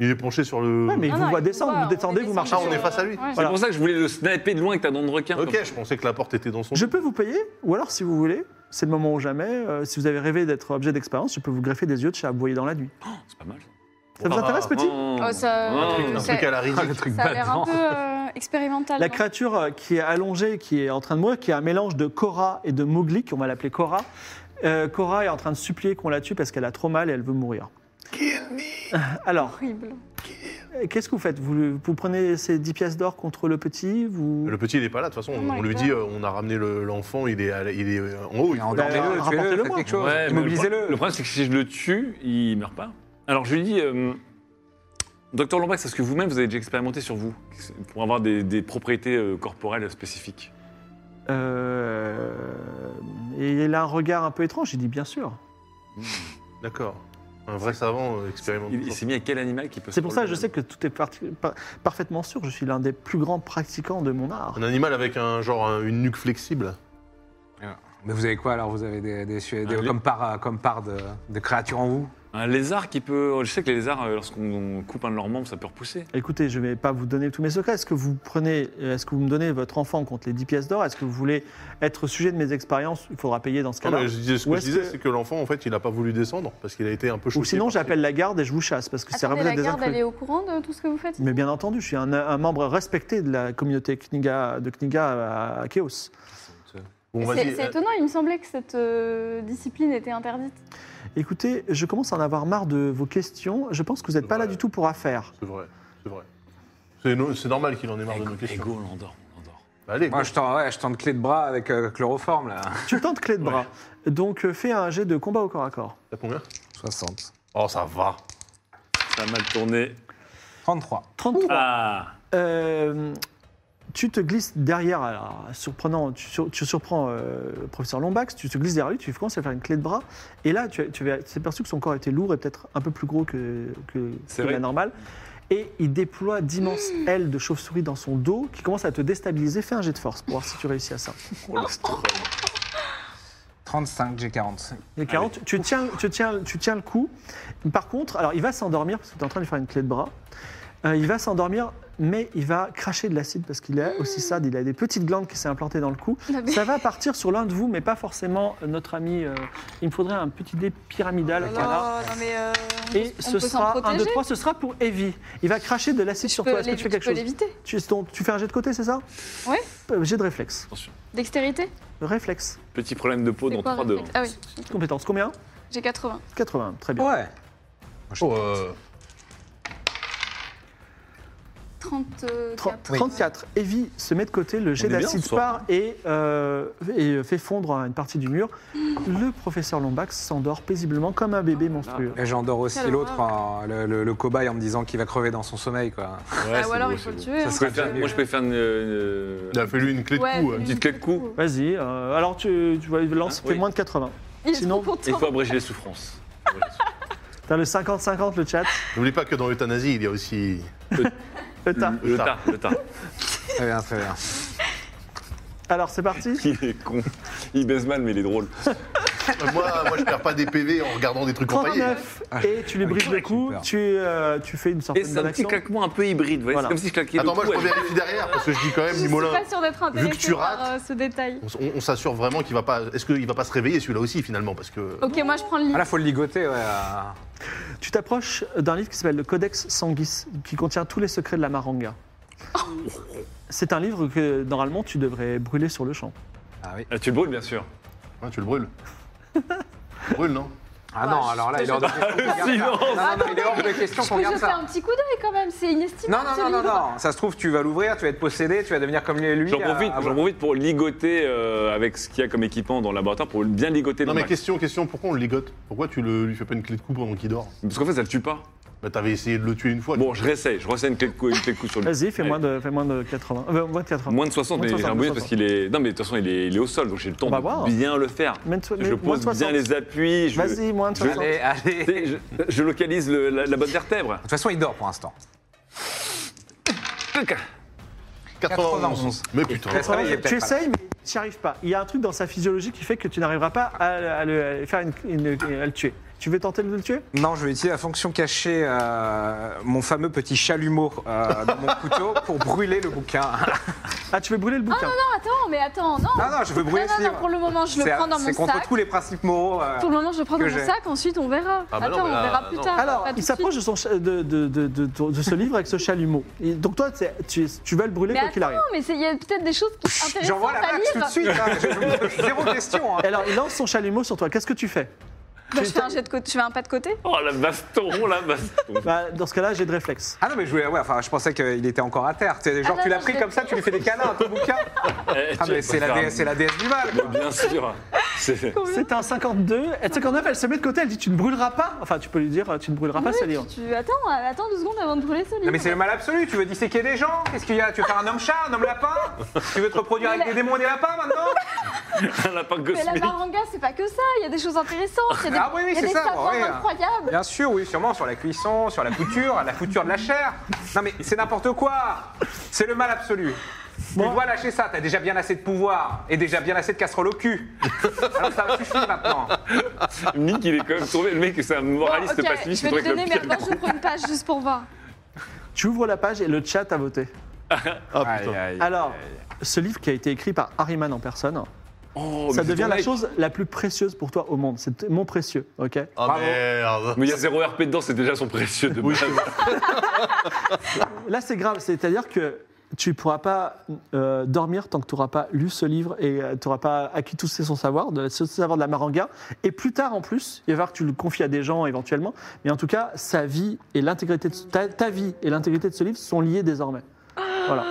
[SPEAKER 3] Il est penché sur le.
[SPEAKER 2] Ouais, mais il
[SPEAKER 6] Ah
[SPEAKER 2] vous
[SPEAKER 6] non,
[SPEAKER 2] voit
[SPEAKER 6] il
[SPEAKER 2] descendre,
[SPEAKER 6] voit,
[SPEAKER 2] vous
[SPEAKER 6] on
[SPEAKER 2] descendez,
[SPEAKER 6] est
[SPEAKER 2] vous
[SPEAKER 6] descendu,
[SPEAKER 2] marchez.
[SPEAKER 3] Ah, on est face à lui.
[SPEAKER 6] ouais.
[SPEAKER 7] C'est pour ça que je voulais le sniper de loin avec ta dent de requin.
[SPEAKER 3] Ok,
[SPEAKER 7] comme-
[SPEAKER 3] je pensais que la porte était dans son.
[SPEAKER 2] Je peux vous payer, ou alors si vous voulez, c'est le moment ou jamais, euh, si vous avez rêvé d'être objet d'expérience, je peux vous greffer des yeux de chat aboyé dans la nuit.
[SPEAKER 7] C'est pas mal.
[SPEAKER 2] Ça vous
[SPEAKER 3] Ah,
[SPEAKER 2] intéresse, petit Ah,
[SPEAKER 7] Oh.
[SPEAKER 6] Oh, ça-
[SPEAKER 3] Un
[SPEAKER 7] Oh.
[SPEAKER 6] C'est-
[SPEAKER 3] truc à la Riddick.
[SPEAKER 6] Ça a l'air un peu euh, expérimental.
[SPEAKER 2] La
[SPEAKER 6] non
[SPEAKER 2] créature euh, qui est allongée, qui est en train de mourir, qui est un mélange de Cora et de Moglik, on va l'appeler Cora. Euh, Cora est en train de supplier qu'on la tue parce qu'elle a trop mal et elle veut mourir. Alors,
[SPEAKER 6] Horrible.
[SPEAKER 2] euh, qu'est-ce que vous faites vous, vous prenez ces 10 pièces d'or contre le petit vous...
[SPEAKER 3] Le petit, il est pas là. De toute façon, on,
[SPEAKER 6] Oh my
[SPEAKER 3] on lui
[SPEAKER 6] God.
[SPEAKER 3] dit, euh, on a ramené le- l'enfant, il est, à la- il est euh, en haut. il faut
[SPEAKER 2] dormait.
[SPEAKER 3] l'emmener.
[SPEAKER 5] Endormez-le,
[SPEAKER 2] rapportez-le
[SPEAKER 5] tuez-le, faites
[SPEAKER 2] moi.
[SPEAKER 5] quelque chose.
[SPEAKER 7] Ouais, mais le
[SPEAKER 5] Immobilisez-le.
[SPEAKER 7] pro- Le problème, c'est que si je le tue, il meurt pas. Alors je lui dis, euh, docteur Lombax, est-ce que vous-même vous avez déjà expérimenté sur vous pour avoir des, des propriétés euh, corporelles spécifiques
[SPEAKER 2] Euh, Et il a un regard un peu étrange, il dit bien sûr.
[SPEAKER 3] D'accord. Un vrai savant euh, expérimenté.
[SPEAKER 7] Il, il s'est mis à quel animal qui peut
[SPEAKER 2] C'est pour ça que je sais que tout est parti- par- parfaitement sûr, je suis l'un des plus grands pratiquants de mon art.
[SPEAKER 3] Un animal avec un genre un- une nuque flexible.
[SPEAKER 5] Mais vous avez quoi alors Vous avez des, des, des-
[SPEAKER 7] Un lé-
[SPEAKER 5] comme part, euh, comme part de, de créatures en vous
[SPEAKER 7] Un lézard qui peut. Je sais que les lézards, euh, lorsqu'on coupe un de leurs membres, ça peut repousser.
[SPEAKER 2] Écoutez, je ne vais pas vous donner tous mes secrets. Est-ce que vous prenez, est-ce que vous me donnez votre enfant contre les 10 pièces d'or Est-ce que vous voulez être au sujet de mes expériences Il faudra payer dans ce
[SPEAKER 3] Non,
[SPEAKER 2] cas-là.
[SPEAKER 3] Oh, mais je disais- ce
[SPEAKER 2] Ou
[SPEAKER 3] que je
[SPEAKER 2] est-ce
[SPEAKER 3] disais,
[SPEAKER 2] que-
[SPEAKER 3] c'est que l'enfant, en fait, il n'a pas voulu descendre parce qu'il a été un peu choqué.
[SPEAKER 2] Ou sinon,
[SPEAKER 3] par-
[SPEAKER 2] j'appelle la garde et je vous chasse parce que c'est
[SPEAKER 6] Attendez,
[SPEAKER 2] vraiment
[SPEAKER 6] la
[SPEAKER 2] des
[SPEAKER 6] garde, elle
[SPEAKER 2] intrus.
[SPEAKER 6] est au courant de tout ce que vous faites
[SPEAKER 2] Mais bien entendu, je suis un, un membre respecté de la communauté Kniga, de Kniga à, à Chaos.
[SPEAKER 3] Bon,
[SPEAKER 6] C'est
[SPEAKER 3] vas-y. euh,
[SPEAKER 6] c'est étonnant, il me semblait que cette euh, discipline était interdite.
[SPEAKER 2] Écoutez, je commence à en avoir marre de vos questions. Je pense que vous n'êtes pas là
[SPEAKER 3] Ouais.
[SPEAKER 2] du tout pour affaire.
[SPEAKER 3] C'est vrai, c'est vrai. C'est no- C'est normal qu'il en ait marre de nos
[SPEAKER 7] Et
[SPEAKER 3] questions.
[SPEAKER 7] go, on l'endort, on l'endort.
[SPEAKER 3] Bah, allez,
[SPEAKER 5] Moi,
[SPEAKER 3] go.
[SPEAKER 5] je tends, ouais, je tends de clé de bras avec euh, chloroforme, là.
[SPEAKER 2] Tu tentes clé de bras. Donc, euh, fais un jet de combat au corps à corps.
[SPEAKER 3] T'as combien
[SPEAKER 5] 60.
[SPEAKER 3] Oh, ça va.
[SPEAKER 7] Ça a mal tourné.
[SPEAKER 5] 33.
[SPEAKER 2] 33.
[SPEAKER 7] Ah
[SPEAKER 2] Euh, tu te glisses derrière, alors, surprenant, tu, sur- tu surprends euh, le professeur Lombax, tu te glisses derrière lui, tu commences à faire une clé de bras, et là, tu, as- tu avais- tu t'es aperçu que son corps était lourd et peut-être un peu plus gros que, que,
[SPEAKER 7] C'est
[SPEAKER 2] que la
[SPEAKER 7] vrai.
[SPEAKER 2] normale, et il déploie d'immenses ailes de chauve-souris dans son dos qui commencent à te déstabiliser. Fais un jet de force pour voir si tu réussis à ça.
[SPEAKER 7] Oh, le stroll.
[SPEAKER 5] 35, j'ai 45.
[SPEAKER 2] Et 40, tu, tiens, tu, tiens, tu tiens le coup. Par contre, alors il va s'endormir parce que tu es en train de lui faire une clé de bras. Euh, il va s'endormir, mais il va cracher de l'acide parce qu'il est
[SPEAKER 6] Mmh.
[SPEAKER 2] aussi sad. Il a des petites glandes qui s'est implantées dans le cou.
[SPEAKER 6] Non, mais-
[SPEAKER 2] Ça va partir sur l'un de vous, mais pas forcément notre ami. euh, il me faudrait un petit dé pyramidal.
[SPEAKER 6] Oh
[SPEAKER 2] voilà.
[SPEAKER 6] là, non, mais euh,
[SPEAKER 2] Et
[SPEAKER 6] on
[SPEAKER 2] ce
[SPEAKER 6] peut s'en
[SPEAKER 2] sera un,
[SPEAKER 6] protéger.
[SPEAKER 2] deux, trois, ce sera pour Evie. Il va cracher de l'acide
[SPEAKER 6] Tu
[SPEAKER 2] sur
[SPEAKER 6] peux
[SPEAKER 2] toi. Est-ce que
[SPEAKER 6] l'é-
[SPEAKER 2] tu fais
[SPEAKER 6] tu
[SPEAKER 2] quelque
[SPEAKER 6] peux
[SPEAKER 2] chose
[SPEAKER 6] l'éviter.
[SPEAKER 2] tu, ton- tu fais un jet de côté, c'est ça
[SPEAKER 6] Ouais.
[SPEAKER 2] Euh, Jet de réflexe.
[SPEAKER 6] Dextérité
[SPEAKER 2] Réflexe.
[SPEAKER 7] Petit problème de peau
[SPEAKER 6] C'est
[SPEAKER 7] dans
[SPEAKER 6] quoi,
[SPEAKER 7] 3-2.
[SPEAKER 6] réflexe Ah oui,
[SPEAKER 2] Compétence, combien
[SPEAKER 6] j'ai 80.
[SPEAKER 2] 80, très bien.
[SPEAKER 5] Ouais.
[SPEAKER 3] Oh, euh,
[SPEAKER 6] 34.
[SPEAKER 2] Tren- 34. Evie se met de côté, le jet
[SPEAKER 7] est bien
[SPEAKER 2] d'acide
[SPEAKER 7] ce soir.
[SPEAKER 2] part et, euh, et fait fondre une partie du mur. Le professeur Lombax s'endort paisiblement comme un bébé monstrueux.
[SPEAKER 5] Et j'endors aussi
[SPEAKER 6] Quelle
[SPEAKER 5] l'autre, en- le, le- le cobaye, en me disant qu'il va crever dans son sommeil, quoi.
[SPEAKER 7] Ouais,
[SPEAKER 6] Ah,
[SPEAKER 7] c'est
[SPEAKER 6] ou alors
[SPEAKER 7] beau,
[SPEAKER 6] il faut
[SPEAKER 7] c'est
[SPEAKER 6] le
[SPEAKER 7] beau.
[SPEAKER 6] tuer.
[SPEAKER 5] Ça
[SPEAKER 6] hein.
[SPEAKER 7] Je peux faire-
[SPEAKER 5] mieux.
[SPEAKER 7] moi, je peux faire une. euh,
[SPEAKER 3] il a fait lui une clé de
[SPEAKER 6] Ouais,
[SPEAKER 3] cou.
[SPEAKER 6] fais-lui
[SPEAKER 3] hein.
[SPEAKER 7] une petite
[SPEAKER 6] clé
[SPEAKER 7] clé de cou.
[SPEAKER 2] Vas-y, euh, alors tu, tu vas lance,
[SPEAKER 7] Hein,
[SPEAKER 2] fais
[SPEAKER 7] oui.
[SPEAKER 2] moins de 80.
[SPEAKER 6] Il est
[SPEAKER 2] Sinon,
[SPEAKER 6] trop
[SPEAKER 7] Il
[SPEAKER 6] content.
[SPEAKER 7] faut abréger les souffrances. Faut abréger les souffrances.
[SPEAKER 2] T'as le 50-50 le chat.
[SPEAKER 3] N'oublie pas que dans l'euthanasie, il y a aussi.
[SPEAKER 2] Le Euh, tas.
[SPEAKER 7] Le tas, le tas.
[SPEAKER 5] Très bien, très bien.
[SPEAKER 2] Alors c'est parti.
[SPEAKER 7] Il est con. Il baise mal, mais il est drôle.
[SPEAKER 3] moi, moi, je perds pas des PV en regardant des trucs empaillés.
[SPEAKER 2] 39
[SPEAKER 5] Ah,
[SPEAKER 2] et tu lui
[SPEAKER 5] ah,
[SPEAKER 2] brises
[SPEAKER 5] j'ai
[SPEAKER 2] le cou,
[SPEAKER 5] peur.
[SPEAKER 2] tu, euh, tu fais une sorte
[SPEAKER 7] Et c'est un petit
[SPEAKER 2] d'action.
[SPEAKER 7] claquement un peu hybride. vous voyez,
[SPEAKER 2] Voilà.
[SPEAKER 7] C'est comme si je claquais
[SPEAKER 3] Attends,
[SPEAKER 7] le
[SPEAKER 3] moi,
[SPEAKER 7] cou
[SPEAKER 3] je
[SPEAKER 7] avec-
[SPEAKER 3] vérifie derrière parce que je dis quand même,
[SPEAKER 6] Je suis
[SPEAKER 3] Nimolin.
[SPEAKER 6] pas sûre d'être
[SPEAKER 3] Vu que tu
[SPEAKER 6] intéressée par
[SPEAKER 3] rates-
[SPEAKER 6] euh, ce détail.
[SPEAKER 3] On, s- on- on s'assure vraiment qu'il va pas. Est-ce qu'il va pas se réveiller celui-là aussi finalement parce que.
[SPEAKER 6] Ok, moi je prends le lit.
[SPEAKER 5] Ah, là, faut le ligoter, ouais. euh.
[SPEAKER 2] Tu t'approches d'un livre qui s'appelle le Codex Sanguis, qui contient tous les secrets de la maranga. C'est un livre que normalement tu devrais brûler sur le champ.
[SPEAKER 5] Ah oui.
[SPEAKER 7] Ah, tu le brûles, bien sûr.
[SPEAKER 3] Hein, tu le brûles. Tu le brûles non
[SPEAKER 5] Ah non, alors là, il est hors de question. qu'on regarde ça.
[SPEAKER 7] silence.
[SPEAKER 5] Non, non, non, il est hors de question
[SPEAKER 8] Je
[SPEAKER 5] qu'on
[SPEAKER 8] peux
[SPEAKER 5] regarde
[SPEAKER 8] jeter
[SPEAKER 5] ça.
[SPEAKER 8] un petit coup d'œil quand même, c'est
[SPEAKER 5] Non,
[SPEAKER 8] inestimable.
[SPEAKER 5] non,
[SPEAKER 8] ce
[SPEAKER 5] non, non,
[SPEAKER 8] livre.
[SPEAKER 5] non. Ça se trouve, tu vas l'ouvrir, tu vas être possédé, tu vas devenir comme lui.
[SPEAKER 7] J'en
[SPEAKER 5] euh,
[SPEAKER 7] profite,
[SPEAKER 5] ah,
[SPEAKER 7] j'en
[SPEAKER 5] voilà.
[SPEAKER 7] profite pour ligoter euh, avec ce qu'il y a comme équipement dans le laboratoire pour bien ligoter
[SPEAKER 3] Non
[SPEAKER 7] le
[SPEAKER 3] mais
[SPEAKER 7] max.
[SPEAKER 3] question, question, pourquoi on le ligote Pourquoi tu le, lui fais pas une clé de cou pendant qu'il dort
[SPEAKER 7] Parce qu'en fait, ça le tue pas.
[SPEAKER 3] Bah t'avais essayé de le tuer une fois.
[SPEAKER 7] Bon, je réessaye, je ressaye une clé de cou, une clé de cou sur lui.
[SPEAKER 2] Vas-y, fais moins de, fais moins de 80. euh, moins de 80.
[SPEAKER 7] Moins de 60, mais j'ai un
[SPEAKER 2] 60,
[SPEAKER 7] bonus parce qu'il est. Non, mais de toute façon, il est, il est au sol, donc j'ai le temps
[SPEAKER 2] On va
[SPEAKER 7] de
[SPEAKER 2] voir.
[SPEAKER 7] bien le faire.
[SPEAKER 2] Moins de so-
[SPEAKER 7] Je
[SPEAKER 2] mais- moins de
[SPEAKER 7] pose bien
[SPEAKER 2] 60.
[SPEAKER 7] les appuis, je,
[SPEAKER 2] Vas-y, moins de
[SPEAKER 7] je-
[SPEAKER 2] 60.
[SPEAKER 5] Allez, allez.
[SPEAKER 7] tu sais, je, je localise le- la, la bonne vertèbre.
[SPEAKER 5] De toute façon, il dort pour l'instant. 91.
[SPEAKER 3] Mais putain.
[SPEAKER 5] Reste réveillé, peut-être,
[SPEAKER 2] Tu
[SPEAKER 5] pas.
[SPEAKER 2] essayes, mais tu n'y arrives pas. Il y a un truc dans sa physiologie qui fait que tu n'arriveras pas à, à le, à faire une, une- à le tuer. Tu veux tenter de le tuer
[SPEAKER 5] Non, je vais utiliser la fonction cachée, euh, mon fameux petit chalumeau euh, dans mon couteau pour brûler le bouquin.
[SPEAKER 2] Ah, tu veux brûler le bouquin
[SPEAKER 8] Non, attends, mais attends, non.
[SPEAKER 5] Non, non, je veux
[SPEAKER 8] Non,
[SPEAKER 5] brûler
[SPEAKER 8] non,
[SPEAKER 5] ce
[SPEAKER 8] non,
[SPEAKER 5] livre.
[SPEAKER 8] pour le moment, je le
[SPEAKER 5] C'est-
[SPEAKER 8] prends dans mon
[SPEAKER 5] C'est contre
[SPEAKER 8] sac.
[SPEAKER 5] tous les principes moraux. euh,
[SPEAKER 8] Pour le moment, je le prends
[SPEAKER 5] que
[SPEAKER 8] dans mon
[SPEAKER 5] j'ai.
[SPEAKER 8] sac, ensuite on verra.
[SPEAKER 3] Ah bah non,
[SPEAKER 8] attends,
[SPEAKER 3] mais là,
[SPEAKER 8] on verra plus
[SPEAKER 3] non.
[SPEAKER 8] tard.
[SPEAKER 2] Alors,
[SPEAKER 8] pas tout
[SPEAKER 2] il
[SPEAKER 8] de suite.
[SPEAKER 2] s'approche de, son cha- de, de, de, de, de ce livre avec ce chalumeau. Et donc toi, c'est- tu, tu vas le brûler
[SPEAKER 8] Mais
[SPEAKER 2] quoi qu'il arrive.
[SPEAKER 8] attends, mais c'est- il y a peut-être des choses qui intéressent
[SPEAKER 5] J'envoie la
[SPEAKER 8] à
[SPEAKER 5] max tout de
[SPEAKER 8] lire.
[SPEAKER 5] suite. hein. Je- je- Zéro question. hein.
[SPEAKER 2] Alors, il lance son chalumeau sur toi. Qu'est-ce que tu fais
[SPEAKER 6] Bah, je, fais un jet de côté, je fais un pas de côté.
[SPEAKER 7] Oh, la baston, la baston.
[SPEAKER 2] Bah, Dans ce cas-là, j'ai de réflexe.
[SPEAKER 5] Ah non, mais je voulais. Ouais, enfin, je pensais qu'il était encore à terre. Tu sais, genre,
[SPEAKER 8] Ah non,
[SPEAKER 5] tu l'as
[SPEAKER 8] non,
[SPEAKER 5] pris
[SPEAKER 8] je
[SPEAKER 5] comme
[SPEAKER 8] l'ai
[SPEAKER 5] ça, tu lui fais des câlins à ton bouquin.
[SPEAKER 7] Eh,
[SPEAKER 5] Ah,
[SPEAKER 7] tu-
[SPEAKER 5] mais c'est la, dé- c'est la déesse du mal. quoi.
[SPEAKER 7] Bien sûr. C'est-
[SPEAKER 2] C'est un 52. Elle 59, elle se met de côté. Elle dit Tu ne brûleras pas. Enfin, tu peux lui dire Tu ne brûleras pas ce
[SPEAKER 8] Oui,
[SPEAKER 2] livre.
[SPEAKER 8] tu, tu- attends, attends deux secondes avant de brûler ce livre.
[SPEAKER 5] Non, mais c'est le mal absolu. Tu veux disséquer des gens Qu'est-ce qu'il y a Tu veux faire un homme chat, un homme lapin Tu veux te reproduire avec des démons et des lapins maintenant
[SPEAKER 7] Un lapin
[SPEAKER 8] Mais la
[SPEAKER 7] cosmique.
[SPEAKER 8] baranga, c'est pas que ça, il y a des choses intéressantes, il y a des,
[SPEAKER 5] Ah oui, oui,
[SPEAKER 8] il y a
[SPEAKER 5] c'est
[SPEAKER 8] des
[SPEAKER 5] ça,
[SPEAKER 8] savoirs
[SPEAKER 5] ouais.
[SPEAKER 8] incroyables.
[SPEAKER 5] Bien sûr, oui, sûrement sur la cuisson, sur la couture, la couture de la chair. Non mais c'est n'importe quoi. C'est le mal absolu. Tu dois lâcher ça, t'as déjà bien assez de pouvoir et déjà bien assez de casserole au cul. Alors ça va suffire maintenant.
[SPEAKER 3] Ah,
[SPEAKER 7] Nick, il est quand même tombé. Le mec, c'est un
[SPEAKER 8] Bon,
[SPEAKER 7] moraliste
[SPEAKER 8] ok,
[SPEAKER 7] pacifiste.
[SPEAKER 8] je vais
[SPEAKER 7] il
[SPEAKER 8] te
[SPEAKER 7] faudrait
[SPEAKER 8] donner,
[SPEAKER 7] que
[SPEAKER 8] mais
[SPEAKER 7] le
[SPEAKER 8] avant je prends une page juste pour voir.
[SPEAKER 2] Tu ouvres la page et le chat a voté.
[SPEAKER 3] Ah putain.
[SPEAKER 2] Alors, ce livre qui a été écrit par Harriman en personne,
[SPEAKER 7] euh, Oh,
[SPEAKER 2] ça
[SPEAKER 7] mais c'est
[SPEAKER 2] devient
[SPEAKER 7] ton
[SPEAKER 2] la
[SPEAKER 7] mec.
[SPEAKER 2] chose la plus précieuse pour toi au monde. C'est mon précieux, ok
[SPEAKER 3] Ah
[SPEAKER 5] Bravo.
[SPEAKER 3] merde.
[SPEAKER 7] Mais il y a zéro RP dedans, c'est déjà son précieux de base.
[SPEAKER 2] Là, c'est grave. C'est-à-dire que tu ne pourras pas euh, dormir tant que tu n'auras pas lu ce livre et euh, tu n'auras pas acquis tout son savoir, de, ce savoir de la maranga. Et plus tard, en plus, il va falloir que tu le confies à des gens éventuellement. Mais en tout cas, sa vie et l'intégrité de ce- ta, ta vie et l'intégrité de ce livre sont liées désormais.
[SPEAKER 7] Ah.
[SPEAKER 2] Voilà.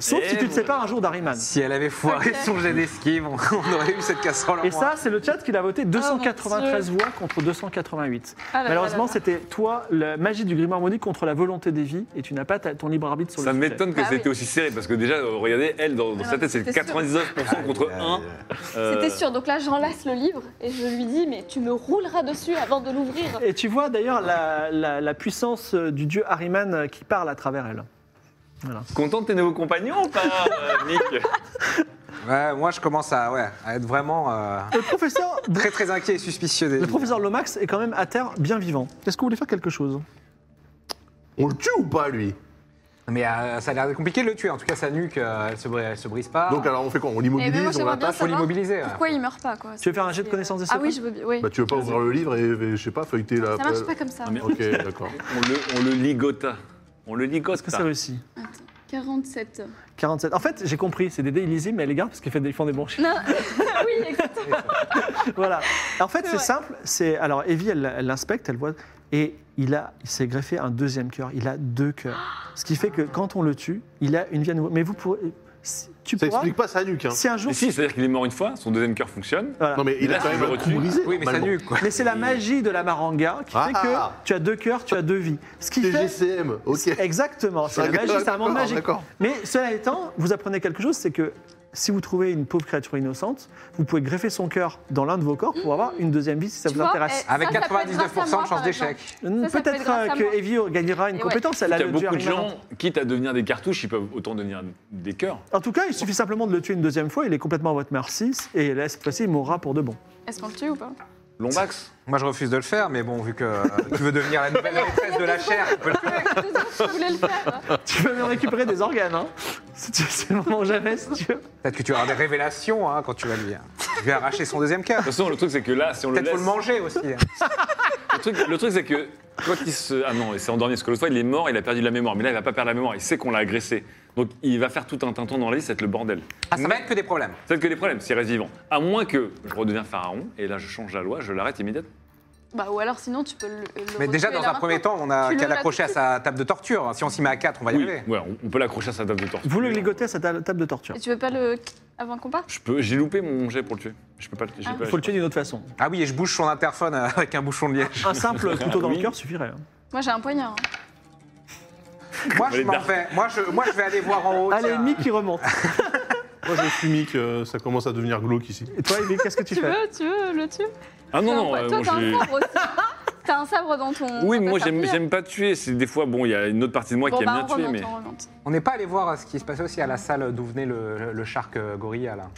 [SPEAKER 2] Sauf
[SPEAKER 7] Eh
[SPEAKER 2] si tu te
[SPEAKER 7] bon.
[SPEAKER 2] sépares un jour d'Ariman.
[SPEAKER 5] Si elle avait foiré son jet d'esquive, on on aurait eu cette casserole en
[SPEAKER 2] Et
[SPEAKER 5] moins.
[SPEAKER 2] ça, c'est le chat qui l'a voté
[SPEAKER 6] Ah, mon
[SPEAKER 2] 293 voix contre 288.
[SPEAKER 6] Ah là là
[SPEAKER 2] Malheureusement,
[SPEAKER 6] là là.
[SPEAKER 2] c'était toi, la magie du grimoire harmonique contre la volonté des vies, et tu n'as pas ta- ton libre arbitre sur
[SPEAKER 7] Ça
[SPEAKER 2] le sujet.
[SPEAKER 7] m'étonne que
[SPEAKER 8] Ah
[SPEAKER 6] Bah
[SPEAKER 7] ça ait été
[SPEAKER 6] oui.
[SPEAKER 7] aussi serré parce que déjà, euh, regardez, elle, dans, dans
[SPEAKER 6] Ah,
[SPEAKER 7] sa tête, c'est
[SPEAKER 6] c'était sûr.
[SPEAKER 7] 99% contre Euh, 1.
[SPEAKER 5] euh,
[SPEAKER 6] C'était sûr, donc là j'enlace le livre et je lui dis mais tu me rouleras dessus avant de l'ouvrir.
[SPEAKER 2] Et tu vois d'ailleurs la, la- la puissance euh, du dieu Harriman euh, qui parle à travers elle.
[SPEAKER 7] Content de tes nouveaux compagnons ou pas, euh, Nick
[SPEAKER 5] Ouais, moi je commence à, ouais, à être vraiment euh,
[SPEAKER 2] Le professeur,
[SPEAKER 5] très très inquiet et suspicieux. des-
[SPEAKER 2] le professeur Lomax est quand même à terre bien vivant. Est-ce que vous voulez faire quelque chose
[SPEAKER 3] On le tue ou pas lui
[SPEAKER 5] Mais euh, ça a l'air compliqué de le tuer. En tout cas, sa nuque, euh, elle, se, bri- elle se brise pas.
[SPEAKER 3] Donc alors on fait quoi On
[SPEAKER 6] Et même Ah.
[SPEAKER 3] l'immobilise, on
[SPEAKER 6] Eh ben, moi j'aimerais bien
[SPEAKER 3] l'attache
[SPEAKER 5] faut
[SPEAKER 6] savoir
[SPEAKER 5] l'immobiliser, ouais.
[SPEAKER 6] pourquoi il meurt pas quoi.
[SPEAKER 2] Tu veux faire un jet de connaissance des
[SPEAKER 6] Ah
[SPEAKER 2] secrets
[SPEAKER 6] oui, je veux bien. Oui.
[SPEAKER 3] Bah tu veux pas ouvrir le livre et, et, je sais pas feuilleter la.
[SPEAKER 6] Ça marche pas comme ça.
[SPEAKER 7] mais-
[SPEAKER 3] Ok d'accord.
[SPEAKER 7] on le, on le ligota. On le ligota.
[SPEAKER 2] Est-ce que c'est réussi
[SPEAKER 6] 47.
[SPEAKER 2] 47. En fait, j'ai compris, c'est des dés illisibles, mais les gars, parce qu'ils fait des- ils font des bons chiffres.
[SPEAKER 6] Non, oui, exactement.
[SPEAKER 2] voilà. En fait,
[SPEAKER 6] C'est
[SPEAKER 2] c'est
[SPEAKER 6] vrai.
[SPEAKER 2] simple. C'est alors Evie, elle elle l'inspecte, elle voit, et il a, il s'est greffé un deuxième cœur. Il a deux cœurs, ce qui fait que quand on le tue, il a une vie à nouveau. Mais vous pourrez, si- tu
[SPEAKER 3] Ça
[SPEAKER 2] pourras,
[SPEAKER 3] explique pas sa nuque hein.
[SPEAKER 2] si un jour,
[SPEAKER 7] Mais si, c'est-à-dire qu'il est mort une fois, son deuxième cœur fonctionne.
[SPEAKER 2] voilà.
[SPEAKER 3] Non mais il
[SPEAKER 7] Là,
[SPEAKER 3] a quand
[SPEAKER 7] je
[SPEAKER 3] même
[SPEAKER 7] le
[SPEAKER 3] un coup
[SPEAKER 7] retire.
[SPEAKER 3] brisé.
[SPEAKER 5] Oui, mais sa
[SPEAKER 3] normalement.
[SPEAKER 5] nuque, quoi.
[SPEAKER 2] Mais c'est la magie de la maranga qui fait
[SPEAKER 3] Ah.
[SPEAKER 2] que tu as deux cœurs, tu as deux vies. Ce qui fait.
[SPEAKER 3] TGCM, ok.
[SPEAKER 2] Exactement, c'est la magie, c'est un monde
[SPEAKER 3] D'accord,
[SPEAKER 2] magique.
[SPEAKER 3] d'accord.
[SPEAKER 2] Mais cela étant, vous apprenez quelque chose, c'est que si vous trouvez une pauvre créature innocente, vous pouvez greffer son cœur dans l'un de vos corps pour avoir une deuxième vie si ça
[SPEAKER 6] Tu
[SPEAKER 2] vous
[SPEAKER 6] vois,
[SPEAKER 2] intéresse.
[SPEAKER 6] eh,
[SPEAKER 5] Avec
[SPEAKER 6] Ça, ça peut être
[SPEAKER 5] 99% de
[SPEAKER 6] grâce à moi,
[SPEAKER 5] chance
[SPEAKER 6] par
[SPEAKER 5] d'échec.
[SPEAKER 6] ça, ça peut être
[SPEAKER 2] Peut-être
[SPEAKER 6] grâce
[SPEAKER 2] euh,
[SPEAKER 6] à
[SPEAKER 2] que
[SPEAKER 6] moi.
[SPEAKER 2] Evie gagnera une
[SPEAKER 6] Et ouais.
[SPEAKER 2] compétence, elle a
[SPEAKER 7] Il y a
[SPEAKER 2] le dieu
[SPEAKER 7] beaucoup de
[SPEAKER 2] Ariman.
[SPEAKER 7] gens, quitte à devenir des cartouches, ils peuvent autant devenir des cœurs.
[SPEAKER 2] En tout cas, il suffit simplement de le tuer une deuxième fois, il est complètement à votre merci, et là, cette fois-ci, il mourra pour de bon.
[SPEAKER 6] Est-ce qu'on le tue ou pas
[SPEAKER 7] Lombax
[SPEAKER 5] Moi, je refuse de le faire, mais bon, vu que euh, tu veux devenir la nouvelle maîtresse de la chair, tu peux le faire.
[SPEAKER 6] Deux secondes, Je voulais le faire.
[SPEAKER 2] Tu peux même récupérer des organes, hein Si tu- C'est le moment ou jamais, si tu veux.
[SPEAKER 5] Peut-être que tu auras des révélations hein, quand tu vas lui, tu lui arracher son deuxième cœur.
[SPEAKER 7] De toute façon, le truc, c'est que là, si on le
[SPEAKER 5] Peut-être
[SPEAKER 7] laisse.
[SPEAKER 5] faut le manger aussi. hein.
[SPEAKER 7] Le truc, le truc, c'est que quoi qu'il se. Ah non, il s'est endormi, parce que l'autre fois, il est mort, il a perdu la mémoire. Mais là, il va pas perdre la mémoire, il sait qu'on l'a agressé. Donc, il va faire tout un tinton dans la vie, ça va être le bordel.
[SPEAKER 5] Ah, ça va être que des problèmes.
[SPEAKER 7] C'est que des problèmes, s'il reste vivant. À moins que je redeviens pharaon, et là, je change la loi, je l'arrête immédiatement.
[SPEAKER 6] Bah, ou alors sinon, tu peux le. le
[SPEAKER 5] Mais déjà,
[SPEAKER 6] retuer
[SPEAKER 5] dans
[SPEAKER 6] là
[SPEAKER 5] un premier
[SPEAKER 6] maintenant.
[SPEAKER 5] temps, on a
[SPEAKER 6] Tu le
[SPEAKER 5] qu'à
[SPEAKER 6] mets là
[SPEAKER 5] l'accrocher à
[SPEAKER 6] tout de
[SPEAKER 5] sa table de torture. hein. Si on s'y met à 4, on va y
[SPEAKER 7] Oui,
[SPEAKER 5] arriver.
[SPEAKER 7] ouais, on- on peut l'accrocher à sa table de torture.
[SPEAKER 2] Eh Vous le ligotez à sa ta- table de torture.
[SPEAKER 6] Et tu veux pas le. avant qu'on parte
[SPEAKER 7] Je peux, j'ai loupé mon jet pour le tuer. Je peux pas. le- j'ai
[SPEAKER 6] Ah.
[SPEAKER 7] pas-
[SPEAKER 2] Il faut le tuer d'une autre façon.
[SPEAKER 5] Ah oui, et je bouge son interphone euh, avec un bouchon de liège.
[SPEAKER 2] Un simple couteau dans
[SPEAKER 7] Oui.
[SPEAKER 2] le cœur suffirait. hein.
[SPEAKER 6] Moi, j'ai un poignard. hein.
[SPEAKER 5] Moi, je
[SPEAKER 7] Les
[SPEAKER 5] m'en
[SPEAKER 7] dards.
[SPEAKER 5] vais. Moi je, moi, je vais aller voir en haut.
[SPEAKER 2] Allez,
[SPEAKER 5] tiens.
[SPEAKER 2] l'ennemi qui remonte.
[SPEAKER 3] Moi, je fumis que ça commence à devenir glauque ici.
[SPEAKER 2] Et toi, Amy, qu'est-ce que tu,
[SPEAKER 6] Tu
[SPEAKER 2] fais
[SPEAKER 6] veux, tu veux le tuer
[SPEAKER 7] Ah non,
[SPEAKER 6] T'as un
[SPEAKER 7] non,
[SPEAKER 6] poing-
[SPEAKER 7] euh,
[SPEAKER 6] bah, Toi,
[SPEAKER 7] moi,
[SPEAKER 6] t'as un
[SPEAKER 7] j'ai-
[SPEAKER 6] sabre aussi. T'as un sabre dans ton.
[SPEAKER 7] Oui,
[SPEAKER 6] dans
[SPEAKER 7] mais
[SPEAKER 6] ta
[SPEAKER 7] moi j'aime,
[SPEAKER 6] serpillière.
[SPEAKER 7] j'aime pas tuer. C'est des fois, bon, il y a une autre partie de moi
[SPEAKER 6] Bon,
[SPEAKER 7] qui
[SPEAKER 6] bah,
[SPEAKER 7] aime
[SPEAKER 6] on
[SPEAKER 7] bien tuer,
[SPEAKER 6] remonte,
[SPEAKER 7] mais.
[SPEAKER 6] on remonte.
[SPEAKER 5] On n'est pas allé voir euh, ce qui se passait aussi à la salle d'où venait le, le, le shark euh, gorilla, là.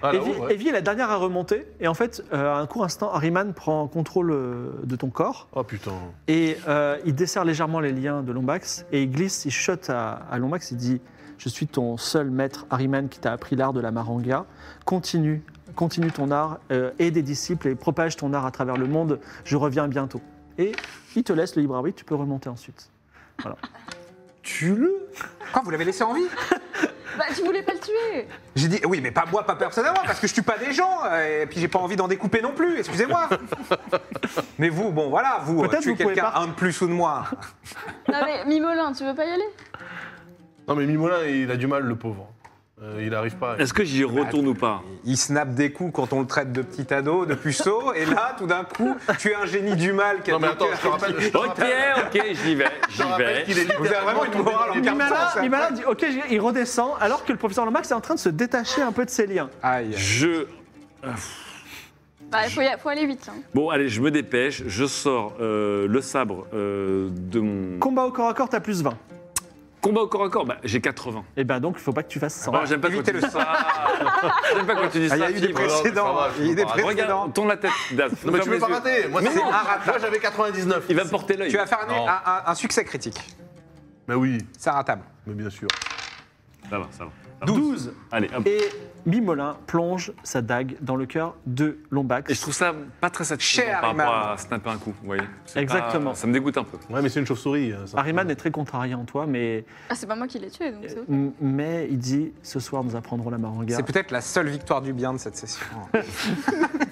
[SPEAKER 7] Bah,
[SPEAKER 3] Ah, là-haut,
[SPEAKER 2] Evie,
[SPEAKER 3] ouais.
[SPEAKER 2] Evie est la dernière à remonter. Et en fait, euh, à un court instant, Harryman prend contrôle euh, de ton corps.
[SPEAKER 3] Oh putain.
[SPEAKER 2] Et euh, il desserre légèrement les liens de Lombax. Et il glisse, il chuchote à, à Lombax. Il dit Je suis ton seul maître, Harryman, qui t'a appris l'art de la maranga. Continue, continue ton art, euh, aide des disciples et propage ton art à travers le monde. Je reviens bientôt. Et il te laisse le libre arbitre, tu peux remonter ensuite.
[SPEAKER 7] Tue-le
[SPEAKER 5] Quoi, vous l'avez laissé en vie
[SPEAKER 6] Bah, tu voulais pas le tuer
[SPEAKER 5] J'ai dit, oui, mais pas moi, pas personnellement, parce que je tue pas des gens, euh, et puis j'ai pas envie d'en découper non plus, excusez-moi. mais vous, bon, voilà, vous, euh,
[SPEAKER 2] Peut-être
[SPEAKER 5] tuez
[SPEAKER 2] vous pouvez
[SPEAKER 5] quelqu'un
[SPEAKER 2] pas-
[SPEAKER 5] un de plus ou de moins.
[SPEAKER 6] Non, mais Mimolin, tu veux pas y aller
[SPEAKER 3] Non, mais Mimola, il a du mal, le pauvre. Euh, il arrive pas.
[SPEAKER 7] Est-ce que j'y retourne ou pas
[SPEAKER 5] Il snappe des coups quand on le traite de petit ado, de puceau, et là, tout d'un coup, tu es un génie du mal qui a
[SPEAKER 3] Non, mais
[SPEAKER 5] des
[SPEAKER 3] attends,
[SPEAKER 5] cœurs
[SPEAKER 3] je te rappelle. Je te
[SPEAKER 7] Ok,
[SPEAKER 3] rappelle-
[SPEAKER 7] ok, j'y vais,
[SPEAKER 3] je te
[SPEAKER 7] j'y
[SPEAKER 3] rappelle
[SPEAKER 7] vais.
[SPEAKER 3] qu'il est
[SPEAKER 5] Vous avez vraiment une morale en carton,
[SPEAKER 2] Mimala,
[SPEAKER 5] ça.
[SPEAKER 2] Mimala dit Ok, j'y vais. il redescend, alors que le professeur Lombax est en train de se détacher un peu de ses liens.
[SPEAKER 5] Aïe.
[SPEAKER 7] Je.
[SPEAKER 6] Bah, faut, y a- faut aller vite. hein.
[SPEAKER 7] Bon, allez, je me dépêche, je sors euh, le sabre euh, de mon.
[SPEAKER 2] Combat au corps à corps, t'as plus 20.
[SPEAKER 7] Combat au corps à corps Bah, j'ai 80.
[SPEAKER 2] Et ben donc, il faut pas que tu fasses 100.
[SPEAKER 7] Oh, j'aime pas quand
[SPEAKER 5] évitez
[SPEAKER 7] tu
[SPEAKER 5] le
[SPEAKER 7] dis ça. J'aime pas quand tu dis
[SPEAKER 5] Ah, il y
[SPEAKER 7] ça.
[SPEAKER 5] a eu des
[SPEAKER 7] Fibre.
[SPEAKER 3] précédents.
[SPEAKER 5] précédents.
[SPEAKER 3] va, je
[SPEAKER 5] Il y a eu des
[SPEAKER 3] comprends.
[SPEAKER 5] précédents.
[SPEAKER 7] Regarde, tourne la tête, Daz.
[SPEAKER 3] Non, mais tu
[SPEAKER 7] Ferme
[SPEAKER 3] peux
[SPEAKER 7] les
[SPEAKER 3] pas
[SPEAKER 7] yeux.
[SPEAKER 3] rater. Moi,
[SPEAKER 5] Mais
[SPEAKER 3] c'est
[SPEAKER 5] non.
[SPEAKER 3] un rat. Moi, j'avais 99.
[SPEAKER 7] Il va me porter l'œil.
[SPEAKER 5] Tu vas faire un,
[SPEAKER 3] Non.
[SPEAKER 5] un- un- un succès critique.
[SPEAKER 3] Mais oui,
[SPEAKER 5] C'est ratable.
[SPEAKER 3] mais bien sûr.
[SPEAKER 7] Ça va, ça va.
[SPEAKER 2] 12.
[SPEAKER 7] Allez, hop.
[SPEAKER 2] Et Mimolin plonge sa dague dans le cœur de Lombax.
[SPEAKER 7] Et je trouve ça pas très satisfaisant
[SPEAKER 5] Cher
[SPEAKER 7] par rapport
[SPEAKER 5] Iman.
[SPEAKER 7] à snapper un coup, vous voyez. C'est
[SPEAKER 2] Exactement.
[SPEAKER 7] pas- ça me dégoûte un peu.
[SPEAKER 3] Ouais, mais c'est une chauve-souris. hein, ça.
[SPEAKER 2] Harryman est très contrarié en toi, mais,
[SPEAKER 6] Ah, c'est pas moi qui l'ai tué, donc
[SPEAKER 7] Euh,
[SPEAKER 6] c'est ok.
[SPEAKER 2] m- mais il dit ce soir nous apprendrons la maranga.
[SPEAKER 5] C'est peut-être la seule victoire du bien de cette session.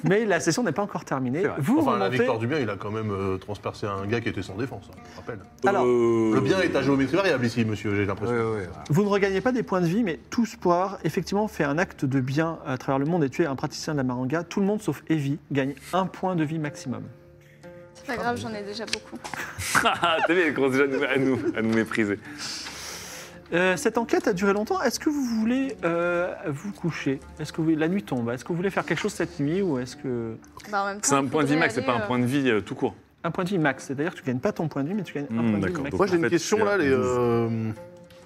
[SPEAKER 2] Mais la session n'est pas encore terminée.
[SPEAKER 5] C'est vrai.
[SPEAKER 2] Vous
[SPEAKER 3] Enfin, la
[SPEAKER 2] remontez-
[SPEAKER 3] victoire du bien, il a quand même euh, transpercé un gars qui était sans défense, hein, je rappelle.
[SPEAKER 7] Euh,
[SPEAKER 2] Alors,
[SPEAKER 3] Le bien est à géométrie variable ici, monsieur, j'ai l'impression.
[SPEAKER 2] vous ne regagnez pas des points de vie, mais tous pour avoir effectivement fait un acte de bien à travers le monde et tuer un praticien de la maranga, tout le monde sauf Evie gagne un point de vie maximum.
[SPEAKER 6] C'est pas grave, j'en ai déjà beaucoup.
[SPEAKER 7] Ah, T'as vu, elle commence déjà à nous, à nous- à nous mépriser.
[SPEAKER 2] Euh, cette enquête a duré longtemps. Est-ce que vous voulez euh, vous coucher Est-ce que vous... la nuit tombe Est-ce que vous voulez faire quelque chose cette nuit ou est-ce que
[SPEAKER 6] Bah, en même temps,
[SPEAKER 7] C'est un
[SPEAKER 6] il
[SPEAKER 7] point de vie
[SPEAKER 6] faudrait
[SPEAKER 7] max, c'est
[SPEAKER 6] aller,
[SPEAKER 7] pas un
[SPEAKER 6] euh,
[SPEAKER 7] point de vie euh, tout court.
[SPEAKER 2] un point de vie max C'est-à-dire que tu gagnes pas ton point de vie, mais tu gagnes un
[SPEAKER 7] Hmm,
[SPEAKER 2] point de vie
[SPEAKER 7] d'accord.
[SPEAKER 2] max.
[SPEAKER 3] Moi, j'ai
[SPEAKER 7] En
[SPEAKER 3] une
[SPEAKER 7] fait,
[SPEAKER 3] question,
[SPEAKER 7] c'est
[SPEAKER 3] là,
[SPEAKER 7] à
[SPEAKER 3] les,
[SPEAKER 7] 12.
[SPEAKER 3] euh,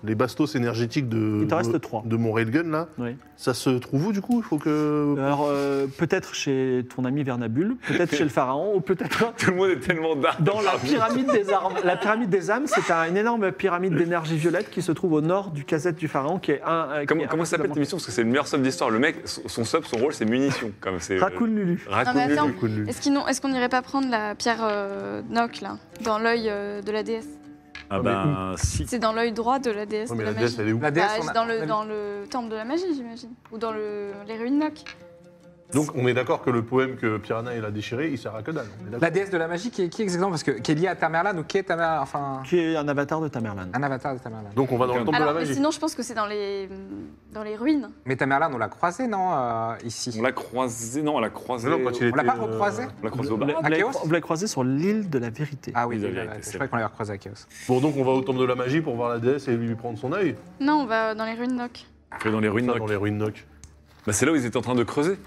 [SPEAKER 3] les bastos énergétiques de,
[SPEAKER 2] Il t'en reste
[SPEAKER 3] de-
[SPEAKER 2] trois.
[SPEAKER 3] de mon railgun, là.
[SPEAKER 2] Oui.
[SPEAKER 3] Ça se trouve où, du coup Il faut que...
[SPEAKER 2] Alors euh, peut-être chez ton ami Vernabule, peut-être chez le pharaon ou peut-être
[SPEAKER 7] Tout le monde est tellement dingue.
[SPEAKER 2] dans la pyramide des armes. La pyramide des âmes, c'est un- une énorme pyramide d'énergie violette qui se trouve au nord du casette du pharaon, qui est un. euh, qui
[SPEAKER 7] Comment,
[SPEAKER 2] est
[SPEAKER 7] comment ça s'appelle cette
[SPEAKER 2] incroyablement-
[SPEAKER 7] émission Parce que c'est le meilleur sub d'histoire. Le mec, son son sub, son rôle, c'est munitions. Comme c'est, euh,
[SPEAKER 2] Raccoon Lulu.
[SPEAKER 6] euh, Non,
[SPEAKER 7] Raccoon
[SPEAKER 6] mais attends,
[SPEAKER 7] Lulu.
[SPEAKER 6] est-ce qu'ils n'ont- est-ce qu'on n'irait pas prendre la pierre euh, Noc, là, dans l'œil euh, de la déesse
[SPEAKER 7] Ah bah, si.
[SPEAKER 6] C'est dans l'œil droit de la déesse
[SPEAKER 3] Ouais,
[SPEAKER 6] de
[SPEAKER 3] mais
[SPEAKER 6] la,
[SPEAKER 3] la déesse,
[SPEAKER 6] magie.
[SPEAKER 3] elle est où
[SPEAKER 5] La
[SPEAKER 6] Bah,
[SPEAKER 5] déesse, on a-
[SPEAKER 6] dans,
[SPEAKER 5] on
[SPEAKER 6] le,
[SPEAKER 5] a-
[SPEAKER 6] dans le temple de la magie, j'imagine. Ou dans le, les ruines Noc.
[SPEAKER 3] Donc, on est d'accord que le poème que Piranha, il a déchiré, il sert à que dalle. on est d'accord.
[SPEAKER 5] La déesse de la magie qui est, qui est exactement parce que qui est liée à Tamerlan ou qui est Tamerlan enfin
[SPEAKER 2] Qui est un avatar de Tamerlan.
[SPEAKER 5] un avatar de Tamerlan.
[SPEAKER 3] Donc, on va dans le temple de la
[SPEAKER 6] Alors, mais
[SPEAKER 3] magie.
[SPEAKER 6] sinon, je pense que c'est dans les, dans les ruines.
[SPEAKER 5] Mais Tamerlan on l'a croisé non euh, ici.
[SPEAKER 7] On l'a croisé. Non, on l'a croisé.
[SPEAKER 3] Mais non, quand il
[SPEAKER 7] au-
[SPEAKER 3] était,
[SPEAKER 5] On l'a pas
[SPEAKER 3] euh,
[SPEAKER 5] recroisé
[SPEAKER 7] On l'a croisé au
[SPEAKER 2] Vous
[SPEAKER 7] bar.
[SPEAKER 2] l'avez-
[SPEAKER 5] Ah,
[SPEAKER 2] vous l'avez
[SPEAKER 5] Chaos
[SPEAKER 2] cro- vous l'avez croisé sur l'île de la vérité.
[SPEAKER 5] Ah
[SPEAKER 7] Oui,
[SPEAKER 5] oui, oui,
[SPEAKER 7] la
[SPEAKER 5] oui,
[SPEAKER 7] vérité,
[SPEAKER 5] je
[SPEAKER 7] c'est
[SPEAKER 5] croyais qu'on l'avait croisé à Chaos.
[SPEAKER 3] Bon, donc, on va au temple de la magie pour voir la déesse et lui prendre son œil.
[SPEAKER 6] Non, on va dans les ruines Noc.
[SPEAKER 7] Fait dans les ruines.
[SPEAKER 3] Ça,
[SPEAKER 7] Noc.
[SPEAKER 3] dans les ruines Noc.
[SPEAKER 7] Bah, c'est là où ils étaient en train de creuser.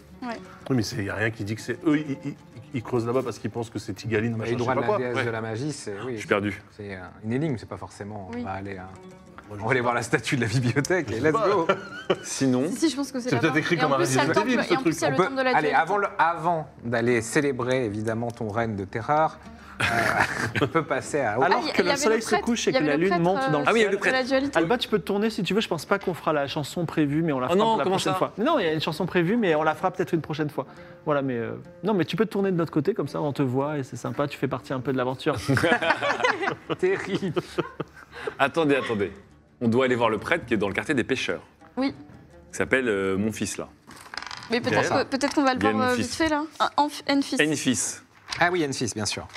[SPEAKER 3] Oui, mais il n'y a rien qui dit que c'est eux. Ils, ils- ils creusent là-bas parce qu'ils pensent que c'est Tigaline,
[SPEAKER 5] Mais
[SPEAKER 3] machin,
[SPEAKER 5] les
[SPEAKER 3] je sais
[SPEAKER 5] droits de
[SPEAKER 3] pas
[SPEAKER 5] la
[SPEAKER 3] quoi.
[SPEAKER 5] déesse
[SPEAKER 3] Ouais.
[SPEAKER 5] de la magie c'est
[SPEAKER 7] Je
[SPEAKER 5] oui,
[SPEAKER 7] suis perdu.
[SPEAKER 5] c'est euh, une énigme, c'est pas forcément
[SPEAKER 6] Oui.
[SPEAKER 5] on va aller euh,
[SPEAKER 3] Moi, je
[SPEAKER 5] on va aller
[SPEAKER 3] sais
[SPEAKER 5] voir la statue de la bibliothèque et let's
[SPEAKER 3] pas.
[SPEAKER 5] go.
[SPEAKER 7] Sinon,
[SPEAKER 6] Si, si, je pense que c'est
[SPEAKER 3] C'est
[SPEAKER 6] là-bas.
[SPEAKER 3] peut-être écrit
[SPEAKER 6] Et
[SPEAKER 3] comme
[SPEAKER 6] en
[SPEAKER 3] un
[SPEAKER 6] plus, il y a le
[SPEAKER 3] résident
[SPEAKER 6] temple,
[SPEAKER 3] evil, ce
[SPEAKER 6] et en plus, il y a
[SPEAKER 5] On
[SPEAKER 6] le
[SPEAKER 5] peut-
[SPEAKER 6] temple de la
[SPEAKER 5] Allez,
[SPEAKER 6] dualité.
[SPEAKER 5] avant, le- avant d'aller célébrer évidemment ton règne de terreur, euh, on peut passer à.
[SPEAKER 2] Alors
[SPEAKER 6] Ah, il y-
[SPEAKER 2] que
[SPEAKER 6] il y
[SPEAKER 2] le
[SPEAKER 6] avait
[SPEAKER 2] soleil se
[SPEAKER 6] prêtre,
[SPEAKER 2] couche et
[SPEAKER 6] il y
[SPEAKER 2] que
[SPEAKER 6] avait
[SPEAKER 2] la
[SPEAKER 6] le
[SPEAKER 2] lune
[SPEAKER 6] prêtre,
[SPEAKER 2] monte dans
[SPEAKER 6] euh,
[SPEAKER 2] le
[SPEAKER 7] Ah oui,
[SPEAKER 2] ciel.
[SPEAKER 7] il y avait le
[SPEAKER 6] de la dualité.
[SPEAKER 2] Alba, tu peux te tourner si tu veux. Je pense pas qu'on fera la chanson prévue, mais on la
[SPEAKER 7] Oh
[SPEAKER 2] fera
[SPEAKER 7] non,
[SPEAKER 2] pour la
[SPEAKER 7] comment
[SPEAKER 2] prochaine
[SPEAKER 7] ça
[SPEAKER 2] fois. Non, il y a une chanson prévue, mais on la fera peut-être une prochaine fois. Voilà, mais euh, non, mais tu peux te tourner de notre côté comme ça, on te voit et c'est sympa. Tu fais partie un peu de l'aventure.
[SPEAKER 5] terrible.
[SPEAKER 7] attendez, attendez. On doit aller voir le prêtre qui est dans le quartier des pêcheurs.
[SPEAKER 6] Oui.
[SPEAKER 7] Qui s'appelle euh, mon fils là.
[SPEAKER 6] Mais peut-être
[SPEAKER 7] Gaël.
[SPEAKER 6] que- peut-être qu'on va le
[SPEAKER 7] Gaël,
[SPEAKER 6] voir
[SPEAKER 7] mon
[SPEAKER 6] euh,
[SPEAKER 7] fils.
[SPEAKER 6] vite fait, là. Un- Enfis.
[SPEAKER 7] Enfis.
[SPEAKER 5] Ah oui, N6, bien sûr.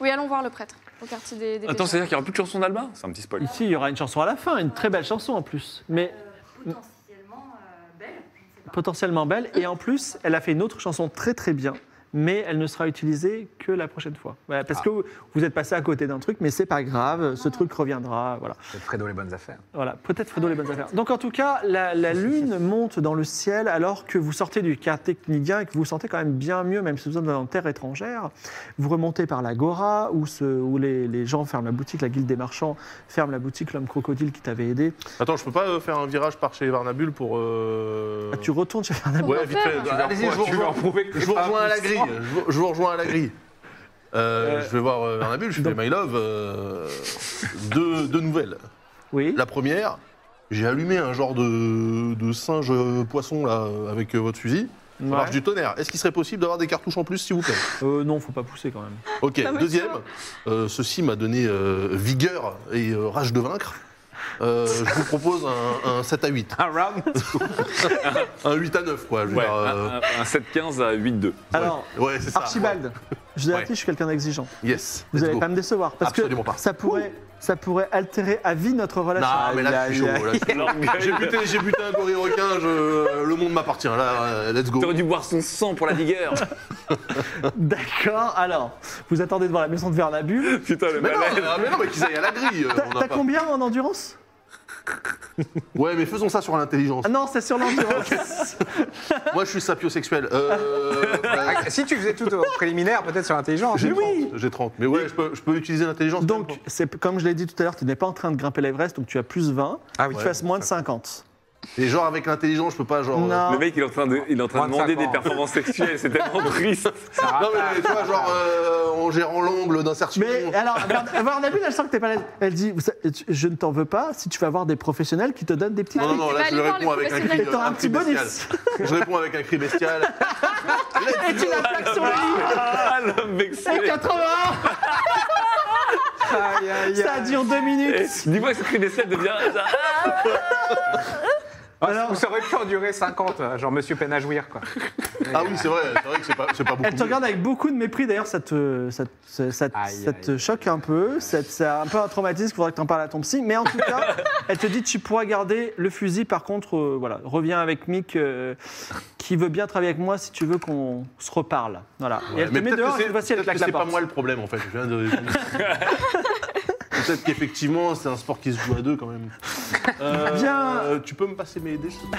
[SPEAKER 6] Oui, allons voir le prêtre au quartier des. des
[SPEAKER 7] Attends,
[SPEAKER 6] pêcheurs.
[SPEAKER 7] c'est-à-dire qu'il n'y aura plus de chanson d'Alba C'est un petit spoil.
[SPEAKER 2] Ici, il y aura une chanson à la fin, une très belle chanson en plus. Mais
[SPEAKER 9] Potentiellement euh, belle.
[SPEAKER 2] potentiellement belle. Et en plus, elle a fait une autre chanson très très bien, mais elle ne sera utilisée que la prochaine fois. Voilà, parce que vous- vous êtes passé à côté d'un truc, mais c'est pas grave,
[SPEAKER 9] Ah.
[SPEAKER 2] ce truc reviendra. Voilà,
[SPEAKER 5] C'est Fredo les bonnes affaires.
[SPEAKER 2] voilà. peut-être Fredo les bonnes affaires. Donc en tout cas, la, la lune monte dans le ciel alors que vous sortez du quartier technidien et que vous vous sentez quand même bien mieux, même si vous êtes dans une terre étrangère. Vous remontez par l'agora où, se- où les, les gens ferment la boutique, la guilde des marchands ferme la boutique, l'homme crocodile qui t'avait aidé.
[SPEAKER 3] Attends, je peux pas euh, faire un virage par chez Varnabule pour. euh,
[SPEAKER 2] Ah, tu retournes chez Fernand.
[SPEAKER 3] Ouais, vite fait. tu vas
[SPEAKER 5] Allez-y,
[SPEAKER 3] repro-
[SPEAKER 5] je vous
[SPEAKER 3] tu vas
[SPEAKER 5] rejoins.
[SPEAKER 3] reprouver que t'es Je vous
[SPEAKER 5] pas
[SPEAKER 3] rejoins à la grille.
[SPEAKER 5] puissant.
[SPEAKER 3] Je vous- Je vous rejoins à la grille. Euh, je vais voir euh, Varnabule, je fais My Love. euh, deux, deux nouvelles.
[SPEAKER 2] Oui.
[SPEAKER 3] La première, j'ai allumé un genre de, de singe euh, poisson là, euh, avec euh, votre fusil. Ça
[SPEAKER 2] Ouais.
[SPEAKER 3] marche du tonnerre. Est-ce qu'il serait possible d'avoir des cartouches en plus, s'il vous plaît
[SPEAKER 2] Euh, non, faut pas pousser quand même.
[SPEAKER 3] Ok, deuxième, euh, ceci m'a donné euh, vigueur et euh, rage de vaincre. Euh, je vous propose un, un 7 à 8.
[SPEAKER 5] Un round
[SPEAKER 3] Un 8 à 9, quoi. je veux
[SPEAKER 7] Ouais,
[SPEAKER 3] dire, euh,
[SPEAKER 7] un, un- un 7-15 à 8-2.
[SPEAKER 2] Alors,
[SPEAKER 3] ouais, c'est ça.
[SPEAKER 2] Archibald, je vous
[SPEAKER 3] Ouais.
[SPEAKER 2] avertis, je suis quelqu'un d'exigeant.
[SPEAKER 3] Yes.
[SPEAKER 2] Vous
[SPEAKER 3] let's
[SPEAKER 2] n'allez
[SPEAKER 3] go.
[SPEAKER 2] pas me décevoir parce
[SPEAKER 3] Absolument
[SPEAKER 2] que
[SPEAKER 3] pas.
[SPEAKER 2] ça pourrait, ça pourrait altérer à vie notre relation.
[SPEAKER 3] Non, mais là, je suis chaud.
[SPEAKER 2] Aïe, aïe,
[SPEAKER 3] là, je suis chaud. J'ai buté, j'ai buté un gorille requin, je- euh, le monde m'appartient. Là, euh, let's go.
[SPEAKER 7] T'aurais dû boire son sang pour la vigueur.
[SPEAKER 2] aïe. D'accord, alors, vous attendez devant la maison de Vernabule.
[SPEAKER 7] Putain, le
[SPEAKER 3] Mais non,
[SPEAKER 7] malade.
[SPEAKER 3] mais non, mais qu'ils aillent à la grille. euh,
[SPEAKER 2] T'as
[SPEAKER 3] on n'a
[SPEAKER 2] t'as
[SPEAKER 3] pas-
[SPEAKER 2] combien en endurance
[SPEAKER 3] Ouais, mais faisons ça sur l'intelligence.
[SPEAKER 2] Ah non, c'est sur l'endurance.
[SPEAKER 3] Moi, je suis sapiosexuel. Euh, bah,
[SPEAKER 5] Ah, Si tu faisais tout au préliminaire, peut-être sur l'intelligence.
[SPEAKER 3] j'ai 30, j'ai 30. Mais ouais, je peux, je peux utiliser l'intelligence.
[SPEAKER 2] donc, c'est comme je l'ai dit tout à l'heure, tu n'es pas en train de grimper l'Everest, donc tu as plus 20.
[SPEAKER 5] Ah oui.
[SPEAKER 2] tu fasses moins de 50.
[SPEAKER 3] Et genre, avec l'intelligence, je peux pas, genre. euh,
[SPEAKER 2] Non.
[SPEAKER 7] Le mec, il est en train de, il est en train de
[SPEAKER 5] 25
[SPEAKER 7] demander des
[SPEAKER 5] ans.
[SPEAKER 7] performances sexuelles, c'est tellement triste.
[SPEAKER 3] Non mais tu vois genre euh, en gérant l'angle d'insertion.
[SPEAKER 2] Mais ah, alors, Vern- Vernabule, elle sent que t'es pas là. Elle dit, vous savez, tu- je ne t'en veux pas si tu vas voir des professionnels qui te donnent des petits
[SPEAKER 3] Non non
[SPEAKER 2] trucs.
[SPEAKER 3] non
[SPEAKER 6] Bah,
[SPEAKER 3] là je
[SPEAKER 6] allez voir
[SPEAKER 3] réponds
[SPEAKER 6] les
[SPEAKER 3] avec un cri,
[SPEAKER 6] professionnels.
[SPEAKER 2] Et t'auras un petit
[SPEAKER 3] cri bestial.
[SPEAKER 2] bonus.
[SPEAKER 3] Je réponds avec un cri bestial.
[SPEAKER 2] Et tu la plaques sur le lit.
[SPEAKER 7] Ah, l'homme vexé.
[SPEAKER 2] C'est 80
[SPEAKER 5] Aïe, aïe,
[SPEAKER 2] Ça
[SPEAKER 5] aïe.
[SPEAKER 2] dure deux
[SPEAKER 7] Eh,
[SPEAKER 2] minutes.
[SPEAKER 7] Dis-moi que ce cri bestial devient. Ah,
[SPEAKER 5] Alors... Ah, Ça aurait pu en durer 50, euh, genre Monsieur peine à jouir, quoi.
[SPEAKER 3] Ah oui c'est vrai, c'est vrai que c'est pas, c'est pas beaucoup.
[SPEAKER 2] Elle te regarde avec beaucoup de mépris, d'ailleurs, ça te, ça, te- ça te-
[SPEAKER 5] Aïe,
[SPEAKER 2] ça te
[SPEAKER 5] aïe.
[SPEAKER 2] choque un peu, ça te- c'est un peu un traumatisme, il faudrait que t'en parles à ton psy, mais en tout cas, elle te dit tu pourras garder le fusil, par contre, euh, voilà, reviens avec Mick, euh, qui veut bien travailler avec moi si tu veux qu'on se reparle. Voilà. Et
[SPEAKER 3] Ouais,
[SPEAKER 2] elle te
[SPEAKER 3] mais
[SPEAKER 2] met
[SPEAKER 3] peut-être que
[SPEAKER 2] dehors,
[SPEAKER 3] c'est-
[SPEAKER 2] et voici, elle
[SPEAKER 3] peut-être
[SPEAKER 2] claque
[SPEAKER 3] que
[SPEAKER 2] la
[SPEAKER 3] C'est pas
[SPEAKER 2] porte.
[SPEAKER 3] moi le problème en fait. Je viens de- Peut-être qu'effectivement c'est un sport qui se joue à deux quand même. Euh,
[SPEAKER 2] Bien.
[SPEAKER 3] euh, tu peux me passer mes dés s'il te plaît